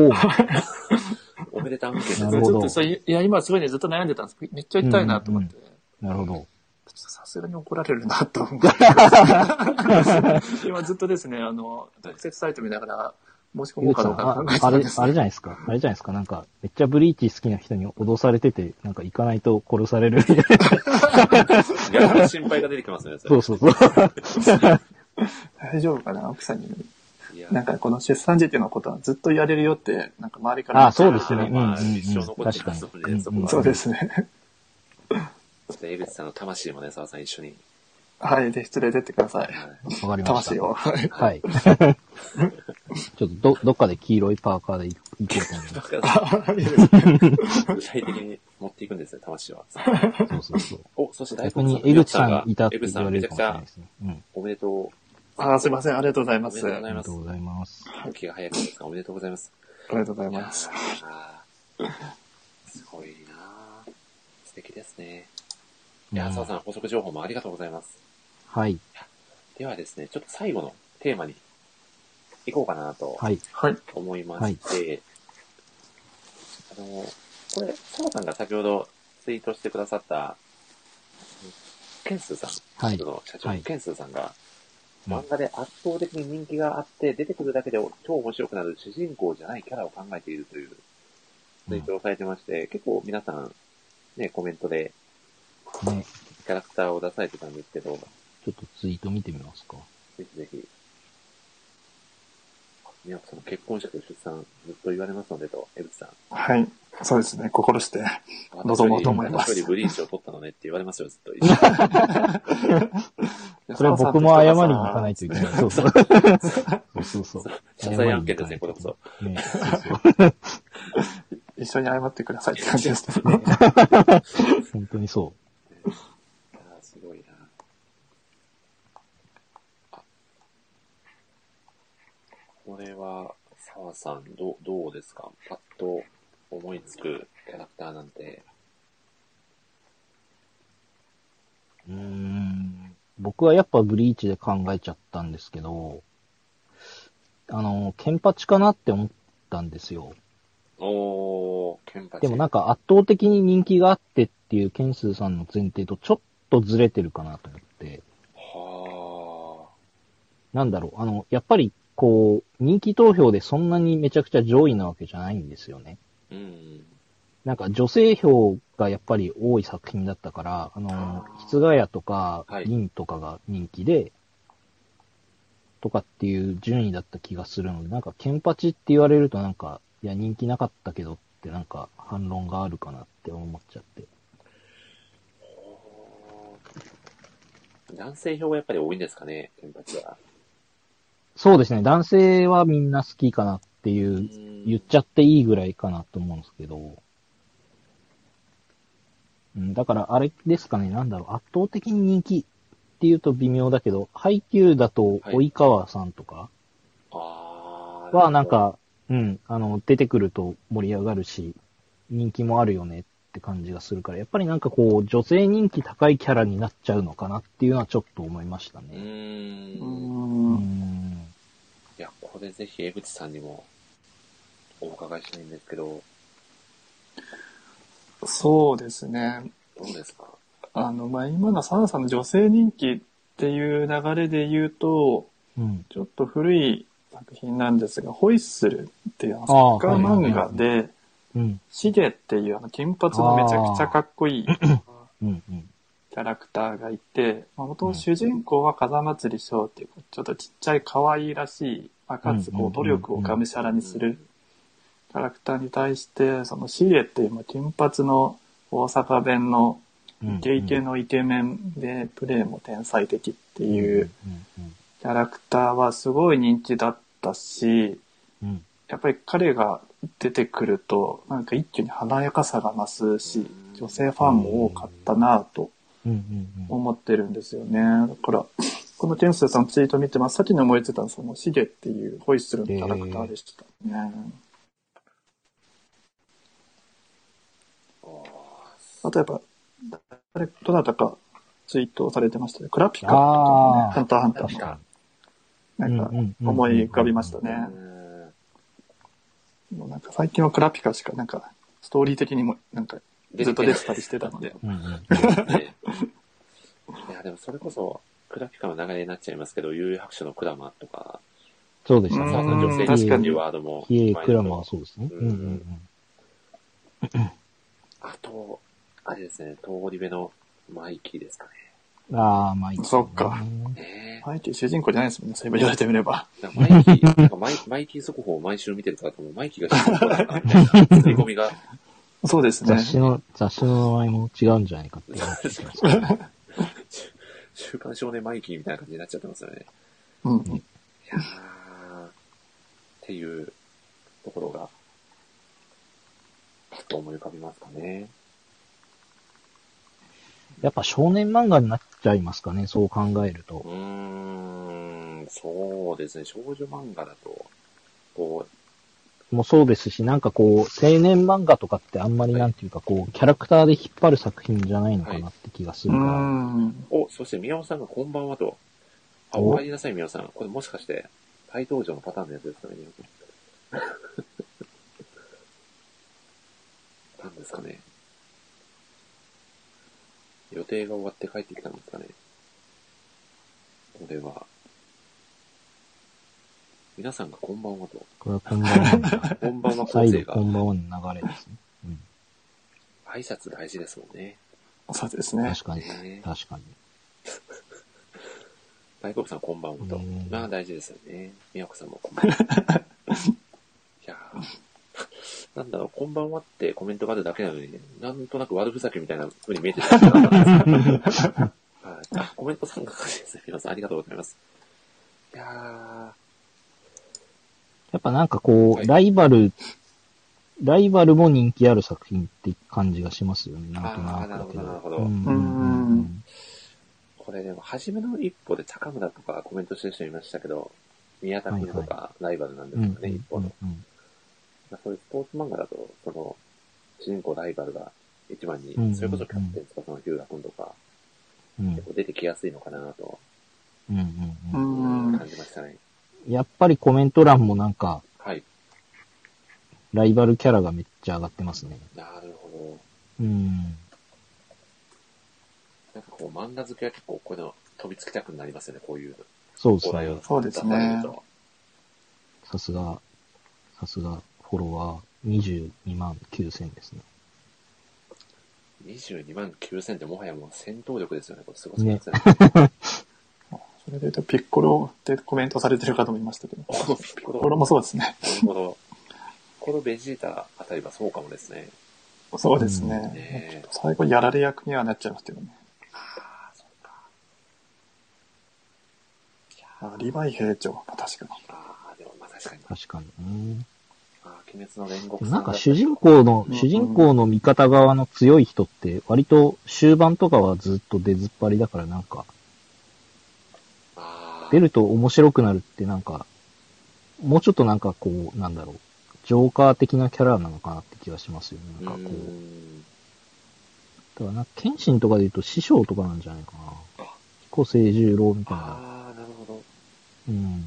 Speaker 2: ー
Speaker 1: ーおめでたんけ
Speaker 2: な
Speaker 4: ち
Speaker 2: るほど
Speaker 4: ょっとそういいや、今すごいね、ずっと悩んでたんです。めっちゃ行きたいなと思って。
Speaker 2: なるほど。
Speaker 4: ちょっとさすがに怒られるなと思って。今ずっとですね、あの、特設サイト見ながら申し込
Speaker 2: 江
Speaker 4: もう
Speaker 2: 口
Speaker 4: か
Speaker 2: さ
Speaker 4: ど
Speaker 2: ん、
Speaker 4: うか考
Speaker 2: あ
Speaker 4: えて
Speaker 2: あ
Speaker 4: たん
Speaker 2: れ
Speaker 4: で、す。
Speaker 2: あれじゃないですか。あれじゃないですか。なんか、めっちゃブリーチ好きな人に脅されてて、なんか行かないと殺されるみたいな。
Speaker 1: 逆に心配が出てきますね。そ
Speaker 2: そ
Speaker 1: れ
Speaker 2: うそうそう。
Speaker 4: 大丈夫かな奥さんに。
Speaker 1: いや
Speaker 4: なんかこの出産時っていうのことはずっと言われるよって、なんか周りから。
Speaker 2: あ、そうですね。うんうん、う
Speaker 1: ま
Speaker 2: ん
Speaker 1: あ一生残って
Speaker 2: 確か
Speaker 1: ます
Speaker 2: に
Speaker 1: ので。こ
Speaker 2: ん
Speaker 1: は
Speaker 2: ん
Speaker 4: そうですね。
Speaker 1: ちょっと江口さんの魂もね、澤さん一緒に。
Speaker 4: はい、で、失礼出てくださ い。
Speaker 1: はい
Speaker 2: わかりました
Speaker 4: 魂。を。はい
Speaker 2: はい。 ちょっとど、どっかで黄色いパーカーで行こうと思い
Speaker 1: だ
Speaker 2: ま
Speaker 1: から
Speaker 4: いいですね
Speaker 1: 具体的に持っていくんですね、魂は。
Speaker 2: す。そうそうそう。
Speaker 1: お、そして大
Speaker 2: 逆
Speaker 1: 根さん
Speaker 2: に
Speaker 1: と
Speaker 2: 江
Speaker 1: 宮田
Speaker 2: 口
Speaker 1: さん
Speaker 2: さ
Speaker 1: が
Speaker 2: んいたって
Speaker 1: 江口
Speaker 2: 言
Speaker 1: さ
Speaker 2: わ
Speaker 1: ん
Speaker 2: れ
Speaker 1: めち
Speaker 2: る
Speaker 1: ゃ
Speaker 2: か
Speaker 1: くちゃ
Speaker 2: もしれないですね。うん。
Speaker 1: おめでとう。
Speaker 4: あーすいません。ありがとうございま
Speaker 1: おめ
Speaker 4: す。
Speaker 1: でとうご
Speaker 4: あ
Speaker 1: ざいま
Speaker 2: ありが
Speaker 1: す
Speaker 2: とう。ございます。
Speaker 1: 気が早くですが、おめでとうございます。
Speaker 4: りがとうござい
Speaker 1: いや
Speaker 4: ます。
Speaker 1: ーすごいなー素敵ですね。いやー、澤さん、補足情報もありがとうございます。
Speaker 2: はい。
Speaker 1: ではですね、ちょっと最後のテーマに行こうかなと
Speaker 2: はい。
Speaker 4: はい。
Speaker 1: 思いまして、あの、これ、澤さんが先ほどツイートしてくださった、ケンスーさん、
Speaker 2: はい
Speaker 1: そ。の社長
Speaker 2: は
Speaker 1: の
Speaker 2: い
Speaker 1: ケンスーさんが、
Speaker 2: うん
Speaker 1: 漫画で圧倒的に人気があって、出てくるだけで超面白くなる主人公じゃないキャラを考えているというツイートをされてまして、結構皆さん、ね、コメントで
Speaker 2: ね。
Speaker 1: キャラクターを出されてたんですけど、
Speaker 2: ちょっとツイート見てみますか。
Speaker 1: ぜひぜひ、宮本さん、結婚式と出産、ずっと言われますのでと、江口さん、
Speaker 4: はい。そうですね。心して。
Speaker 1: 私
Speaker 4: 望
Speaker 1: よ
Speaker 4: もう
Speaker 1: り、
Speaker 4: と思います
Speaker 1: 私よりブリーチを取ったのねって言われますよ、ずっと。一緒に
Speaker 2: それは僕も謝りに行かないといけない。そう そう。そうそうそう。
Speaker 1: 謝罪案件ですね、これこそ。
Speaker 2: ね。そう
Speaker 4: 一緒に謝ってくださいって感じですね。
Speaker 2: そう。本当にそ
Speaker 1: あーすごいな。あこれは、澤さん、どう、どうですかパッと思いつくキャラクターなんて。
Speaker 2: う。うーん。僕はやっぱブリーチで考えちゃったんですけど、あの、ケンパチかなって思ったんですよ。
Speaker 1: おー、ケンパチ。
Speaker 2: でもなんか圧倒的に人気があってっていうケンスーさんの前提とちょっとずれてるかなと思って。
Speaker 1: は
Speaker 2: なんだろう、あの、やっぱりこう、人気投票でそんなにめちゃくちゃ上位なわけじゃないんですよね。
Speaker 1: ー。うん。
Speaker 2: なんか女性票がやっぱり多い作品だったから、あの、室ヶ谷とか
Speaker 1: は、い
Speaker 2: リンとかが人気で、とかっていう順位だった気がするので、なんかケンパチって言われるとなんか、いや人気なかったけどってなんか反論があるかなって思っちゃって。
Speaker 1: ほー男性票がやっぱり多いんですかね、ケンパチは。
Speaker 2: そうですね、男性はみんな好きかなっていうう、
Speaker 1: ん
Speaker 2: 言っちゃっていいぐらいかなと思うんですけど、うん、だからあれですかね、なんだろう、圧倒的に人気っていうと微妙だけど、ハイキューだと
Speaker 1: はい
Speaker 2: 及川さんとか
Speaker 1: あー
Speaker 2: はなん、か、うん、あの、出てくると盛り上がるし、人気もあるよねって感じがするから、やっぱりなんかこう、女性人気高いキャラになっちゃうのかなっていうのはちょっと思いました
Speaker 1: う
Speaker 2: ね。
Speaker 4: う。
Speaker 1: ーん。い
Speaker 2: うんん。
Speaker 1: や、これぜひ江口さんにもお伺いしたいんですけど、
Speaker 4: そうですね。
Speaker 1: どうですか
Speaker 4: あの、まあ、今のサナさんの女性人気っていう流れで言うと、
Speaker 2: うん。
Speaker 4: ちょっと古い作品なんですが、ホイッスルっていうあのサ
Speaker 2: あ
Speaker 4: ッ
Speaker 2: あ
Speaker 4: カー漫画
Speaker 2: は
Speaker 4: で、
Speaker 2: うん。
Speaker 4: シゲっていうあの金髪のめちゃくちゃかっこいい
Speaker 2: うん。うん。
Speaker 4: キャラクターがいて、まあ、元々主人公は風祭り翔っていう、ちょっとちっちゃい可愛いらしい、まあ、かつこ
Speaker 2: う
Speaker 4: うん努力をがむしゃらにするキャラクターに対して、そのシエっていうまあ金髪の大阪弁の
Speaker 2: うん。
Speaker 4: イケイケのイケメンでプレイも天才的って
Speaker 2: うん。
Speaker 4: いううん
Speaker 2: うん
Speaker 4: キャラクターはすごい人気だったし、
Speaker 2: うん。
Speaker 4: やっぱり彼が出てくると、なんか一気に華やかさが増すし、女性ファンも多かったなぁと
Speaker 2: うん。うん。うん。
Speaker 4: 思ってるんですよね。だから、このケンスーさんのツイート見て、真っ先に思いついたのは、そのシゲっていうホイッスルのキャラクターでしたね。あとやっぱ、誰、どなたかツイートされてましたね。クラピカっていうの
Speaker 2: あ
Speaker 4: ね、
Speaker 2: ー
Speaker 4: ハンターハンターの。なんか、思い浮かびました
Speaker 2: ね。
Speaker 4: ね。もうなんか最近はクラピカしか、なんか、ストーリー的にも、なんか、ずっと出てたりして たので。
Speaker 2: うんうん。
Speaker 1: ねいや、でもそれこそ、クラピカの流れになっちゃいますけど、悠々白書のクラマとか、
Speaker 2: そうでし
Speaker 4: う
Speaker 2: た
Speaker 4: ん
Speaker 2: ね。
Speaker 1: 澤さん女性
Speaker 4: 確
Speaker 1: 人気
Speaker 4: か
Speaker 1: っ
Speaker 4: に
Speaker 1: ていうワードも。
Speaker 2: 冷え、クラマはそうですね。
Speaker 1: う
Speaker 2: うんん
Speaker 1: う
Speaker 2: うんん
Speaker 1: う
Speaker 2: うんん。
Speaker 1: あと、あれですね、東リベのマイキーですか
Speaker 2: ああ、まあいい、
Speaker 4: そっか。
Speaker 1: ね。ね
Speaker 4: マイキー主人公じゃないですもんね、そういえば言われてみれば。
Speaker 1: え。だからマイキー、なんかマイマイキー速報を毎週見てるからと思う、マイキーが主人公だ ったみたいな、吸い込みが。
Speaker 4: そうですね
Speaker 2: 雑。誌の、雑誌の名前も違うんじゃないかっていう。
Speaker 1: 週刊少年マイキーみたいな感じになっちゃってますよね。
Speaker 4: うん。
Speaker 1: いやーっていうところが、パッと思い浮かびますかね。
Speaker 2: やっぱ少年漫画になっちゃいますかね、そう考えると
Speaker 1: う。ーん、そうですね、少女漫画だと、こ
Speaker 2: もうそうですし、なんかこう、青年漫画とかってあんまりなんていうかこう、キャラクターで引っ張る作品じゃないのかなって気がす
Speaker 4: う
Speaker 2: るから。
Speaker 4: ん。
Speaker 1: う、お、そして宮尾さんがこんばんはと、あ、
Speaker 2: お
Speaker 1: お帰りなさい宮尾さん。これもしかして、再登場のパターンのやつですかね、宮尾さん。なんですかね。予定が終わって帰ってきたんですかね。これは、皆さんがこんばんはと、
Speaker 2: これはこんばんは。
Speaker 1: こんばんは構
Speaker 2: 再
Speaker 1: 成
Speaker 2: 度
Speaker 1: が
Speaker 2: こんばんはの流れですね。うん。
Speaker 1: 挨拶大事ですもんね。
Speaker 4: そうですね。
Speaker 2: 確かに
Speaker 1: ね。
Speaker 2: 確かに。
Speaker 1: 大黒さんこんばんはと
Speaker 2: うん。
Speaker 1: まあ大事ですよね。みやこさんもこんば んは。いやーなんだろう、こんばんはってコメントがあるだけなのに、なんとなく悪ふざけみたいな風に見えて たんですけどはいあコメント参加ですね。皆さんありがとうございます。いやー
Speaker 2: やっぱなんかこ、
Speaker 1: はいう
Speaker 2: ライバル、ライバルも人気ある作品って感じがしますよね、なんとな
Speaker 1: あー
Speaker 2: くだけ
Speaker 1: なるほど
Speaker 2: ど。うん
Speaker 4: なるほど
Speaker 2: うんうん
Speaker 1: これでも、初めの一歩で高村とかコメントしてる人いましたけど、宮田君とかライバルなんです
Speaker 2: うん
Speaker 1: よね、
Speaker 2: うん
Speaker 1: 一方
Speaker 2: う
Speaker 1: の
Speaker 2: ん。うん
Speaker 1: まあ、そういうスポーツ漫画だと、その、主人公ライバルが一番に、
Speaker 2: うんうんうん
Speaker 1: それこそキャプテン翼の日向君とか、
Speaker 2: うん
Speaker 1: 結構出てきやすいのかなと、
Speaker 2: うんうん
Speaker 4: う
Speaker 2: うん
Speaker 4: ん。
Speaker 1: 感じましたね。
Speaker 2: やっぱりコメント欄もなんか、
Speaker 1: はい。
Speaker 2: ライバルキャラがめっちゃ上がってますね。
Speaker 1: なるほど。
Speaker 2: うん。
Speaker 1: なんかこう、漫画好きは結構こういうの飛びつきたくなりますよね、こういう
Speaker 2: そうです
Speaker 1: 話題
Speaker 2: ね
Speaker 1: を。。
Speaker 4: そうです
Speaker 1: 出
Speaker 4: ね
Speaker 1: されると
Speaker 2: さすが、さすが、フォロワー22万9000ですね。
Speaker 1: 22万9000ってもはやもう戦闘力ですよね、これすごすぎますね。
Speaker 4: それで言うと、ピッコロってコメントされてる方もいましたけど。ピ
Speaker 1: このピコ
Speaker 4: ッコロ
Speaker 1: ロ、
Speaker 4: もそうですね。
Speaker 1: この、このベジータあたりはそうかもですね。
Speaker 4: そうです
Speaker 1: ね
Speaker 4: ね。
Speaker 1: え
Speaker 4: 最後、やられ役にはなっちゃいますけどね。
Speaker 1: ああ、そうか。
Speaker 4: あリヴァイ兵長、まあ確かに。
Speaker 1: ああ、でもまあ確かに。
Speaker 2: 確かにね。
Speaker 1: ああ、鬼滅の煉獄さん
Speaker 2: なん
Speaker 1: だ
Speaker 2: か
Speaker 1: ったり
Speaker 2: 主人公の
Speaker 4: う、ん
Speaker 2: 主人公の味方側の強い人って、割と終盤とかはずっと出ずっぱりだからなんか、
Speaker 1: あ
Speaker 2: 出ると面白くなるってなんか、もうちょっとなんかこう、なんだろう、ジョーカー的なキャラなのかなって気がしますよね。なんかこう。だからなんか、剣心とかで言うと師匠とかなんじゃないかな。彦星十郎みたいな。
Speaker 1: ああ、なるほど。
Speaker 2: うん。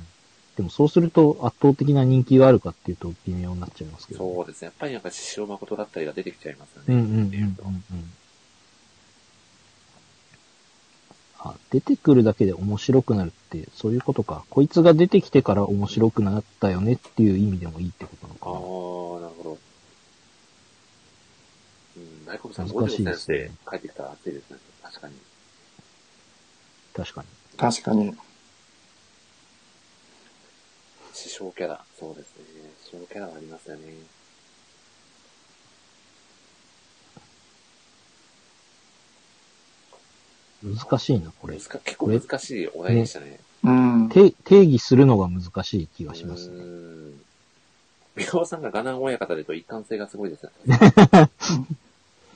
Speaker 2: でもそうすると圧倒的な人気があるかっていうと微妙になっちゃいますけど。
Speaker 1: そうですね。やっぱりなんか、獅子誠だったりが出てきちゃいますよ
Speaker 2: う
Speaker 1: ね。
Speaker 2: んうんうんうんうん。あ、出てくるだけで面白くなるって、そういうことか。こいつが出てきてから面白くなったよねっていう意味でもいいってことなの
Speaker 1: ああ、なるほ
Speaker 2: か
Speaker 1: ど。うん、大黒さん、五
Speaker 2: 難し
Speaker 1: 条
Speaker 2: いで
Speaker 1: 先
Speaker 2: すね
Speaker 1: 生帰ってきたら熱いですね。確かに。
Speaker 2: な。確かに。
Speaker 4: 確かに。
Speaker 1: 師匠キャラ。そうですね。師匠キャラはありますよね。
Speaker 2: 難しいな、これ
Speaker 1: 難。か結構難しいお題でしたね。
Speaker 4: うん。
Speaker 2: て定義するのが難しい気がします
Speaker 1: う
Speaker 2: ね。
Speaker 1: ーん。美容さんがガナン親方でと一貫性がすごいです ね。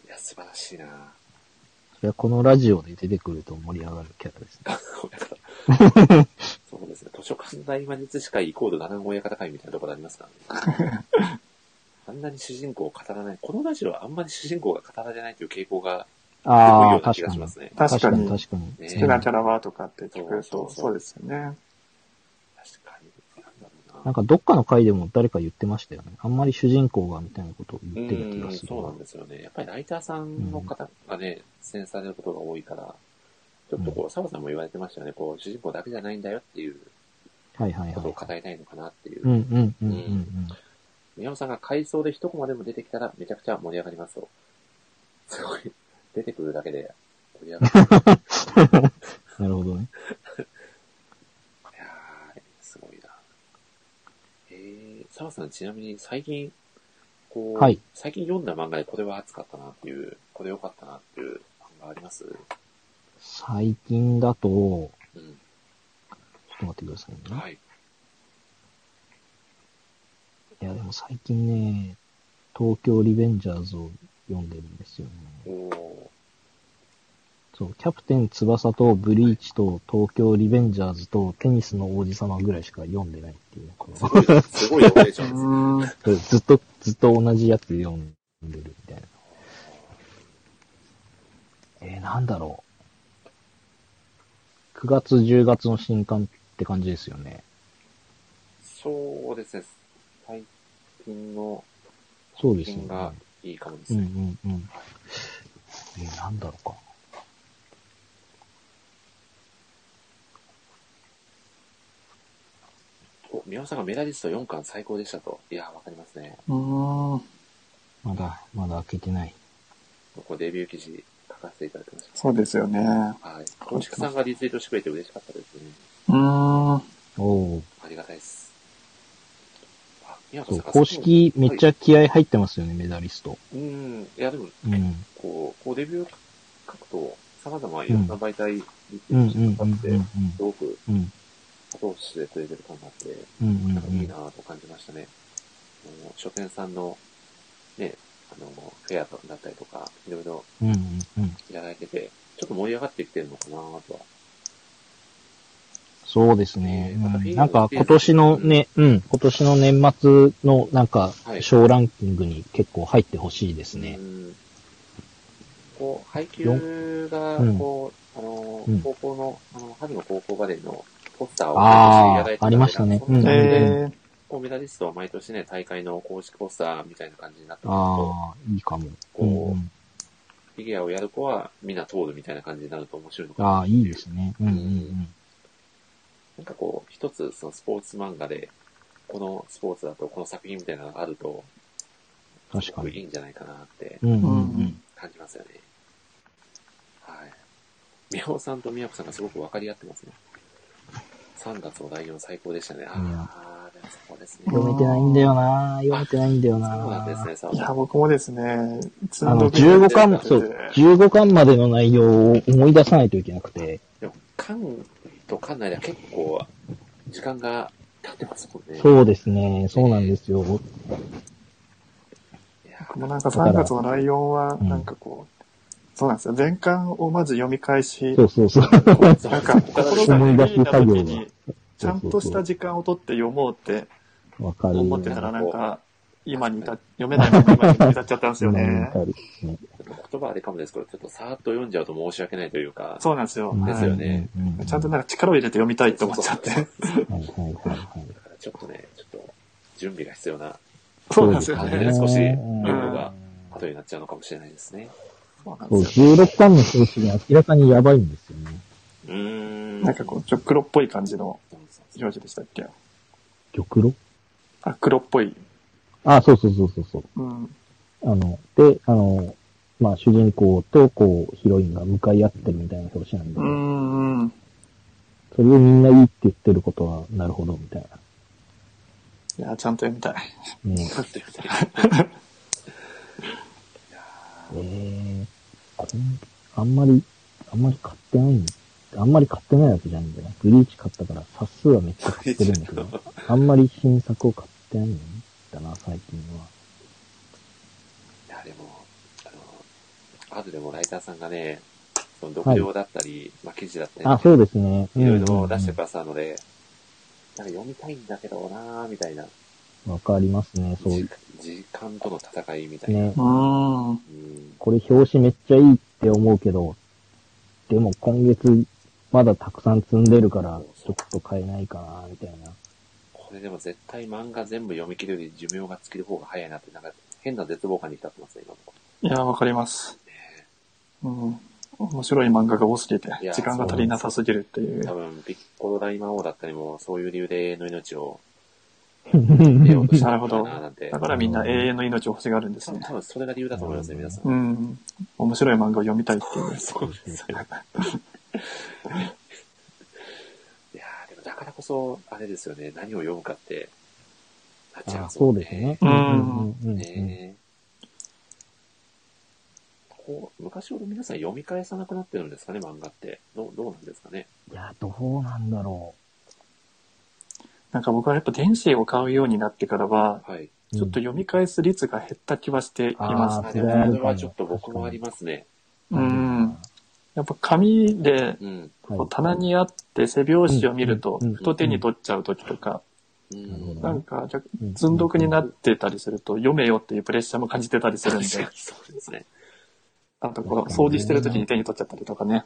Speaker 1: いや、素晴らしいな
Speaker 2: それはこのラジオで出てくると盛り上がるキャラです ね。
Speaker 1: 親方そうですね。図書館大魔術師会イコールガナン親方会みたいなところありますからね。あんなに主人公を語らない。このラジオはあんまり主人公が語られないという傾向が出てくるよ
Speaker 2: あ
Speaker 1: う
Speaker 2: あ、
Speaker 1: な気
Speaker 2: 確
Speaker 1: が
Speaker 2: か
Speaker 1: し
Speaker 2: に
Speaker 1: ま。すね。
Speaker 4: 確かに。好
Speaker 2: 確かに。
Speaker 1: ね
Speaker 4: きなキ
Speaker 2: う
Speaker 4: ャ
Speaker 2: ん
Speaker 4: ラはとかって聞く
Speaker 1: そうそう
Speaker 4: と、
Speaker 1: そう
Speaker 4: そうですよね。
Speaker 1: 確かに。なんだろう
Speaker 2: な。
Speaker 1: なん
Speaker 2: かどっかの回でも誰か言ってましたよね。あんまり主人公がみたいなことを言ってる気
Speaker 1: う
Speaker 2: が
Speaker 1: ん、
Speaker 2: する。
Speaker 1: そうなんですよね。やっぱりライターさんの方がね、出演されることが多いから、ちょっとこう、澤さんも言われてましたよね。こう、主人公だけじゃないんだよっていう
Speaker 2: はいはい
Speaker 1: こ
Speaker 2: は
Speaker 1: とを
Speaker 2: い。
Speaker 1: 語りたいのかなっていう。
Speaker 2: うんうんうんうんうん。
Speaker 1: 宮本さんが回想で一コマでも出てきたらめちゃくちゃ盛り上がりますと。すごい、出てくるだけで盛り上が る。い
Speaker 2: なるほどね。
Speaker 1: やー、すごいな。えー、澤さんちなみに最近、こう、
Speaker 2: はい
Speaker 1: 最近読んだ漫画でこれは熱かったなっていう、これ良かったなっていう漫画あります
Speaker 2: 最近だと、ちょ
Speaker 1: うん。
Speaker 2: っと待ってくださいね。
Speaker 1: はい。
Speaker 2: いやでも最近ね、東京リベンジャーズを読んでるんですよね。
Speaker 1: おー。
Speaker 2: そう、キャプテン翼とブリーチと東京リベンジャーズとテニスの王子様ぐらいしか読んでないっていう、こ
Speaker 1: すごい、すごいオペレーションですね。
Speaker 4: うん。
Speaker 2: のずっと、ずっと同じやつ読んでるみたいな。えー、なんだろう。9月、10月の新刊って感じですよね。
Speaker 1: そうですね。最近の
Speaker 2: そう
Speaker 1: 作
Speaker 2: ですよ
Speaker 1: 品
Speaker 2: ね
Speaker 1: が。いいかもで
Speaker 2: う
Speaker 1: す
Speaker 2: んう
Speaker 1: ね。
Speaker 2: んうん。えー、なんだろうか。
Speaker 1: お、宮本さんがメダリスト4巻最高でしたと。いや、わかりますね。
Speaker 4: うん。
Speaker 2: まだ、まだ開けてない。
Speaker 1: こうデビュー記事書かせていただきまし
Speaker 4: そうですよね。
Speaker 1: た。はい。こちくさんがリツイートしてくれて嬉しかったですね。
Speaker 4: うん。
Speaker 2: おー。
Speaker 1: ありがたいです。あ、宮
Speaker 2: そ
Speaker 1: 本
Speaker 2: う、
Speaker 1: さんが
Speaker 2: 公式めっち
Speaker 1: ゃ。
Speaker 2: ゃ気合入ってますよね、メダリスト。
Speaker 1: うん。いや、でも、
Speaker 2: うん。
Speaker 1: こう、こうデビュー書くと、様々いろんな媒体に
Speaker 2: うんうん
Speaker 1: して
Speaker 2: う
Speaker 1: くだ
Speaker 2: ん
Speaker 1: さって、
Speaker 2: うん
Speaker 1: すごく
Speaker 2: うん。うん
Speaker 1: 後押ししてくれてる感があって、
Speaker 2: うんうんう
Speaker 1: なんかいい
Speaker 2: ん
Speaker 1: な。ぁと感じましたね。あの書店さんの、ね、あの、フェアだったりとか、いろいろ
Speaker 2: うんうんうん。
Speaker 1: いただいてて、ちょっと盛り上がってきてるのかなぁとは。
Speaker 2: そうですね。
Speaker 1: また
Speaker 2: う
Speaker 1: フィー
Speaker 2: ん
Speaker 1: ルド
Speaker 2: なんか今年のね、うん、今年の年末のなんか
Speaker 1: は、い
Speaker 2: 小ランキングに結構入ってほしいですね
Speaker 1: う。んこう、配給が
Speaker 2: う、ん
Speaker 1: こう、あの
Speaker 2: うん、
Speaker 1: 高校の、あの、春の高校バレーのポスターを毎
Speaker 2: あー
Speaker 1: 年
Speaker 2: ありましたね
Speaker 1: その中で
Speaker 2: うんうん
Speaker 4: えー、
Speaker 1: こう、メダリストは毎年ね、大会の公式ポスターみたいな感じになってくると、
Speaker 2: ああ、いいかも。う
Speaker 1: こ
Speaker 2: ん
Speaker 1: う
Speaker 2: うん。
Speaker 1: フィギュアをやる子はみんな通るみたいな感じになると面白いのかな
Speaker 2: ああ、いいですね。うんうんうん。
Speaker 1: なんかこう、一つそのスポーツ漫画で、このスポーツだと、この作品みたいなのがあると、
Speaker 2: 確か
Speaker 1: い
Speaker 2: に。
Speaker 1: いんじゃないかなって
Speaker 2: うんうんう
Speaker 4: うんん。
Speaker 1: 感じますよね。はい。みほさんとみやこさんがすごく分かり合ってますね。3月の第4最高でしたね。あー、でもそうですね。
Speaker 2: 読めてないんだよな読めてないんだよな
Speaker 1: そうなんですね、さ
Speaker 4: いや、僕もですね、ず
Speaker 2: あ
Speaker 4: ん
Speaker 2: の、
Speaker 4: どく
Speaker 2: 15
Speaker 4: 読ん
Speaker 2: 巻、
Speaker 4: でて
Speaker 2: そう、15巻までの内容を思い出さないといけなくて、
Speaker 1: でも、缶と缶内では結構、時間が経ってますもんね。
Speaker 2: そうですね、そうなんですよ。
Speaker 1: いや
Speaker 4: 僕もなんか3月のライオンは、
Speaker 2: うん
Speaker 4: なんかこう、そうなんですよ。全巻をまず読み返し
Speaker 2: そ、うそう そう。
Speaker 1: ー、
Speaker 4: なんか心が響いた時に、ちゃんとした時間をとって読もうって
Speaker 2: わかる。
Speaker 4: 思ってたらなんか、今に至っ、読めないまま今に至っちゃったんですよ ね。
Speaker 2: 今に至るね
Speaker 1: ちょっと言葉あれかもですけど、ちょっとさーっと読んじゃうと申し訳ないというか、
Speaker 4: そうなんですよ。
Speaker 1: ですよね。
Speaker 2: うんうんうん
Speaker 4: ちゃんとなんか力を入れて読みたいって思っちゃって。
Speaker 2: はいはいはいはい。
Speaker 1: だからちょっとね、ちょっと準備が必要な
Speaker 4: そうなんですよ
Speaker 1: そうです
Speaker 4: ね。
Speaker 1: ね少し
Speaker 2: うん
Speaker 4: 言語
Speaker 1: がことになっちゃうのかもしれないですね。
Speaker 4: そうなん
Speaker 2: そう、
Speaker 4: ですよ。
Speaker 2: 16巻の表紙が明らかにやばいんですよね。
Speaker 1: うーん。
Speaker 4: なんかこう、ちょっと黒っぽい感じの
Speaker 1: そうそうそう
Speaker 4: 表示でしたっけ
Speaker 2: 玉露
Speaker 4: あ、黒っぽい。
Speaker 2: あ、そうそうそうそうそう。
Speaker 4: うん。
Speaker 2: あの、で、あの、まあ、主人公と、こう、ヒロインが向かい合ってるみたいな表紙なんで、
Speaker 4: うんうん。
Speaker 2: それをみんないいって言ってることは、なるほど、みたい
Speaker 4: いや、ちゃんと読みたい。
Speaker 2: な。ね
Speaker 1: なんていうか
Speaker 2: えー、こんあんまり、あんまり買ってないんあんまり買ってないわけじゃないんだよな。グリーチ買ったから、冊数はめっちゃ買ってるん だけど、あんまり新作を買ってないんだな、最近は。
Speaker 1: いや、でも、あの、あとでもライターさんがね、その読量だったり、まあ記事だったり、
Speaker 2: あ、そうですね。
Speaker 1: いろいろ
Speaker 2: うん
Speaker 1: 出してくださるので、なんか読みたいんだけどなーみたいな、
Speaker 2: わかりますね、そう。
Speaker 1: じ時間との戦いみたいな。
Speaker 2: ね
Speaker 4: う。ん。
Speaker 1: うん。
Speaker 2: これ表紙めっちゃいいって思うけど、でも今月まだたくさん積んでるから、ちょっと買えないかな、みたいな。
Speaker 1: これでも絶対漫画全部読み切るより寿命が尽きる方が早いなって、なんか変な絶望感に浸ってますね、今も。
Speaker 4: いや、わかります。うん。面白い漫画が多すぎて
Speaker 1: い、や
Speaker 4: 時間が足りなさすぎるってい
Speaker 1: 多
Speaker 4: う。
Speaker 1: 分、ピッコロ大魔王だったりも、そういう理由で永遠の命 を得ようとし
Speaker 2: う
Speaker 1: た
Speaker 4: な
Speaker 1: の
Speaker 4: る
Speaker 1: か
Speaker 4: ほど。
Speaker 1: な なんて。
Speaker 4: だからみんな永遠の命を欲しがるんです
Speaker 1: 多分
Speaker 4: ね。
Speaker 1: 多分それが理由だと思いますね、皆さん。
Speaker 4: うん。面白い漫画を読みたいっていう。
Speaker 1: そうですね。いやーでもだからこそ、あれですよね、何を読むかって、なっちゃい
Speaker 2: あ
Speaker 1: ます
Speaker 2: そ
Speaker 1: も
Speaker 2: うんですね。
Speaker 4: うん
Speaker 2: うんうんうんうん
Speaker 1: ねこう昔ほど皆さん読み返さなくなってるんですかね、漫画って。どうどうなんですかね。
Speaker 2: いや、どうなんだろ
Speaker 4: なんか僕はやっぱ電子を買うようになってからは、
Speaker 1: はい。
Speaker 2: う。
Speaker 4: ちょっと読み返す率が減った気はしています
Speaker 2: あ
Speaker 1: あ
Speaker 2: そ
Speaker 1: で
Speaker 2: れ
Speaker 1: も
Speaker 2: はあるかも
Speaker 1: それはちょっと僕もありますね。
Speaker 2: う
Speaker 4: うんん。やっぱ紙で、
Speaker 1: うん。
Speaker 2: はい
Speaker 4: 棚にあって背表紙を見ると
Speaker 2: うん、
Speaker 4: ふと手に取っちゃう時とか、
Speaker 1: う
Speaker 2: なるほど
Speaker 1: ん。
Speaker 4: なんか逆
Speaker 2: うんうん
Speaker 4: に寸読になってたりすると、読めよっていうプレッシャーも感じてたりするんで、
Speaker 1: 確かにそうですね。
Speaker 4: あとこう、掃除してる時に手に取っちゃったりとかね。
Speaker 1: な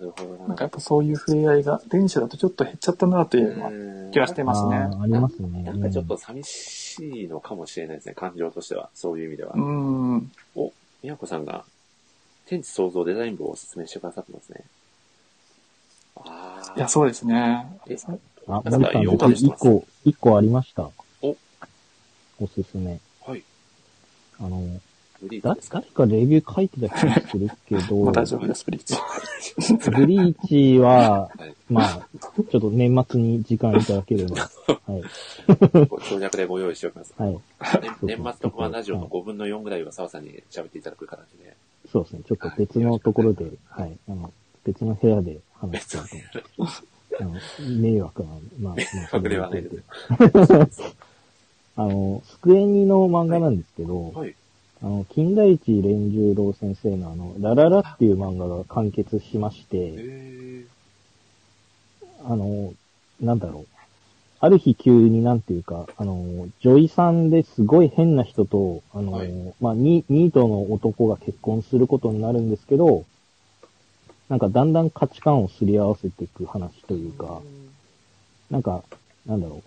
Speaker 1: るほど
Speaker 4: なんか
Speaker 1: な。
Speaker 4: やっぱそういう触れ合いが、電子だとちょっと減っちゃったなというのは
Speaker 1: うん
Speaker 4: 気はしてますね。
Speaker 2: あーありますね。
Speaker 1: なんかちょっと寂しいのかもしれないですね、感情としては。そういう意味では
Speaker 4: う。ん。
Speaker 1: みやこさんが、天地創造デザイン部をおすすめしてくださってますね。ああ。
Speaker 4: いや、そうですね。
Speaker 1: え、
Speaker 2: うん。あ、
Speaker 1: なん
Speaker 2: 森
Speaker 1: か
Speaker 2: さん、
Speaker 1: よかった
Speaker 2: 僕
Speaker 1: です
Speaker 2: 一個、一個ありました。
Speaker 1: お
Speaker 2: おすすめ。
Speaker 1: はい。
Speaker 2: あの、
Speaker 1: グリー
Speaker 2: だ
Speaker 1: ンですか
Speaker 2: 誰かレビュー書いてた気がするけど、
Speaker 4: まあ大丈夫です、プリッ ツ。
Speaker 2: ブリーチは
Speaker 1: はい、
Speaker 2: まあ、ちょっと年末に時間いただけれ ば。はい。
Speaker 1: ご省略でご用意しておき ます。
Speaker 2: はい。
Speaker 1: ね年末特番ラジオの5分の4ぐらいは澤さんに喋っていただく形で。
Speaker 2: そうですね。ちょっと別のところで、はい。あの、別の部屋で話しちゃうと思う。あの、迷惑な、まあ、ま あ、
Speaker 1: 隠れはないですよ。
Speaker 2: あの、スクエニの漫画なんですけど、
Speaker 1: はい。
Speaker 2: あの、金田一連十郎先生のあの、ラララっていう漫画が完結しまして、
Speaker 1: え
Speaker 2: あの、なんだろう。ある日急になんていうか、あの、女医さんですごい変な人と、あの、
Speaker 1: はい
Speaker 2: まあニ、ニートの男が結婚することになるんですけど、なんかだんだん価値観をすり合わせていく話というか、なんか、なんだろう。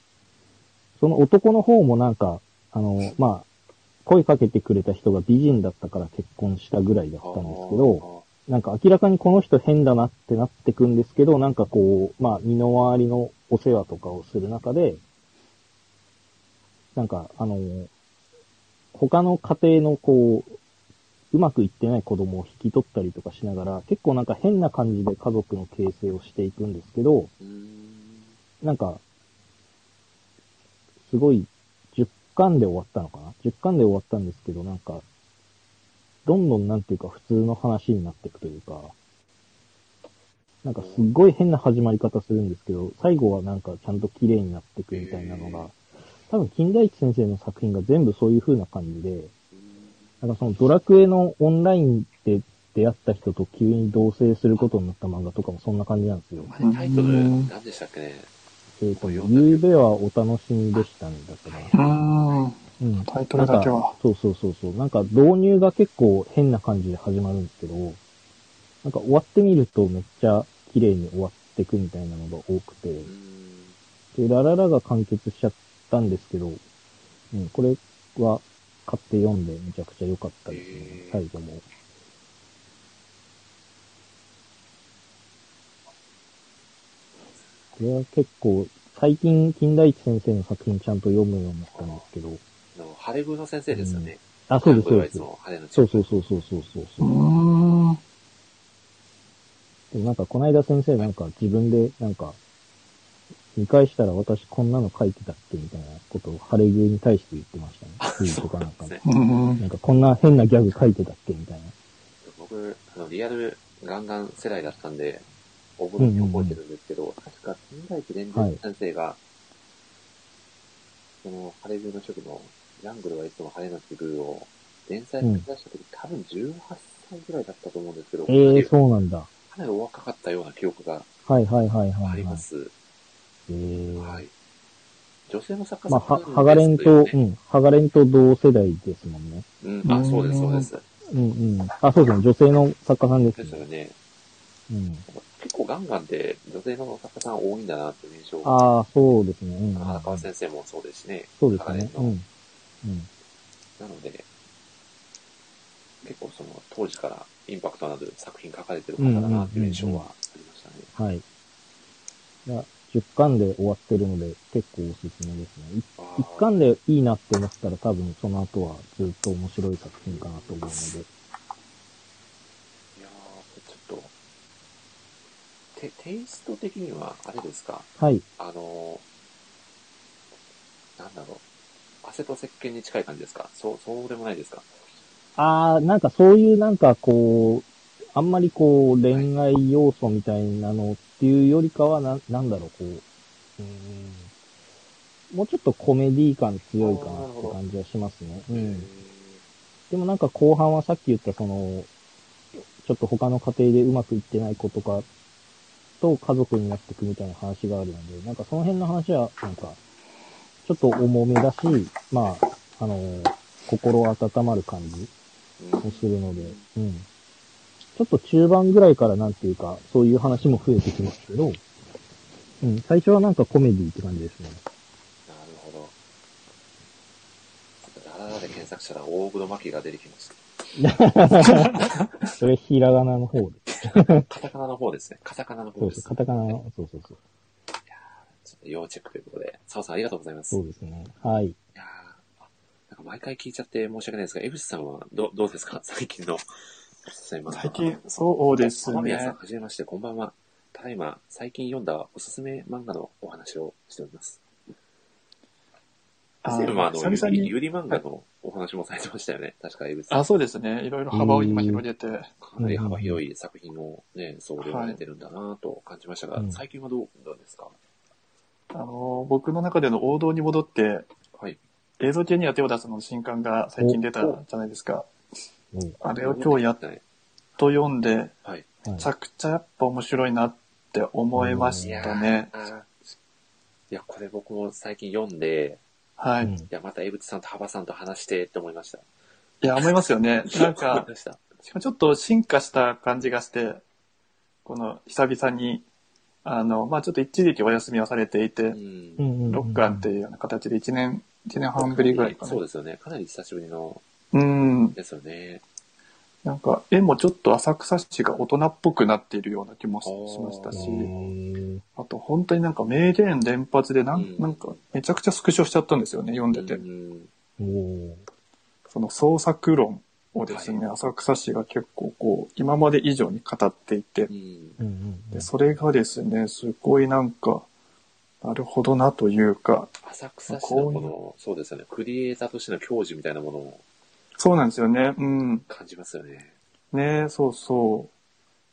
Speaker 2: その男の方もなんか、あの、まあ、声かけてくれた人が美人だったから結婚したぐらいだったんですけど、なんか明らかにこの人変だなってなってくんですけど、なんかこう、まあ、身の回りのお世話とかをする中で、なんか、あの、他の家庭のこう、うまくいってない子供を引き取ったりとかしながら、結構なんか変な感じで家族の形成をしていくんですけど、
Speaker 1: うーん。
Speaker 2: なんか、すごい、10巻で終わったのかな ?10 巻で終わったんですけど、なんか、どんどんなんていうか普通の話になっていくというか、なんかすっごい変な始まり方するんですけど、最後はなんかちゃんと綺麗になっていくみたいなの
Speaker 1: へ
Speaker 2: が
Speaker 1: ー、
Speaker 2: 多分金田一先生の作品が全部そういう風な感じで、なんかそのドラクエのオンラインで出会った人と急に同棲することになった漫画とかもそんな感じなんですよ。
Speaker 1: あれタイトル、何でしたっけね
Speaker 2: えっ、と、ゆうべはお楽しみでしたね、だから。
Speaker 4: うん。
Speaker 2: うん。
Speaker 4: タイトルだけは。
Speaker 2: そうそうそうそう。なんか導入が結構変な感じで始まるんですけど、なんか終わってみるとめっちゃ綺麗に終わってくみたいなのが多くて、
Speaker 1: うん。
Speaker 2: で、ラララが完結しちゃったんですけど、うん、これは買って読んでめちゃくちゃ良かったですね
Speaker 1: へ。ー
Speaker 2: 最後も。これは結構、最近、金田一先生の作品ちゃんと読むようになったんですけど、
Speaker 1: あの、晴れ具の先生ですよね。
Speaker 2: あ、そうです、そうで
Speaker 1: いつ
Speaker 2: す。
Speaker 1: も晴れの
Speaker 2: そうそうそうそうそうそう
Speaker 4: うー
Speaker 2: そう。
Speaker 4: ん。は
Speaker 2: でもなんか、こないだ先生なんか自分で、なんか、見返したら私こんなの書いてたっけみたいなことを、晴れ牛に対して言って ましたね。ツイートかなんか
Speaker 1: そう
Speaker 2: で
Speaker 1: で。
Speaker 4: うん
Speaker 2: なんか、こんな変なギャグ書いてたっけみたいな。
Speaker 1: 僕、あの、リアルガンガン世代だったんで、覚え
Speaker 2: うんうんうん
Speaker 1: 覚えてるんですけど、確か、金田一連
Speaker 2: は
Speaker 1: 中
Speaker 2: い
Speaker 1: 先生が、その、晴れ具の職の、ジャングルはいつも晴れの職を、連載に出した時、多分18歳ぐらいだったと思うんですけど、かな
Speaker 2: ええ
Speaker 1: り
Speaker 2: ー、そうなんだ。
Speaker 1: かなりお若かったような記憶が
Speaker 2: はいはいはい
Speaker 1: あ
Speaker 2: はい、
Speaker 1: り
Speaker 2: は
Speaker 1: ま
Speaker 2: い。
Speaker 1: す。
Speaker 2: えー
Speaker 1: はい。女性の作家
Speaker 2: ま
Speaker 1: さ
Speaker 2: あ、
Speaker 1: んなんですよ
Speaker 2: は、
Speaker 1: ね
Speaker 2: ハガレンと、うん、ハガレンと同世代ですもんね。
Speaker 1: うん、あ、そうです、そうです。
Speaker 2: うんうん。あ、そうですね、女性の作家さんです
Speaker 1: ですよ
Speaker 2: ね。
Speaker 1: ね。
Speaker 2: うん。
Speaker 1: 結構ガンガンで女性の作家さん多いんだなっていう印象が。
Speaker 2: ああ、そうですね。うん。
Speaker 1: 荒川先生もそうですしね。
Speaker 2: そうです
Speaker 1: ハガレ
Speaker 2: ね
Speaker 1: ン。
Speaker 2: う
Speaker 1: の
Speaker 2: ん。うん。
Speaker 1: なので、結構その当時からインパクトのある作品書かれてる方だなっていう印象はありましたね。
Speaker 2: はい。いや、10巻で終わってるので、結構おすすめですね。
Speaker 1: あー
Speaker 2: 1巻でいいなって思ったら多分その後はずっと面白い作品かなと思うので。
Speaker 1: いやーちょっと、テテイスト的にはあれですか
Speaker 2: はい。
Speaker 1: あのーなんだろう。汗と石鹸に近い感じですかそう、そうでもないですか
Speaker 2: ああ、なんかそういうなんかこう、あんまりこう恋愛要素みたいなのっていうよりかはな、なんだろう、こう、うーん、もうちょっとコメディ感強いかなって感じはしますね。う。
Speaker 1: うん
Speaker 2: でもなんか後半はさっき言ったその、ちょっと他の家庭でうまくいってない子とかと家族になっていくみたいな話があるので、なんかその辺の話はなんか、ちょっと重めだし、まあ、あの、心温まる感じ
Speaker 1: うん
Speaker 2: をするので、うん。ちょっと中盤ぐらいからなんていうか、そういう話も増えてきますけど、うん、最初はなんかコメディって感じですね。
Speaker 1: なるほど。ラララで検索したら大黒摩季が出てきました。
Speaker 2: それひらがなの方で。
Speaker 1: カタカナの方ですね。カタカナの
Speaker 2: そ
Speaker 1: 方
Speaker 2: う
Speaker 1: で
Speaker 2: そう、
Speaker 1: す。
Speaker 2: カタカナの、そうそうそう。
Speaker 1: ちょっと要チェックということで、澤さんありがとうございます。
Speaker 2: そ
Speaker 1: いう
Speaker 2: ですね。はい。
Speaker 1: やーあなんか毎回聞いちゃって申し訳ないですが、江口さんはどどうですか 最近の。最
Speaker 4: 最近、そうです
Speaker 1: 天宮さん、
Speaker 4: ね。
Speaker 1: はじめまして、こんばんは。ただいま、最近読んだおすすめ漫画のお話をしております。
Speaker 4: あ
Speaker 1: セルマー
Speaker 4: 久
Speaker 1: の
Speaker 4: 々
Speaker 1: ゆり
Speaker 4: に
Speaker 1: ゆり漫画のお話もされてましたよね。確か、江口さん
Speaker 4: あ、。そうですね。いろいろ幅を今広げて。
Speaker 1: かなり幅広い作品をね、そうでれてるんだなと感じましたが、
Speaker 2: うん
Speaker 1: 最近はどうどうですか
Speaker 4: あの、僕の中での王道に戻って、
Speaker 1: はい。
Speaker 4: 映像系には手を出すのの新刊が最近出たじゃないですか。
Speaker 2: うん
Speaker 4: あれを今日やっ
Speaker 1: ない。
Speaker 4: と読んで、
Speaker 1: はい。
Speaker 2: はい
Speaker 4: めちゃくちゃやっぱ面白いなって思いまし
Speaker 1: いや
Speaker 4: たね。
Speaker 1: ーいや、これ僕も最近読んで、
Speaker 4: はい。
Speaker 2: うん
Speaker 4: い
Speaker 1: いや、また江口さんと幅さんと話してって思いました。
Speaker 4: や、思いますよね。なん
Speaker 1: 思い
Speaker 4: か、
Speaker 1: ました。
Speaker 4: しかもちょっと進化した感じがして、この久々に、あの、まあちょっと一時期お休みをされていて
Speaker 1: う、ん
Speaker 2: う。んうんうん
Speaker 4: ロッカーっていうような形で1年、1年半ぶりぐらいかな
Speaker 1: そう。ですよね。かなり久しぶりの、
Speaker 4: うん。
Speaker 1: ですよね。
Speaker 4: なんか、絵もちょっと浅草市が大人っぽくなっているような気もし
Speaker 1: あー
Speaker 4: しました
Speaker 2: へ
Speaker 4: し、
Speaker 2: ー
Speaker 4: あと本当になんか名言連発でなん、
Speaker 1: うん
Speaker 4: なんかめちゃくちゃスクショしちゃったんですよね、読んでて。
Speaker 1: うん
Speaker 2: おー
Speaker 4: その創作論をですね、浅草市が結構こう、今まで以上に語っていて
Speaker 1: う、ん
Speaker 2: うんうんうん
Speaker 4: で、それがですね、すごいなんか、なるほどなというか、
Speaker 1: 浅草市のこの、そうですよね。クリエイターとしての教授みたいなものを
Speaker 4: そうなんですよね、うん。
Speaker 1: 感じますよね。
Speaker 4: ねそうそ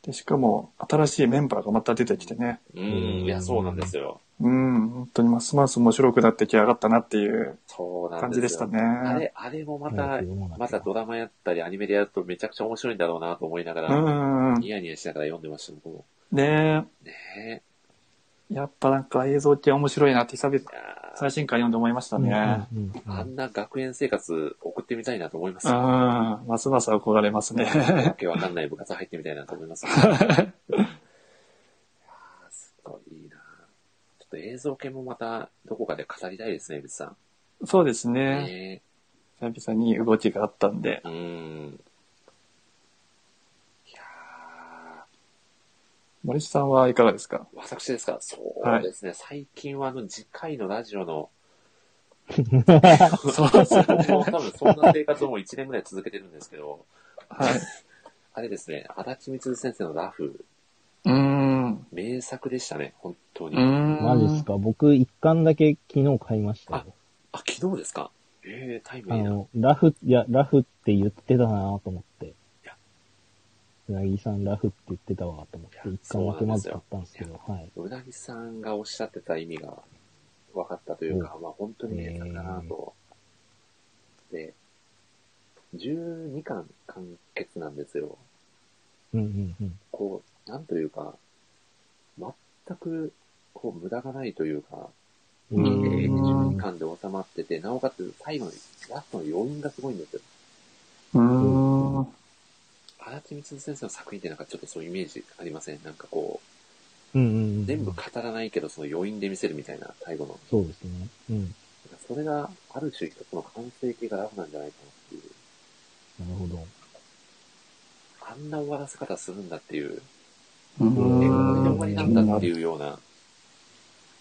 Speaker 4: う。で、しかも、新しいメンバーがまた出てきてね、
Speaker 1: うん。いや、そうなんですよ。
Speaker 4: うん、本当にますます面白くなってきやがったなっていう
Speaker 1: そうなんですよ。
Speaker 4: 感じでしたね。
Speaker 1: あれ、あれもまた、またドラマやったりアニメでやるとめちゃくちゃ面白いんだろうなと思いなが
Speaker 4: う
Speaker 1: ら、
Speaker 4: んうんうん。
Speaker 1: ニヤニヤしながら読んでました、僕も。
Speaker 4: ね
Speaker 1: ね
Speaker 4: やっぱなんか映像系面白いなって久々、
Speaker 1: いやー
Speaker 4: 最新刊読んで思いました
Speaker 2: うんうん
Speaker 4: ね。
Speaker 2: うん
Speaker 1: あんな学園生活送ってみたいなと思います
Speaker 4: うん、
Speaker 1: よ。
Speaker 4: ますます憧れます ね。
Speaker 1: わけわかんない部活入ってみたいなと思いますよ。いやーすごいなちょっと映像系もまたどこかで語りたいですね、別さん。
Speaker 4: そうですね。
Speaker 1: ね
Speaker 4: 久々に動きがあったんで。
Speaker 1: うーん。いや
Speaker 4: 森下さんはいかがですか
Speaker 1: ー私ですか、そうですね、最近はあの、次回のラジオの、そうですね。僕も多分そんな生活をもう1年ぐらい続けてるんですけど、
Speaker 4: はい。
Speaker 1: あれですね、足立光先生のラフ、
Speaker 4: うーん。
Speaker 1: 名作でしたね、本当
Speaker 4: う
Speaker 1: に。
Speaker 4: ーん。
Speaker 2: マジっすか僕一巻だけ昨日買いましたよ。
Speaker 1: あ、昨日ですかええタイム
Speaker 2: あ
Speaker 1: リーな。
Speaker 2: の、ラフ、いや、ラフって言ってたなぁと思って
Speaker 1: や。
Speaker 2: うなぎさんラフって言ってたわと思って、
Speaker 1: いや
Speaker 2: 一巻だけまず買ったんですけ
Speaker 1: そ
Speaker 2: ど、はいう
Speaker 1: なぎさんがおっしゃってた意味が分かったというか、まあ本当に名作だなと。で、12巻完結なんですよ。。
Speaker 2: うんうんうん。
Speaker 1: こう、なんというか、全く、こう、無駄がないというか、
Speaker 2: え
Speaker 4: うん
Speaker 1: えー12
Speaker 2: ー
Speaker 1: 巻で収まってて、なおかつ最後のラストの余韻がすごいんですよ。
Speaker 4: うーん。
Speaker 1: 足立光先生の作品ってなんかちょっとそういうイメージありませんなんかこう、
Speaker 2: うんうんうん。
Speaker 1: 全部語らないけどその余韻で見せるみたいな、最後の。
Speaker 2: そうですね。うん。
Speaker 1: それが、ある種一つの完成形がラフなんじゃないかなっていう。
Speaker 2: なるほど。
Speaker 1: あんな終わらせ方するんだっていう。
Speaker 4: う
Speaker 1: え、これで終
Speaker 4: ーん
Speaker 1: わりなんだっていうような、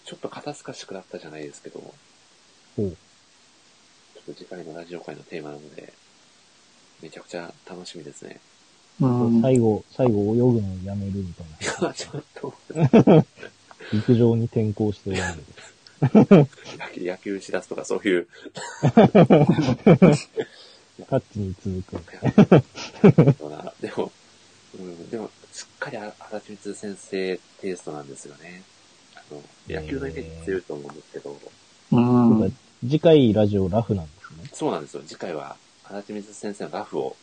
Speaker 1: ちょっと肩透かしくなったじゃないですけど、ち
Speaker 2: ほ
Speaker 1: ょ
Speaker 2: う
Speaker 1: っと次回のラジオ会のテーマなので、めちゃくちゃ楽しみですね。
Speaker 4: うん
Speaker 2: 最後、最後泳ぐのやめるみたいな。
Speaker 1: ちょっと、
Speaker 2: 陸上に転向して終わる。
Speaker 1: 野球しだすとかそう いう、
Speaker 2: タッチに続く。
Speaker 1: そうだなでも、うん、でも、すっかりあ足立光先生テイストなんですよね。あの、野球のイメージ強いと思うんですけど、
Speaker 4: うん。
Speaker 2: 次回ラジオラフなんですね。
Speaker 1: そうなんですよ。次回は、足立水先生のラフを、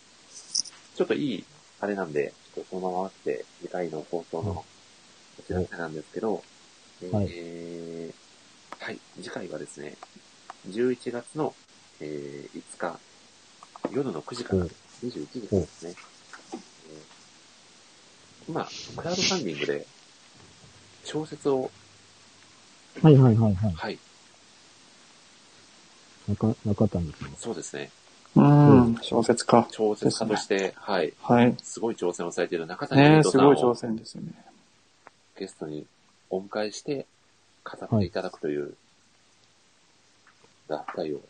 Speaker 1: ちょっといい、あれなんで、ちょっとそのまま待って、次回の放送の、こちらの回なんですけど、
Speaker 2: はい
Speaker 1: えー、はい、次回はですね、11月の、えー5日、夜の9時から
Speaker 2: うん
Speaker 1: 21時からですね。えー今、クラウドファンディングで、小説を、
Speaker 2: はいはいはいはい。
Speaker 1: はい、
Speaker 2: 中、中谷さん。
Speaker 1: そうですね、
Speaker 4: うん。小説家。
Speaker 1: 小説家として、はい、
Speaker 4: はい。
Speaker 1: すごい挑戦をされている中谷
Speaker 4: ね
Speaker 1: 優
Speaker 4: え、
Speaker 1: 斗
Speaker 4: す
Speaker 1: さん
Speaker 4: ごい
Speaker 1: を
Speaker 4: 挑戦ですよね。
Speaker 1: ゲストにお迎えして語っていただくという、脱会を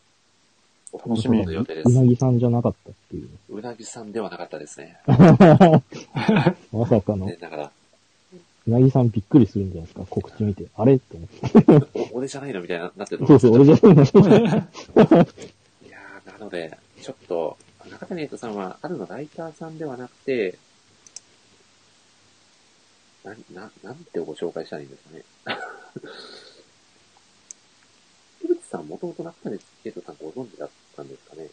Speaker 1: お楽
Speaker 4: しみ
Speaker 1: の予定で
Speaker 2: うな
Speaker 1: す。
Speaker 2: ぎさんじゃなかったっていう。
Speaker 1: うなぎさんではなかったですね。
Speaker 2: まさかの
Speaker 1: ね、、だから、
Speaker 2: うなぎさんびっくりするんじゃないですか告知見て。あれって思って。
Speaker 1: お俺じゃないのみたいになってると
Speaker 2: そ
Speaker 1: 思
Speaker 2: うそう、俺
Speaker 1: う
Speaker 2: じゃないの。
Speaker 1: いやーなので、ちょっと、中谷英斗さんは、あるのライターさんではなくて、な、な、なんてご紹介したらいいんですかね。 井口さん、もともと中谷英斗さんご存知だったんですかね。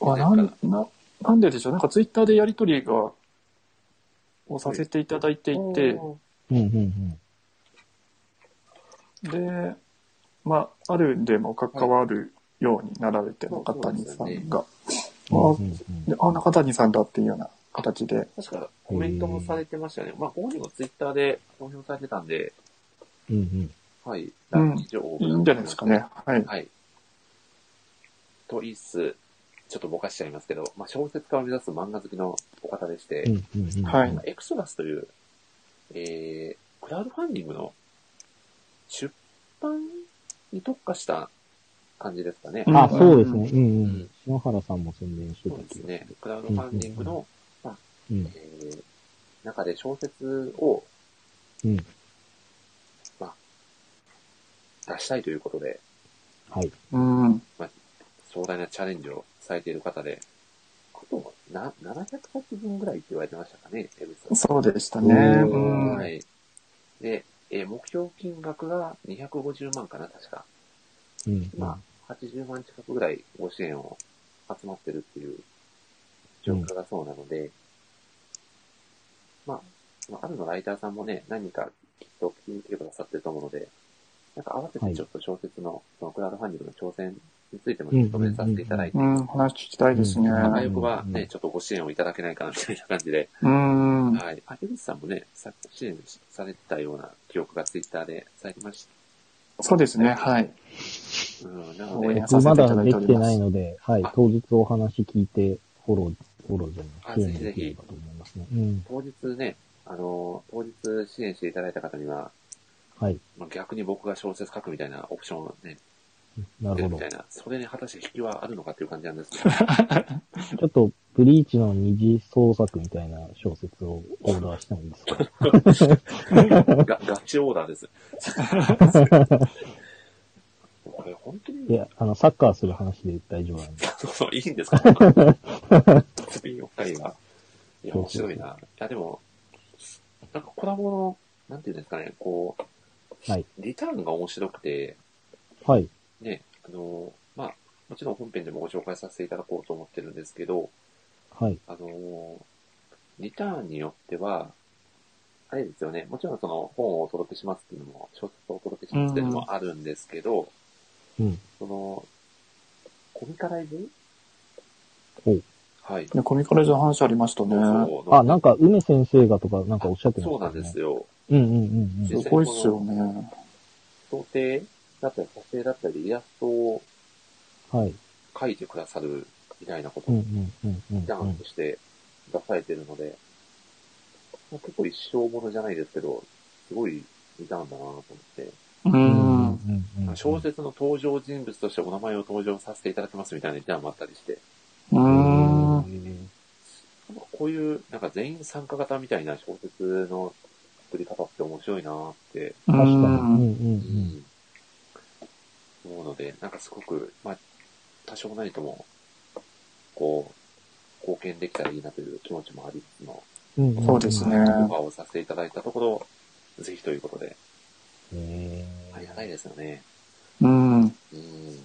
Speaker 4: あ、なん、な、なんででしょう。なんかツイッターでやりとりが、をさせていただいていて、
Speaker 2: うんうんうん。
Speaker 4: で、まあ、あるんでも関わるようになられて、中谷さんが。
Speaker 2: うん
Speaker 4: あ
Speaker 2: うん
Speaker 4: で、あ、中谷さんだっていうような形で。
Speaker 1: 確かコメントもされてましたよね。まあ、ご本人もツイッターで公表されてたんで、
Speaker 2: うんうん。
Speaker 1: はい。
Speaker 4: うん
Speaker 1: 以上
Speaker 4: いいんじゃないですか。ね。はい。
Speaker 1: はい。と言いつつ、ちょっとぼかしちゃいますけど、まあ、小説家を目指す漫画好きのお方でして、
Speaker 2: うんうんうん。
Speaker 4: はい
Speaker 1: まあエクソラスという、えー、クラウドファンディングの出版に特化した感じですかね。
Speaker 4: うん
Speaker 2: あ、そうですね。うんう
Speaker 1: うん
Speaker 2: ん。篠原さんも宣伝して
Speaker 1: そ
Speaker 2: た
Speaker 1: うです
Speaker 2: けど。
Speaker 1: ね。クラウドファンディングの、
Speaker 2: うん。
Speaker 1: えー中で小説を、
Speaker 2: うん
Speaker 1: まあ、出したいということで、
Speaker 2: はい。
Speaker 4: うん。
Speaker 1: 壮大なチャレンジをされている方で、あと、な、700冊分ぐらいって言われてましたかね、江口さん。
Speaker 4: そうでした
Speaker 2: う
Speaker 4: ね。
Speaker 2: ん
Speaker 4: うん。
Speaker 1: は
Speaker 4: はい。
Speaker 1: い。で、えー目標金額が250万かな、確か。
Speaker 2: うん。
Speaker 1: まあ、80万近くぐらいご支援を集まってるっていう状況だそうなので、まあ、まあ、あるのライターさんもね、何かきっと聞いてくださってると思うので、なんか合わせてちょっと小説の、そのクラウドファンディングの挑戦についてもちょっと面させていただいて、
Speaker 4: うん、話聞きたいですね。
Speaker 1: まあ
Speaker 2: うん
Speaker 1: あよくは
Speaker 2: う
Speaker 1: ね、
Speaker 2: ん
Speaker 1: ちょっとご支援をいただけないかなみたいな感じで、
Speaker 4: うん。
Speaker 1: はい。あ、江口さんもね、さ支援されてたような記憶がツイッターでされてまし
Speaker 4: そうですね、はい。
Speaker 1: た。うん、なの
Speaker 4: 応
Speaker 1: で
Speaker 4: 援、
Speaker 2: 僕
Speaker 4: させ
Speaker 2: ま
Speaker 4: てい
Speaker 2: だ
Speaker 4: ただい
Speaker 2: で
Speaker 4: てお
Speaker 2: き
Speaker 4: りま
Speaker 2: て
Speaker 4: す
Speaker 2: ないので、はい
Speaker 1: あ、
Speaker 2: 当日お話聞いて、フォロー、フォローじゃな
Speaker 1: あ
Speaker 2: い、支援
Speaker 1: ぜ
Speaker 2: で
Speaker 1: ひ
Speaker 2: き
Speaker 1: ぜひ
Speaker 2: ればと思いますね。うん。
Speaker 1: 当日ね、あの、当日支援していただいた方には、
Speaker 2: はい。
Speaker 1: まあ逆に僕が小説書くみたいなオプションをね、
Speaker 2: な
Speaker 1: 出
Speaker 2: る
Speaker 1: る
Speaker 2: ほ
Speaker 1: み
Speaker 2: ど
Speaker 1: た。いな。それに果たして引きはあるのかっていう感じなんです けど。
Speaker 2: ちょっと、ブリーチの二次創作みたいな小説をオーダーしたい んです
Speaker 1: ガ
Speaker 2: か
Speaker 1: ガチオーダーです。 これ本当
Speaker 2: い
Speaker 1: に、
Speaker 2: や、あの、サッカーする話で大丈夫なんで。
Speaker 1: そうそう、いいんですかスピンオフ会が。いや、面白いな。いや、でも、なんかコラボの、なんていうんですかね、こう、
Speaker 2: はい
Speaker 1: リターンが面白くて、
Speaker 2: はい。
Speaker 1: ね、あの、まあ、もちろん本編でもご紹介させていただこうと思ってるんですけど、
Speaker 2: はい。
Speaker 1: あの、リターンによっては、あれですよね、もちろんその本をお届けしますっていうのも、小説をお届けしますっていうのもあるんですけど、
Speaker 2: うん。
Speaker 1: その、コミカライズ
Speaker 2: ほう
Speaker 1: はい。
Speaker 4: ねコミカライズの話ありましたね。
Speaker 1: そう
Speaker 2: あ、なんか、梅先生がとか、なんかおっしゃってまし
Speaker 1: そう
Speaker 2: た
Speaker 1: な
Speaker 2: よ
Speaker 1: ん
Speaker 2: ね。
Speaker 1: ですよ。
Speaker 2: うんうんうん
Speaker 4: すごいっすよね。
Speaker 1: 想定だったり、撮影だったり、イラストを
Speaker 2: うん。はい。
Speaker 1: 描いてくださるみたいなこと
Speaker 2: うん
Speaker 1: を、
Speaker 2: うんうんうん、
Speaker 1: ダ
Speaker 2: う
Speaker 1: ン
Speaker 2: ん
Speaker 1: と。して出されてるので、まあ結構一生ものじゃないですけど、すごいリターンだなと思って、
Speaker 4: う。
Speaker 2: うんんうん。
Speaker 1: 小説の登場人物としてお名前を登場させていただきますみたいなリターンもあったりして、
Speaker 4: うん。
Speaker 1: なんかこういう、なんか全員参加型みたいな小説の作り方って面白いなーって
Speaker 2: 確
Speaker 4: 確
Speaker 2: かに。うんうん
Speaker 1: 思うので、なんかすごく、まあ、多少なりとも、こう、貢献できたらいいなという気持ちもありつつの、
Speaker 2: うんうんん。
Speaker 4: そうですね
Speaker 1: オファーをさせていただいたところ、ぜひということで、
Speaker 2: え
Speaker 1: ありがたいですよね。
Speaker 4: う
Speaker 1: う
Speaker 4: ん。うん
Speaker 1: ん。い
Speaker 2: ー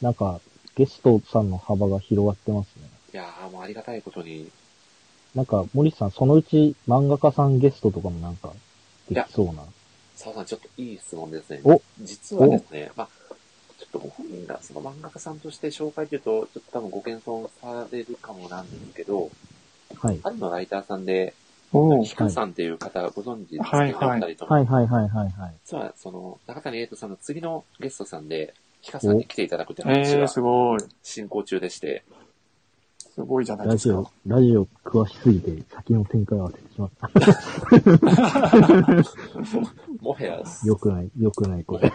Speaker 2: なんか、ゲストさんの幅が広がってますね。
Speaker 1: やー、もうありがたいことに、
Speaker 2: なんか、森さん、そのうち漫画家さんゲストとかもなんか、できそうな。
Speaker 1: 澤さん、ちょっといい質問ですね。
Speaker 2: お
Speaker 1: 実はですね、まあ、ちょっとご本人が、その漫画家さんとして紹介というと、ちょっと多分ご謙遜されるかもなんですけど、
Speaker 2: はい。
Speaker 1: あるのライターさんで、
Speaker 4: おう
Speaker 1: ヒカさんっていう方ご存知ですけど、
Speaker 4: はいはい
Speaker 1: お二人とも
Speaker 2: はいはいはいはいはい。
Speaker 1: 実は、その、中谷エイトさんの次のゲストさんで、ヒカさんに来ていただくって
Speaker 4: え
Speaker 1: 話
Speaker 4: ー、
Speaker 1: が
Speaker 4: すごい。
Speaker 1: 進行中でして、
Speaker 4: すごいじゃない
Speaker 2: ラ
Speaker 4: で
Speaker 2: ジ
Speaker 4: すか
Speaker 2: オ。、ラジオ詳しすぎて、先の展開を当ててしまった。
Speaker 1: もはや、
Speaker 2: よくない、よくない、これ。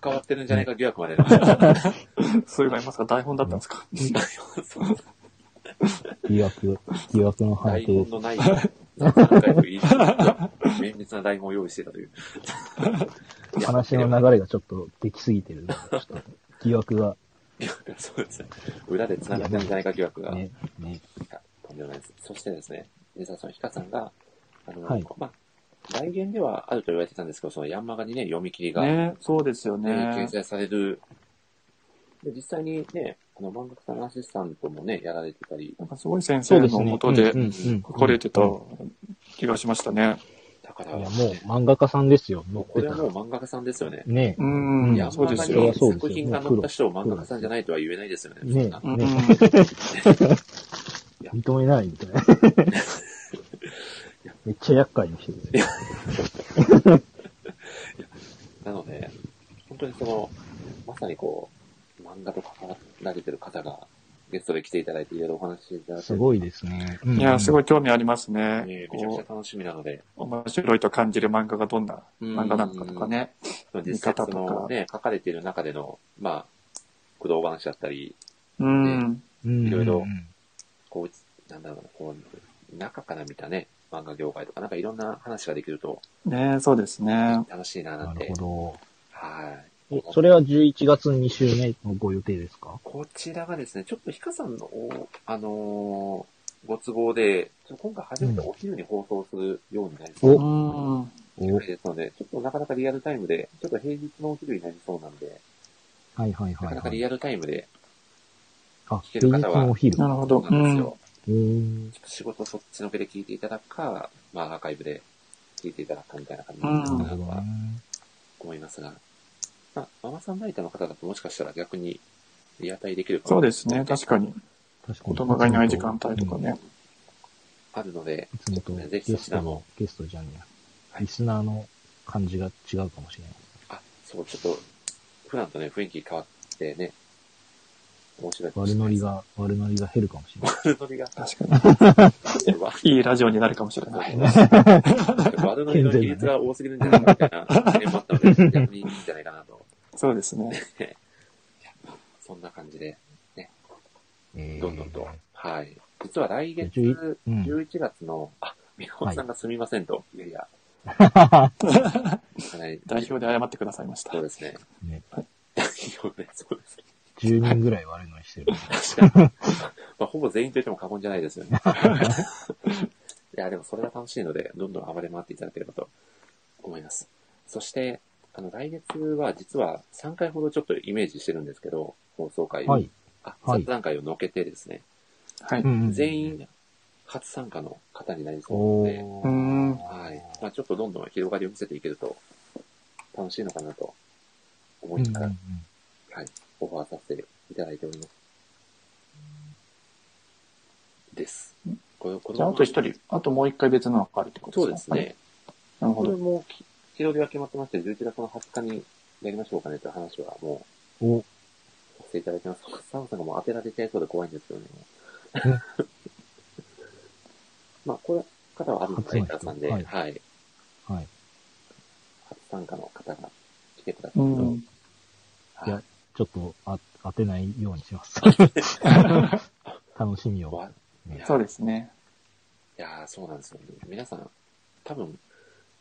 Speaker 1: 関わってるんじゃないか疑惑までありました。
Speaker 4: それがいますか台本だったんですか
Speaker 2: 疑惑、疑惑の判
Speaker 1: 台
Speaker 2: 定で
Speaker 1: 本
Speaker 2: す。
Speaker 1: のない、3回といい、綿密な台本を用意してたという。いや
Speaker 2: 話の流れがちょっとできすぎてるので。ちょっと疑惑が、
Speaker 1: 疑惑がそうですね。裏で繋がってるんじゃないか疑惑が。
Speaker 2: ね、ね。
Speaker 1: とんでもないです。そしてですね、実はそのヒカさんが、あの、
Speaker 2: はい
Speaker 1: まあ、来源ではあると言われてたんですけど、そのヤンマガにね、読み切りが、
Speaker 4: ね、そうですよ
Speaker 1: 掲
Speaker 4: ね。
Speaker 1: 載される。で、実際にね、あの、漫画家さんのアシスタントもね、やられてたり、
Speaker 4: なんかすごい先
Speaker 2: そ
Speaker 4: 生
Speaker 2: うで
Speaker 4: の
Speaker 2: すね。
Speaker 4: もとで
Speaker 2: うんうんうん
Speaker 4: 書かれてた気がしましたね。
Speaker 1: だから、
Speaker 2: いや、もう漫画家さんですよ。
Speaker 1: も
Speaker 2: 乗
Speaker 1: う
Speaker 2: っ
Speaker 1: こ
Speaker 2: て
Speaker 1: れ
Speaker 2: た
Speaker 1: はもう漫画家さんですよね。
Speaker 2: ら。ね
Speaker 4: うん、
Speaker 2: うん
Speaker 1: ヤン
Speaker 4: そう
Speaker 1: マ
Speaker 4: で
Speaker 1: ガ
Speaker 4: す
Speaker 1: に
Speaker 4: よ。
Speaker 2: そうですよ
Speaker 1: 作品が載った人を漫画家さんじゃないとは言えないですよね。
Speaker 2: え。ね
Speaker 1: そん
Speaker 2: え。
Speaker 1: な
Speaker 4: うん、
Speaker 2: ねえ。認めないみたい な。めっちゃ厄介な人ですよ。
Speaker 1: なので、本当にその、まさにこう、漫画と関わられてる方が、ゲストで来ていただいて、いろいろお話しいただいて、
Speaker 2: すごいですね。
Speaker 4: いや、すご
Speaker 2: い。
Speaker 4: い興味ありますね
Speaker 1: ね。めちゃくち
Speaker 4: こ
Speaker 1: ゃ楽しみなので、
Speaker 4: う、面白いと感じる漫画がどんな漫画なのかとかね。
Speaker 1: 実際そ
Speaker 4: 見方と
Speaker 1: の
Speaker 4: か
Speaker 1: ね、書かれている中での、まあ、苦労話だったり、
Speaker 4: うん、
Speaker 2: い
Speaker 1: ろいろこう、なんだろうな、こう、中から見たね、漫画業界とか、なんかいろんな話ができると
Speaker 4: ね、そうですね。
Speaker 1: 楽しいな、な
Speaker 2: なんる
Speaker 1: て。
Speaker 2: ほ
Speaker 1: はい
Speaker 2: ど。え。それは11月2週目のご予定ですか
Speaker 1: こちらがですね、ちょっとヒカさんの、おあのーご都合で、ちょっと今回初めてお昼に放送するようになりそう
Speaker 4: う。
Speaker 1: なん
Speaker 2: おはい
Speaker 1: ですので、ちょっとなかなかリアルタイムで、ちょっと平日のお昼になりそうなんで、
Speaker 2: はいはいは
Speaker 1: なか
Speaker 2: い。
Speaker 1: なかリアルタイムで、
Speaker 2: あ、
Speaker 1: ける方
Speaker 2: 平日
Speaker 1: は
Speaker 2: のお昼。
Speaker 4: なるほど。
Speaker 1: そう
Speaker 4: う
Speaker 1: なんです
Speaker 4: ん
Speaker 1: よ。。
Speaker 2: うーん
Speaker 1: ちょっと仕事そっちのけで聞いていただくか、まあアーカイブで聞いていただくみたいな感じ
Speaker 4: うん
Speaker 2: なる
Speaker 1: な
Speaker 2: ほ
Speaker 1: の
Speaker 2: ど
Speaker 1: かなと
Speaker 2: ね
Speaker 1: は。思いますが、まあ、ママさんライターの方だともしかしたら逆にリアタイできるか
Speaker 4: そ
Speaker 1: も
Speaker 4: うですね、確かに。
Speaker 2: 確か
Speaker 4: 言葉がいない時間帯とかね。
Speaker 1: あるので、
Speaker 2: いつもと
Speaker 1: ちょっとねぜ
Speaker 2: ゲ
Speaker 1: ひそ
Speaker 2: ス
Speaker 1: ち
Speaker 2: ト
Speaker 1: らも
Speaker 2: の、ゲストじゃねえや
Speaker 1: はい
Speaker 2: リスナーの感じが違うかもしれない。
Speaker 1: あ、そう、ちょっと、普段とね、雰囲気変わってね、面白いかもし
Speaker 2: 悪
Speaker 1: れな
Speaker 2: ノ
Speaker 1: いで
Speaker 2: リ
Speaker 1: す。
Speaker 2: が、悪ノリが減るかもしれない。
Speaker 1: 悪ノリ が。
Speaker 4: 確かに。
Speaker 1: 悪ノ
Speaker 4: いいラジオになるかもしれない。
Speaker 1: リが。悪ノリの比率が多すぎるんじゃないかみたいな懸念もあったので、逆にいいんじゃないかなと。
Speaker 4: そうですね。
Speaker 1: そんな感じで、
Speaker 2: えー
Speaker 1: どんどんと。はい。実は来月、
Speaker 2: じゃあ
Speaker 1: 11
Speaker 2: うん
Speaker 1: 月の、あ、みほさんがすみませんと。いやい や。はい
Speaker 4: 代表で謝ってくださいました
Speaker 1: そ。うですね。
Speaker 2: ね、
Speaker 1: 代表で、そうですね。
Speaker 2: 10人ぐらい悪ノリしてる。
Speaker 1: まあ、ほぼ全員と言っても過言じゃないですよ ね。いや、でもそれが楽しいので、どんどん暴れ回っていただければと思います。そして、あの、来月は実は3回ほどちょっとイメージしてるんですけど、放送会を。
Speaker 2: はい。
Speaker 1: あ、
Speaker 2: はい
Speaker 1: 雑談会をのけてですね、
Speaker 4: はい。
Speaker 2: うんうん
Speaker 1: 全。員初参加の方になりそう
Speaker 2: お
Speaker 1: なので、
Speaker 4: う
Speaker 2: ー。
Speaker 4: ん。
Speaker 1: はい。まあ、ちょっとどんどん広がりを見せていけると楽しいのかなと思いながら、オファーさせていただいております。です。この、こ
Speaker 4: じゃあ、あと一人、あともう一回別のがあるってこと
Speaker 1: そう
Speaker 4: で
Speaker 1: ですす
Speaker 4: か
Speaker 1: ね。
Speaker 4: なるほ
Speaker 1: これ
Speaker 4: ど。
Speaker 1: もき、日取りは決まってまして、11月の20日にやりましょうかねという話はも
Speaker 2: おー
Speaker 1: うさせていただきます。サムさんがもう当てられちゃいそうで怖いんですけどね。 まあ、これ、方はあるの
Speaker 2: 初
Speaker 1: ラ
Speaker 2: の人
Speaker 1: イターさんで、
Speaker 2: は
Speaker 1: はいい、
Speaker 2: お、はい。
Speaker 1: 初参加の方が来てくださ
Speaker 4: う
Speaker 1: い。
Speaker 4: ん。
Speaker 1: はい
Speaker 2: いやちょっとあ当てないようにします。 楽しみを。
Speaker 1: わ
Speaker 2: ね
Speaker 1: いや
Speaker 4: そうですね。
Speaker 1: いやー、そうなんですよね。皆さん、多分、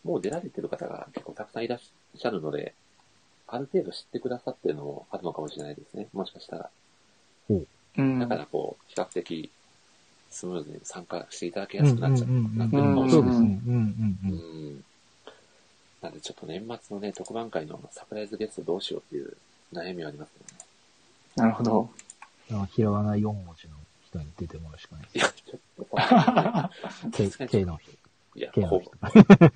Speaker 1: もう出られてる方が結構たくさんいらっしゃるので、ある程度知ってくださってるのもあるのかもしれないですね。もしかしたら。
Speaker 4: うん。
Speaker 1: だからこう、比較的スムーズに参加していただきやすくなっちゃう。
Speaker 2: うんうんうんうん
Speaker 1: なってるかもし
Speaker 2: そ
Speaker 1: れ
Speaker 2: う
Speaker 1: な
Speaker 2: で
Speaker 1: い。
Speaker 2: すね。うんうんうん。
Speaker 1: うん。なんでちょっと年末のね、特番会のサプライズゲストどうしようっていう悩みはありますよね。
Speaker 4: なるほど。
Speaker 2: だからひらがな4文字の人に出てもらうしかない
Speaker 1: いや、ちょっとさ、
Speaker 2: で
Speaker 1: 確
Speaker 2: す。
Speaker 1: か
Speaker 2: K,
Speaker 1: に
Speaker 2: K の人。
Speaker 1: いや、
Speaker 2: K の
Speaker 1: こ
Speaker 2: 人
Speaker 1: う。。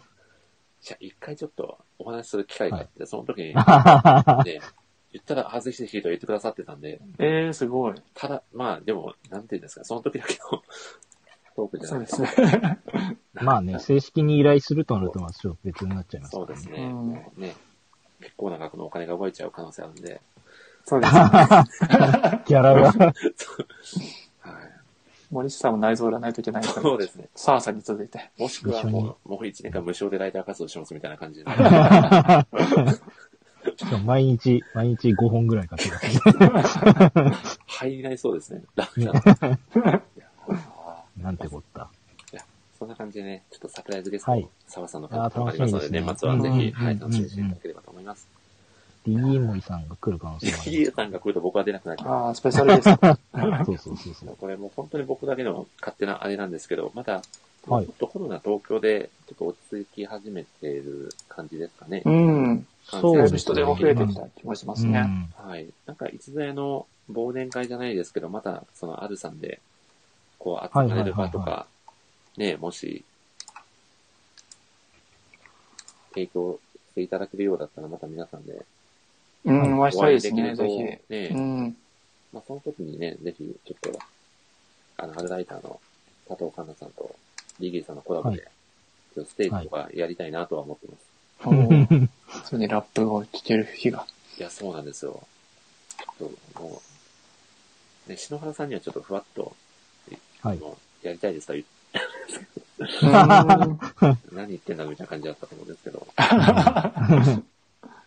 Speaker 1: じゃあ一回ちょっとお話しする機会があって、その 時に、ね、言ったら、あ、ぜひぜひと言ってくださってたんで、
Speaker 4: ええー、すごい。
Speaker 1: ただ、まあ、でも、なんて言うんですか、その時だけの トークじゃ
Speaker 4: そ
Speaker 1: な
Speaker 4: う
Speaker 1: いで
Speaker 4: で
Speaker 1: す
Speaker 4: すね
Speaker 1: か。。
Speaker 2: まあね、正式に依頼するとなるとまあちょっと別になっちゃいますか
Speaker 1: そ
Speaker 2: ら
Speaker 1: うです
Speaker 2: ね。
Speaker 1: ね。
Speaker 4: うん
Speaker 1: もうね結構な額のお金が動いちゃう可能性あるんで、
Speaker 4: そうで すね。
Speaker 2: ギャラが。
Speaker 1: はい。
Speaker 4: 森下さんも内臓売らないといけないから。
Speaker 1: そうですね。
Speaker 4: さあさんに続いて。
Speaker 1: もしくは、もう、もう1年間無償でライター活動しますみたいな感じ で。
Speaker 2: しかも毎日、毎日5本ぐらいかける。
Speaker 1: 入りないそうですね。ライタ ー。いやー
Speaker 2: なんてこった。
Speaker 1: そんな感じでね、ちょっとサプライズゲスト
Speaker 2: はい
Speaker 1: の澤さんの方
Speaker 2: あー
Speaker 1: もありますので、
Speaker 2: 楽しみですね
Speaker 1: 年末はぜ
Speaker 2: うんうん
Speaker 1: ひ、は
Speaker 2: う
Speaker 1: い、
Speaker 2: ん
Speaker 1: 楽しみにしていただければと思います。
Speaker 2: DE 森さんが来る可能性もあ
Speaker 1: ヒ
Speaker 2: り
Speaker 1: ゲさんが来ると僕は出なくなっちゃう。
Speaker 4: ああ、スペシャ ルです。
Speaker 2: ます。そうそうそうそう。
Speaker 1: これもう本当に僕だけの勝手なあれなんですけど、まだ、ちょ
Speaker 2: はい
Speaker 1: っとコロナ東京でちょっと落ち着き始めている感じですかね。
Speaker 4: うん。
Speaker 2: そう
Speaker 4: だい
Speaker 2: ですね
Speaker 4: ぶ人手も増えてきた気もします
Speaker 2: う
Speaker 4: ね。
Speaker 2: ん
Speaker 1: はい。なんか、いつぞやの忘年会じゃないですけど、また、その、あるさんで、こう、集まれる場と
Speaker 2: はいはい
Speaker 1: か、ね、もし、提供していただけるようだったら、また皆さんで、
Speaker 4: うん、お会いしたいです
Speaker 1: お会
Speaker 4: ね、
Speaker 1: いできる
Speaker 4: ぜ
Speaker 1: とね
Speaker 4: ひ。 うん。
Speaker 1: まあ、その時にね、ぜひ、ちょっと、あの、アルライターの佐藤環奈さんと、リギーさんのコラボで、
Speaker 2: は
Speaker 1: ちょっとステージとかやりたいなとは思ってます。
Speaker 4: おー普通にラップを聴ける日が。
Speaker 1: い、や、そうなんですよ。ちょっと、もう、ね、篠原さんにはちょっとふわっと、
Speaker 2: はい。
Speaker 1: もうやりたいですとは言っ
Speaker 3: 嗯
Speaker 4: うん
Speaker 1: 何言ってんだみたいな感じだったと思うんですけど。なんか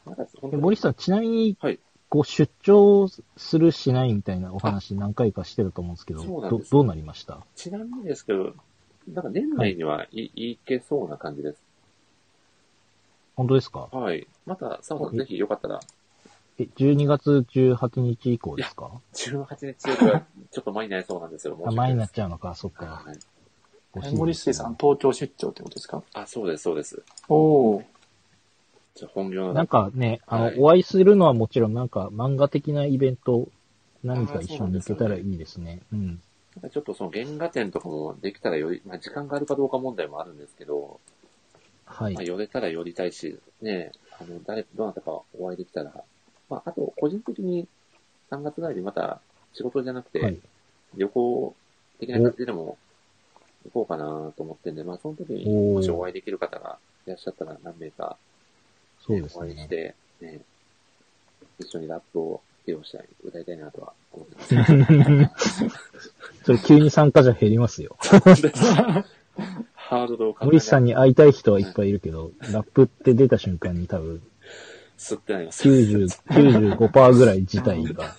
Speaker 1: 本当
Speaker 2: え
Speaker 1: に
Speaker 2: 森下さん、ちなみに、
Speaker 1: はい
Speaker 2: こう出張するしないみたいなお話何回かしてると思うんですけど、
Speaker 1: そうなん
Speaker 2: ど
Speaker 1: です
Speaker 2: どうなりました
Speaker 1: ちなみにですけど、なんか年内にはい、い、けそうな感じです。
Speaker 2: 本当ですか
Speaker 1: はい。また、サオさ
Speaker 2: は
Speaker 1: ん、
Speaker 2: い
Speaker 1: ぜひよかったら、
Speaker 2: え、12月18日以降ですか
Speaker 1: 18日よりはちょっと前になりそうなんですよ。
Speaker 2: あ、
Speaker 1: 申し
Speaker 2: 前
Speaker 1: 訳な
Speaker 2: にないっちゃうのか、そっ
Speaker 1: です
Speaker 2: か。
Speaker 1: はい。
Speaker 2: ご親切
Speaker 4: 森下さん、東京出張ってことですか
Speaker 1: あ、そうです、そうです。
Speaker 4: おお。
Speaker 1: ちょ本業の。
Speaker 2: なんかね、あの、
Speaker 1: はい
Speaker 2: お会いするのはもちろん、なんか漫画的なイベント、何か一緒に行けたらいいですね。うん。
Speaker 1: なんかちょっとその原画展とかもできたらより、まあ時間があるかどうか問題もあるんですけど、
Speaker 2: はい
Speaker 1: まあ、。寄れたら寄りたいし、ね、あの、誰、どなたかお会いできたら、まあ、あと、個人的に3月ぐらいでまた仕事じゃなく
Speaker 2: は
Speaker 1: て
Speaker 2: い、
Speaker 1: 旅行的な感じでも行こうかなと思ってんで、まあ、その時に
Speaker 2: おー
Speaker 1: もしお会いできる方がいらっしゃったら何名か、
Speaker 2: そうです
Speaker 1: お会いし
Speaker 2: ね。
Speaker 1: て、ね、一緒にラップを披露したい、歌いたいなとは思ってます。
Speaker 2: それ急に参加じゃ減りますよ。
Speaker 1: ハードルを考え
Speaker 2: 森
Speaker 1: な
Speaker 2: 下さんに会いたい人はいっぱいいるけど、ラップって出た瞬間に多分
Speaker 1: 吸ってなり ます。
Speaker 2: 90、95%ぐらい自体が。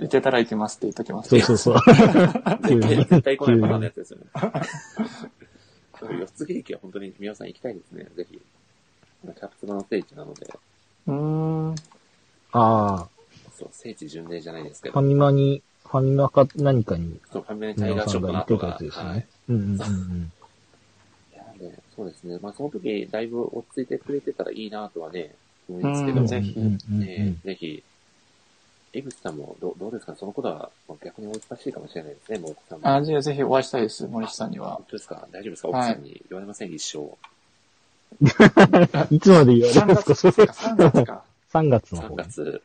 Speaker 4: 行けたら行きますって言っときます。
Speaker 2: そうそうそう。急
Speaker 1: 絶対
Speaker 2: に。
Speaker 1: 絶対来ないパターンの
Speaker 2: 急
Speaker 1: や
Speaker 2: に
Speaker 1: つですよね。四つ木駅は本当に皆さん行きたいですね、ぜひ。キャプツバの聖地なので、
Speaker 4: うーん。
Speaker 2: あ
Speaker 1: そう、聖地巡礼じゃないです
Speaker 2: あ、
Speaker 1: け
Speaker 2: ファ
Speaker 1: ど、
Speaker 2: ミマに、ファミマか何かに、
Speaker 1: そう、ファミリータ
Speaker 2: 宮
Speaker 1: イガ
Speaker 2: 野
Speaker 1: ー
Speaker 2: さ
Speaker 1: ショ
Speaker 2: ん
Speaker 1: ップ
Speaker 2: が
Speaker 1: の後
Speaker 2: 言ってたや
Speaker 1: が
Speaker 2: つ、です
Speaker 1: はい
Speaker 2: ね。うんうんうんうん。
Speaker 1: なんでそうですね。まあ、その時、だいぶ落ち着いてくれてたらいいなとはね、思い
Speaker 4: うん
Speaker 1: ますけ
Speaker 2: う
Speaker 1: ど、
Speaker 2: ん
Speaker 1: ね
Speaker 4: ぜひ
Speaker 2: うんうんうん
Speaker 1: ぜひ、江口さんもどどうですかそのことはまあ逆にお難しいかもしれないですね、森さんも。
Speaker 4: あ、じゃあぜひお会いしたいです、森下さんには
Speaker 1: 本。当ですか大丈夫ですか奥
Speaker 4: はい
Speaker 1: さんに言われません、一生。
Speaker 2: いつまで言われ
Speaker 4: 3
Speaker 2: ますか
Speaker 4: 月
Speaker 2: それ
Speaker 4: か、3月か。
Speaker 2: 3月の
Speaker 1: 3
Speaker 2: 方ね。
Speaker 1: 月、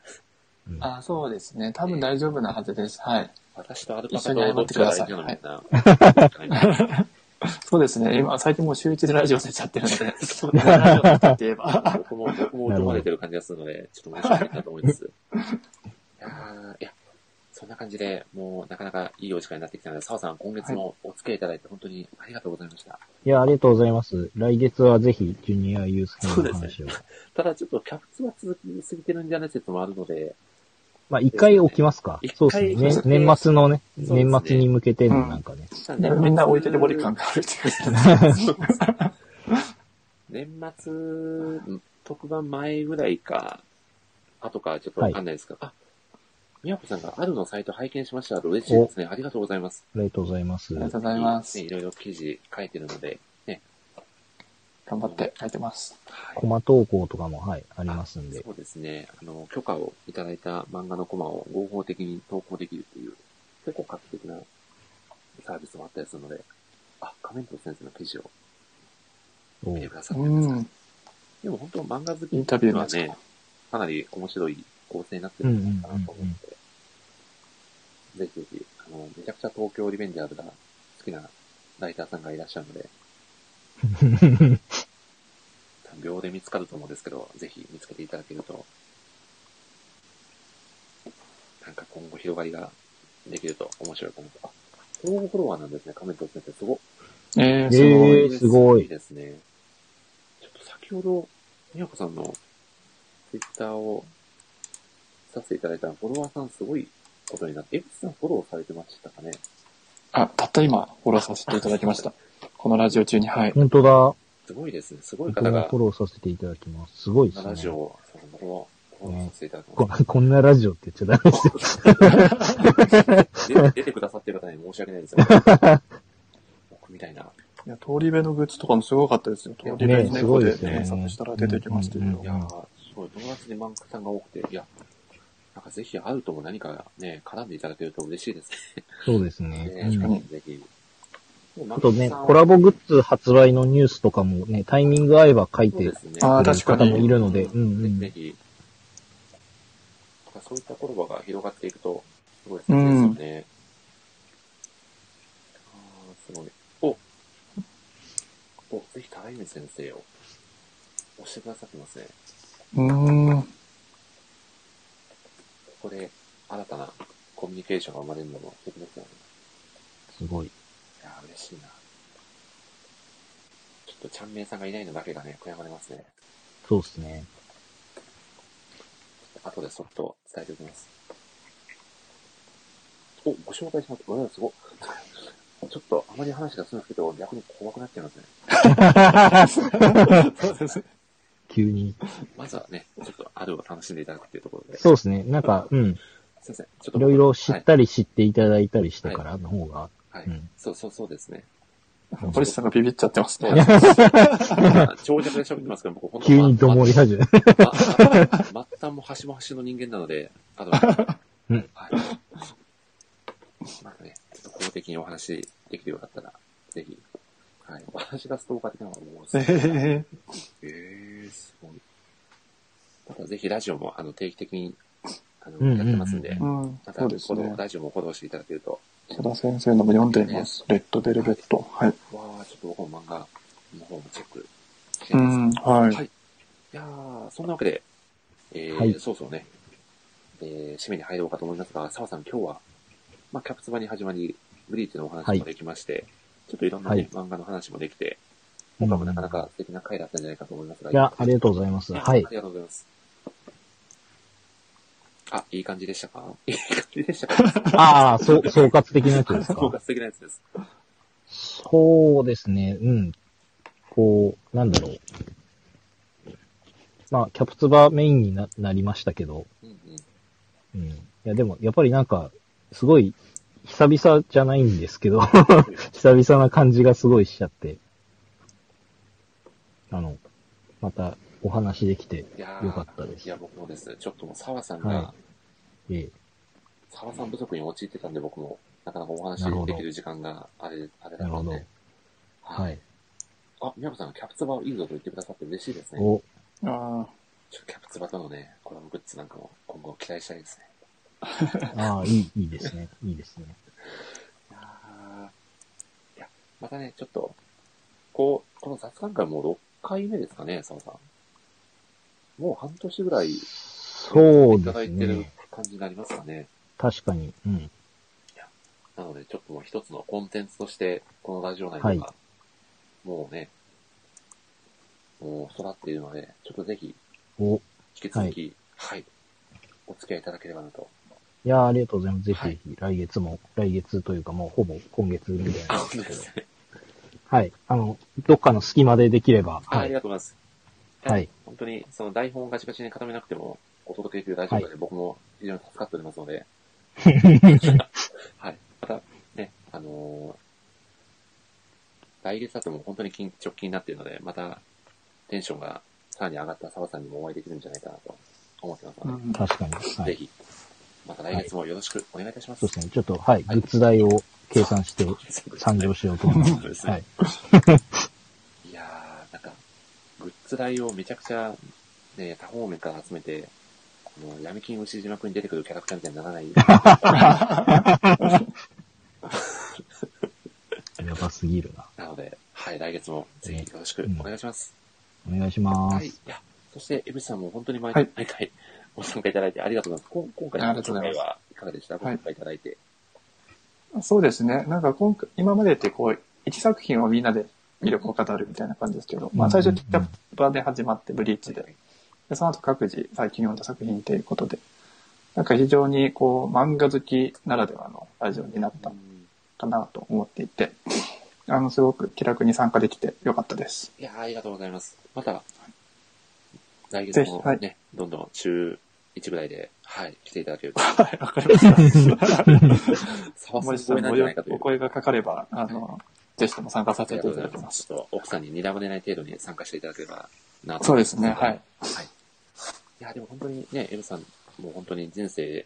Speaker 2: うん
Speaker 4: あ、そうですね。多分大丈夫なはずです。はい。
Speaker 1: 私とアルパ
Speaker 4: 一
Speaker 1: カ
Speaker 4: 緒に謝
Speaker 1: とどっ
Speaker 4: って
Speaker 1: ち
Speaker 4: く
Speaker 1: が
Speaker 4: だ
Speaker 1: 大
Speaker 4: さい
Speaker 1: 事なのみたいな。
Speaker 4: そうですね。今、最近もう週一でラジオ出ちゃってるの で、そうねラジオ出たって言えば。
Speaker 1: 僕も、僕も音が出てる感じがするので、ちょっと申し訳ないなと思い ます。いやーいや、そんな感じで、もうなかなかいいお時間になってきたので、澤さん、今月もお付き合いいただいて本当にありがとうございました。
Speaker 2: いや、ありがとうございます。来月はぜひ、ジュニアユース編の話を。
Speaker 1: ただちょっとキャプツが続きすぎてるんじゃない説もあるので、
Speaker 2: まあ、一回置きますか
Speaker 1: 一回。
Speaker 2: そうですね
Speaker 1: 置い
Speaker 2: ね。
Speaker 1: て
Speaker 2: 年末のね、
Speaker 1: そうですね
Speaker 2: 年末に向けてのなんかね。
Speaker 4: みんな置いててボリ感があるっていう。
Speaker 1: 年末特番前ぐらいか、後かちょっとわかんないですけど、あ、みやこさんがあるのサイト拝見しました。嬉しいですね。ありがとうございます。
Speaker 2: ありがとうございます。
Speaker 4: あ
Speaker 2: は
Speaker 4: りがとうございます
Speaker 1: ね。いろいろ記事書いてるので、
Speaker 4: 頑張って書いてます。
Speaker 1: はい
Speaker 2: コマ投稿とかも、はい、ありますんで。
Speaker 1: そうですね。あの、許可をいただいた漫画のコマを合法的に投稿できるっていう、結構画期的なサービスもあったりするので、あ、仮面と先生の記事を
Speaker 2: お
Speaker 1: 見てくださってます。
Speaker 4: うん。
Speaker 1: でも本当漫画好き
Speaker 4: インタビュ
Speaker 1: に
Speaker 4: ーの
Speaker 1: は
Speaker 4: やつ
Speaker 1: ね、かなり面白い構成になってるんじゃないかなと思って、ぜひぜひ、あの、めちゃくちゃ東京リベンジャーズが好きなライターさんがいらっしゃるので、多分秒で見つかると思うんですけど、ぜひ見つけていただけると、なんか今後広がりができると面白いと思う。あ、相互フォロワーなんですね、亀戸先生。すごっ。
Speaker 4: えー、
Speaker 2: え
Speaker 4: すごい。
Speaker 2: ー、すごい。
Speaker 1: ですね。ちょっと先ほど、みやこさんのツイッターをさせていただいたら、フォロワーさんすごいことになって、エビスさんフォローされてましたかね
Speaker 4: あ、たった今、フォローさせていただきました。このラジオ中に、はい。
Speaker 2: 本当だ。
Speaker 1: すごいですね。すごい
Speaker 2: 僕
Speaker 1: 方
Speaker 2: も
Speaker 1: が
Speaker 2: フォ、ローさせていただきます。すごいです
Speaker 1: ラジオ
Speaker 2: ね。
Speaker 1: をそのフォロー、フォローさせていただきま
Speaker 2: こ こんなラジオって言っちゃダ メで
Speaker 1: す。
Speaker 2: すよ。
Speaker 1: で出てくださってる方に申し訳ないです よ。僕みたいな。
Speaker 4: いや、通り部のグッズとかもすごかったですよ。通り部
Speaker 2: ね
Speaker 4: の
Speaker 2: す
Speaker 4: 猫
Speaker 2: ごいで
Speaker 4: です
Speaker 2: よね
Speaker 4: 検索したら出てきましたけ
Speaker 2: うんうん
Speaker 4: ど
Speaker 1: い。やー、すごい。友達で漫画家さんが多くて、いや、なんかぜひ会うとも何かね、絡んでいただけると嬉しいです
Speaker 2: そうですね。
Speaker 1: ね。
Speaker 2: うん
Speaker 1: ぜひ。
Speaker 2: あとね、コラボグッズ発売のニュースとかもね、タイミング合えば書い
Speaker 1: そう
Speaker 2: て
Speaker 1: で
Speaker 2: る
Speaker 1: すね。
Speaker 4: あー確か
Speaker 2: 方
Speaker 4: に
Speaker 2: もいるので、うんう
Speaker 1: ぜ
Speaker 2: ん。
Speaker 1: ひぜひ。そういったコラボが広がっていくと、すごい素敵ですよね。ああ、すごい。おお、ぜひ、高泉先生を押してくださってますね。
Speaker 4: うーん。
Speaker 1: ここで、新たなコミュニケーションが生まれるのも素敵ですよね。
Speaker 2: すごい。
Speaker 1: いやー、嬉しいな。ちょっと、ちゃんめいさんがいないのだけがね、悔やまれますね。
Speaker 2: そうですね。
Speaker 1: 後でそっと伝えておきます。お、ご紹介します。うん、すごっ。ちょっ と、あまり話がするんですけど、逆に怖くなっちゃいますね。
Speaker 4: そう です。
Speaker 2: 急に。
Speaker 1: まずはね、ちょっと、あるを楽しんでいただくっていうところで。
Speaker 2: そうですね。なんか、うん。
Speaker 1: すいません。ちょっと、
Speaker 2: いろいろ知
Speaker 1: は
Speaker 2: っ
Speaker 1: い。
Speaker 2: たり知っていただいたりしてからの方が、
Speaker 1: はい
Speaker 2: うん。
Speaker 1: そうそうそうですね。
Speaker 4: 森下さんがビビっちゃってますね。
Speaker 1: 今長尺で喋ってますけど、僕、本
Speaker 2: 急にどもり始め。
Speaker 1: まま末端も端も端の人間なので、あ とは、
Speaker 2: うん
Speaker 1: はい。なんかね、ちょっと公的にお話できるようだったら、ぜひ、はい、私がストーカー的なのがもうす
Speaker 4: え
Speaker 1: ごい、
Speaker 4: え
Speaker 1: えー、すごい。だからぜひラジオもあの定期的にあの、
Speaker 2: うんうんうん
Speaker 1: やってますんで、
Speaker 4: うん、
Speaker 1: また
Speaker 4: そうです
Speaker 1: この
Speaker 4: ね。
Speaker 1: ラジオもフォローしていただけると、
Speaker 4: 佐田先生のも読んでいます。レッドベルベット。はい。
Speaker 1: わあちょっと僕も漫画の方もチェックして
Speaker 4: う
Speaker 1: みます。
Speaker 4: ん、はい。
Speaker 1: はいいやーそんなわけで、えー
Speaker 2: はい
Speaker 1: そうそうね、えー、締めに入ろうかと思いますが、澤さん、今日は、まあ、キャプツバに始まり、ブリーチのお話もできまして、ちょっといろんな、ね
Speaker 2: はい
Speaker 1: 漫画の話もできて、
Speaker 2: うん
Speaker 1: 今回も なかなか素敵な回だったんじゃないかと思いますが、
Speaker 2: いや、ありがとうございます。はい
Speaker 1: あ。りがとうございます。あ、いい感じでした かいい感じでしたか
Speaker 2: ああ、そう、総括的なやつです
Speaker 1: 効
Speaker 2: か
Speaker 1: 果。的なやつです。
Speaker 2: そうですね、うん。こう、なんだろう。まあ、キャプツバメインにななりましたけど、
Speaker 1: うんうん。
Speaker 2: うん。いや、でも、やっぱりなんか、すごい、久々じゃないんですけど、 久々な感じがすごいしちゃって、あの、またお話できて、
Speaker 1: いや
Speaker 2: よかったです
Speaker 1: いや、僕もです。ちょっともう澤さん
Speaker 2: は
Speaker 1: が、
Speaker 2: ええ
Speaker 1: 澤、さん不足に陥ってたんで、僕も、なかなかお話
Speaker 2: なるほど
Speaker 1: できる時間があれ、あれだっ
Speaker 2: なる
Speaker 1: た
Speaker 2: ほ
Speaker 1: ん
Speaker 2: ど
Speaker 1: で。。
Speaker 2: はい。
Speaker 1: あ、宮本さん、キャプツバをいいぞと言ってくださって嬉しいですね。
Speaker 2: お、
Speaker 4: あ
Speaker 1: ちょっとキャプツバとのね、コラボグッズなんかも今後期待したいですね。
Speaker 2: ああ、いい、いいですね。いいですね。
Speaker 1: あーいや、またね、ちょっと、こう、この雑談会もう6回目ですかね、澤さん。もう半年ぐらい
Speaker 2: そう
Speaker 1: いた
Speaker 2: で
Speaker 1: だ
Speaker 2: す
Speaker 1: いてる
Speaker 2: ね。
Speaker 1: 感じになりますかね。
Speaker 2: 確かに。うん。
Speaker 1: なので、ちょっともう一つのコンテンツとして、このラジオ内とか、
Speaker 2: はい
Speaker 1: もうね、もう育っているので、ちょっとぜひ、
Speaker 2: お、い
Speaker 1: 引き続き、はい、お付き合いいただければなと。
Speaker 2: やーありがとうございます。ぜひ
Speaker 1: は
Speaker 2: ぜひ、来月も、来月というかもうほぼ今月みたい
Speaker 1: あ、
Speaker 2: なん
Speaker 1: 本
Speaker 2: です
Speaker 1: 当
Speaker 2: け
Speaker 1: で
Speaker 2: ど
Speaker 1: す。ね。
Speaker 2: はい。あの、どっかの隙間でできれば、
Speaker 1: ああ
Speaker 2: は
Speaker 1: り
Speaker 2: い。
Speaker 1: がとうございます。
Speaker 2: はい。
Speaker 1: 本当に、その台本をガチガチに固めなくても、お届けできるラジオで、
Speaker 2: は
Speaker 1: 僕も非常に助かっておりますので、 はい。また、ね、あのー来月だともう本当に緊直近になっているので、また、テンションがさらに上がった澤さんにもお会いできるんじゃないかなと思ってます
Speaker 4: あ、う
Speaker 1: ので、
Speaker 4: ん。
Speaker 2: 確かに。は
Speaker 1: ぜ
Speaker 2: い。
Speaker 1: ひ、また来月もよろしくお願いいたします。
Speaker 2: そうですね。ちょっと、はい。グッズ代を計算して 参上しようと思い
Speaker 1: そう
Speaker 2: ま。
Speaker 1: ですすね
Speaker 2: はい。
Speaker 1: いやー、なんか、グッズ代をめちゃくちゃ、ね、多方面から集めて、この闇金牛島くんに出てくるキャラクターみたいになら ない。
Speaker 2: やばすぎるな。
Speaker 1: なので、はい、来月もぜひよろしくお願いします。
Speaker 2: お願いしま
Speaker 1: はい。い
Speaker 2: す。
Speaker 1: や、そして、江口さんも本当に毎回、
Speaker 4: はい
Speaker 1: 毎回ご参加いただいてありがとうございます。こん今回
Speaker 4: あ
Speaker 1: の
Speaker 4: り
Speaker 1: ご
Speaker 4: が
Speaker 1: 紹
Speaker 4: とうござい
Speaker 1: 介
Speaker 4: ます
Speaker 1: はいかがでしたご
Speaker 4: はい
Speaker 1: 参加いただいて。
Speaker 4: そうですね。なんか今回、今までってこう、一作品をみんなで魅力を語るみたいな感じですけど、まあ最初、キャプバーで始まって、ブリーチで、でその後各自最近読んだ作品ということで、なんか非常にこう、漫画好きならではのラジオになった
Speaker 1: うん
Speaker 4: かなと思っていて、あの、すごく気楽に参加できてよかったです。
Speaker 1: いやー、ありがとうございます。また、来
Speaker 4: ぜ
Speaker 1: 月
Speaker 4: ひ
Speaker 1: も
Speaker 4: はい
Speaker 1: ね、どんどん週1ぐらいで、はい、来ていただけると。
Speaker 4: はい、わかりました。
Speaker 1: サバ
Speaker 4: 森
Speaker 1: すご
Speaker 4: 下
Speaker 1: い
Speaker 4: さ
Speaker 1: なん
Speaker 4: ん
Speaker 1: じゃないかとい
Speaker 4: もお
Speaker 1: う。
Speaker 4: 声がかかれば、あの、ぜひとも参加さ
Speaker 1: あり
Speaker 4: せ
Speaker 1: が
Speaker 4: て
Speaker 1: と
Speaker 4: い
Speaker 1: ご
Speaker 4: うただ
Speaker 1: ざ
Speaker 4: き
Speaker 1: い
Speaker 4: ま
Speaker 1: ます。
Speaker 4: す。
Speaker 1: ちょっと奥さんに睨まれない程度に参加していただければなと
Speaker 4: そうですね、はい。
Speaker 1: はい。いや、でも本当にね、エムさん、もう本当に人生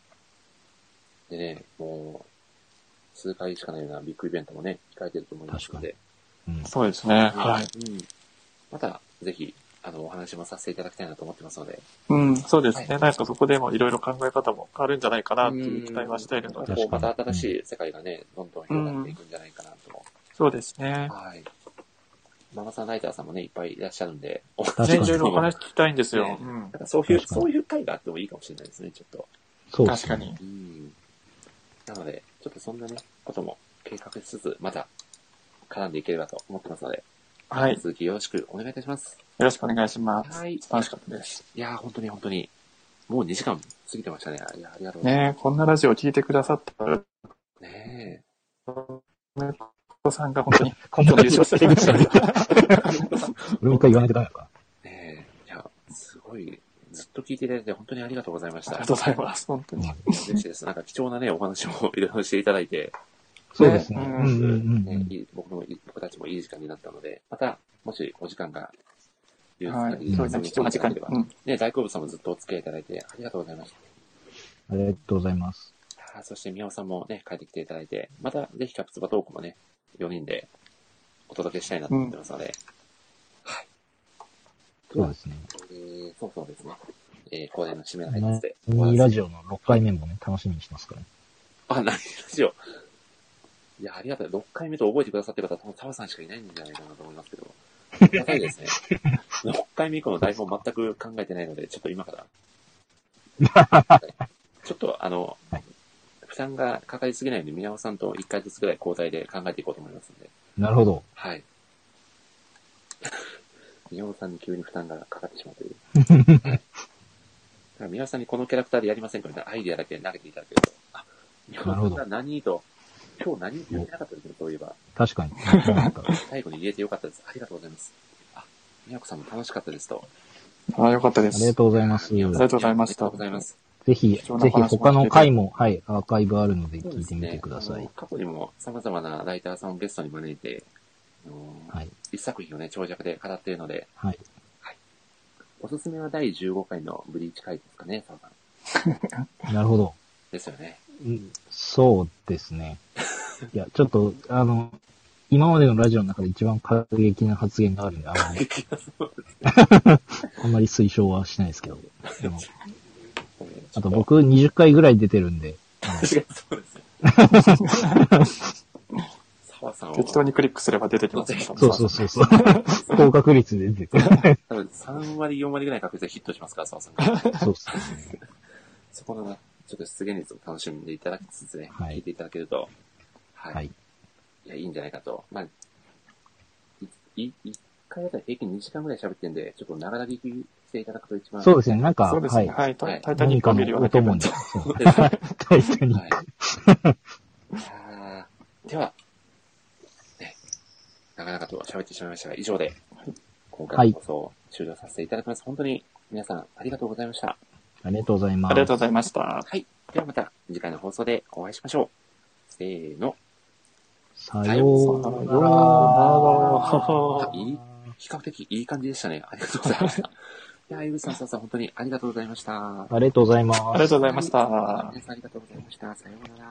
Speaker 1: でね、もう、数回しかないようなビッグイベントもね、控えてると思いますので。
Speaker 2: うん
Speaker 4: そうですね、はい。
Speaker 1: うん。また、ぜひ、あの、お話もさせていただきたいなと思ってますので。
Speaker 4: うん、そうですね。
Speaker 1: はい
Speaker 4: なんかそこでもいろいろ考え方も変わるんじゃないかなっていう期待はしているの
Speaker 1: こ
Speaker 4: で。
Speaker 2: ん
Speaker 1: うまた新しい世界がね、どんどん広がっていくんじゃないかなと。
Speaker 4: そうですね。
Speaker 1: はい。ママさんライターさんもね、いっぱいいらっしゃるんで、お
Speaker 2: 確か
Speaker 4: 全
Speaker 2: に
Speaker 4: 然いろいろお話聞きたいんですよ。
Speaker 1: ね
Speaker 4: うん
Speaker 1: なんかそういう、
Speaker 2: 確かに
Speaker 1: そういう会があってもいいかもしれないですね、ちょっと。
Speaker 2: そうで
Speaker 4: 確
Speaker 2: す
Speaker 4: か
Speaker 2: ね
Speaker 4: に。
Speaker 1: うん。なので、ちょっとそんなね、ことも計画しつつ、また絡んでいければと思ってますので、
Speaker 4: は
Speaker 1: 引
Speaker 4: い。
Speaker 1: き
Speaker 4: よ
Speaker 1: 続きよろしくお願いいたします。
Speaker 4: ろしくお願いします。
Speaker 1: はい
Speaker 4: 楽しかったです。
Speaker 1: いやー、本当に本当に、もう2時間過ぎてましたね。いやー、ありがとうござい
Speaker 4: ねえこんなラジオを聞いてくださったら、
Speaker 1: ます。ね
Speaker 4: お子さんが本当に、
Speaker 2: こんなラジオ聞いてくださ っ俺もう一回言わないとダメか。
Speaker 1: え。ねえ。いや、すごい、ずっと聞いていただいて本当にありがとうございまし
Speaker 4: あり
Speaker 1: た。
Speaker 4: がとうございます。本当に。
Speaker 1: 嬉しいです。なんか貴重なね、お話をいろいろしていただいて、
Speaker 2: そうですね。
Speaker 4: ね
Speaker 2: うん
Speaker 4: う
Speaker 2: うんうんう
Speaker 1: ね
Speaker 2: ん、
Speaker 1: いい僕もいい僕たちもいい時間になったので、また、もしお時間が、許す
Speaker 4: は
Speaker 1: 限り
Speaker 4: い。そうですね。貴重な時間に。うん。
Speaker 1: ね、大好物さんもずっとお付き合いいただいて、ありがとうございました。
Speaker 2: ありがとうございます。
Speaker 1: あーそして、宮尾さんもね、帰ってきていただいて、また、ぜひ、キャプツバトークもね、4人で、お届けしたいなと思ってますので。
Speaker 2: そうですね。
Speaker 1: えーそうそうですね。えー、恒例の締めの挨拶で。
Speaker 2: ミラジオの6回目もね、楽しみにしてますからね。
Speaker 1: あ、何ラジオ。いや、ありがたい。6回目と覚えてくださってる方、多分澤さんしかいないんじゃないかなと思いますけど。ありがたい ですね。6回目以降の台本全く考えてないので、ちょっと今から。ちょっと、あの、
Speaker 2: はい
Speaker 1: 負担がかかりすぎないように、宮尾さんと1回ずつぐらい交代で考えていこうと思いますので。
Speaker 2: なるほど。
Speaker 1: はい。 宮尾さんに急に負担がかかってしまうという。 はいだから宮尾さんにこのキャラクターでやりませんかみたいなアイディアだけ投げていただけると。あ、宮尾さ
Speaker 2: なるほ
Speaker 1: ん
Speaker 2: ど
Speaker 1: が何と、今日何言ってなかったですね、そういえば。
Speaker 2: 確 かに。なんか
Speaker 1: 最後に言えてよかったです。ありがとうございます。あ、宮子さんも楽しかったですと。
Speaker 4: ああ、よかったで
Speaker 2: ありが
Speaker 4: す。
Speaker 2: とうございます。
Speaker 1: 宮尾さん
Speaker 4: ありがとうございました
Speaker 1: ありがとうございます。
Speaker 2: ぜひ、ぜ
Speaker 4: 貴重な話
Speaker 2: ひ他の回も、はい、アーカイブあるので聞いてみてくだ
Speaker 1: そう
Speaker 2: さ
Speaker 1: ですねあ
Speaker 2: い。
Speaker 1: の過去にも様々なライターさんをゲストに招いて、あの
Speaker 2: はい。
Speaker 1: 一作品をね、長尺で語っているので、
Speaker 2: はい。
Speaker 1: おすすめは第15回のブリーチ回ですかね、澤さん。
Speaker 2: なるほど。
Speaker 1: ですよね。
Speaker 2: うんそうです ね。いや、ちょっと、あの、今までのラジオの中で一番過激な発言があるんで、あの、あんまり推奨はしないですけど。で もあと僕20回ぐらい出てるんで、
Speaker 1: 確かにそうですね。澤さんは、
Speaker 4: 適当にクリックすれば出てきますね。
Speaker 2: そうそうそうそう。高確率で出てる。
Speaker 1: 多分3割、4割ぐらいの確率でヒットしますから、澤さんが。
Speaker 2: そうっすね。
Speaker 1: そこのな、ちょっと出現率を楽しんでいただきつつね、
Speaker 2: はい
Speaker 1: 聞いていただけると、はい。、
Speaker 2: はいい。
Speaker 1: や、いいんじゃないかと。まあ、い、い一回あたり平均2時間ぐらい喋ってんで、ちょっと長らぎしていただくと一番。
Speaker 2: そうですね。なんか、
Speaker 4: そうです
Speaker 2: は
Speaker 4: ね。
Speaker 2: い。
Speaker 4: はい。
Speaker 1: は
Speaker 4: タ
Speaker 1: い
Speaker 4: タイタ
Speaker 2: 何
Speaker 4: ニック
Speaker 2: か
Speaker 4: を見るよ
Speaker 2: の
Speaker 4: うな
Speaker 2: お
Speaker 4: 気
Speaker 2: 供
Speaker 4: 分に
Speaker 2: に。そう
Speaker 1: です ね。
Speaker 2: タイタニック
Speaker 1: はい。あーでは、ね、なかなかと喋ってしまいましたが、以上で、今回の放送を終了させていただきます。本当に皆さんありがとうございました。
Speaker 2: ありがとうございます。
Speaker 4: ありがとうございました。
Speaker 1: はい。ではまた次回の放送でお会いしましょう。せーの。
Speaker 2: さよ
Speaker 4: さよう
Speaker 2: う
Speaker 4: な
Speaker 2: なら。
Speaker 4: ら。
Speaker 1: いい比較的いい感じでしたね。ありがとうございました。いや、江口さん、さんさん、本当にありが とうございました。ありがとう
Speaker 2: ありがとうございます。
Speaker 4: ありがとうございました。
Speaker 1: 皆さんありがとうございました。さようなら。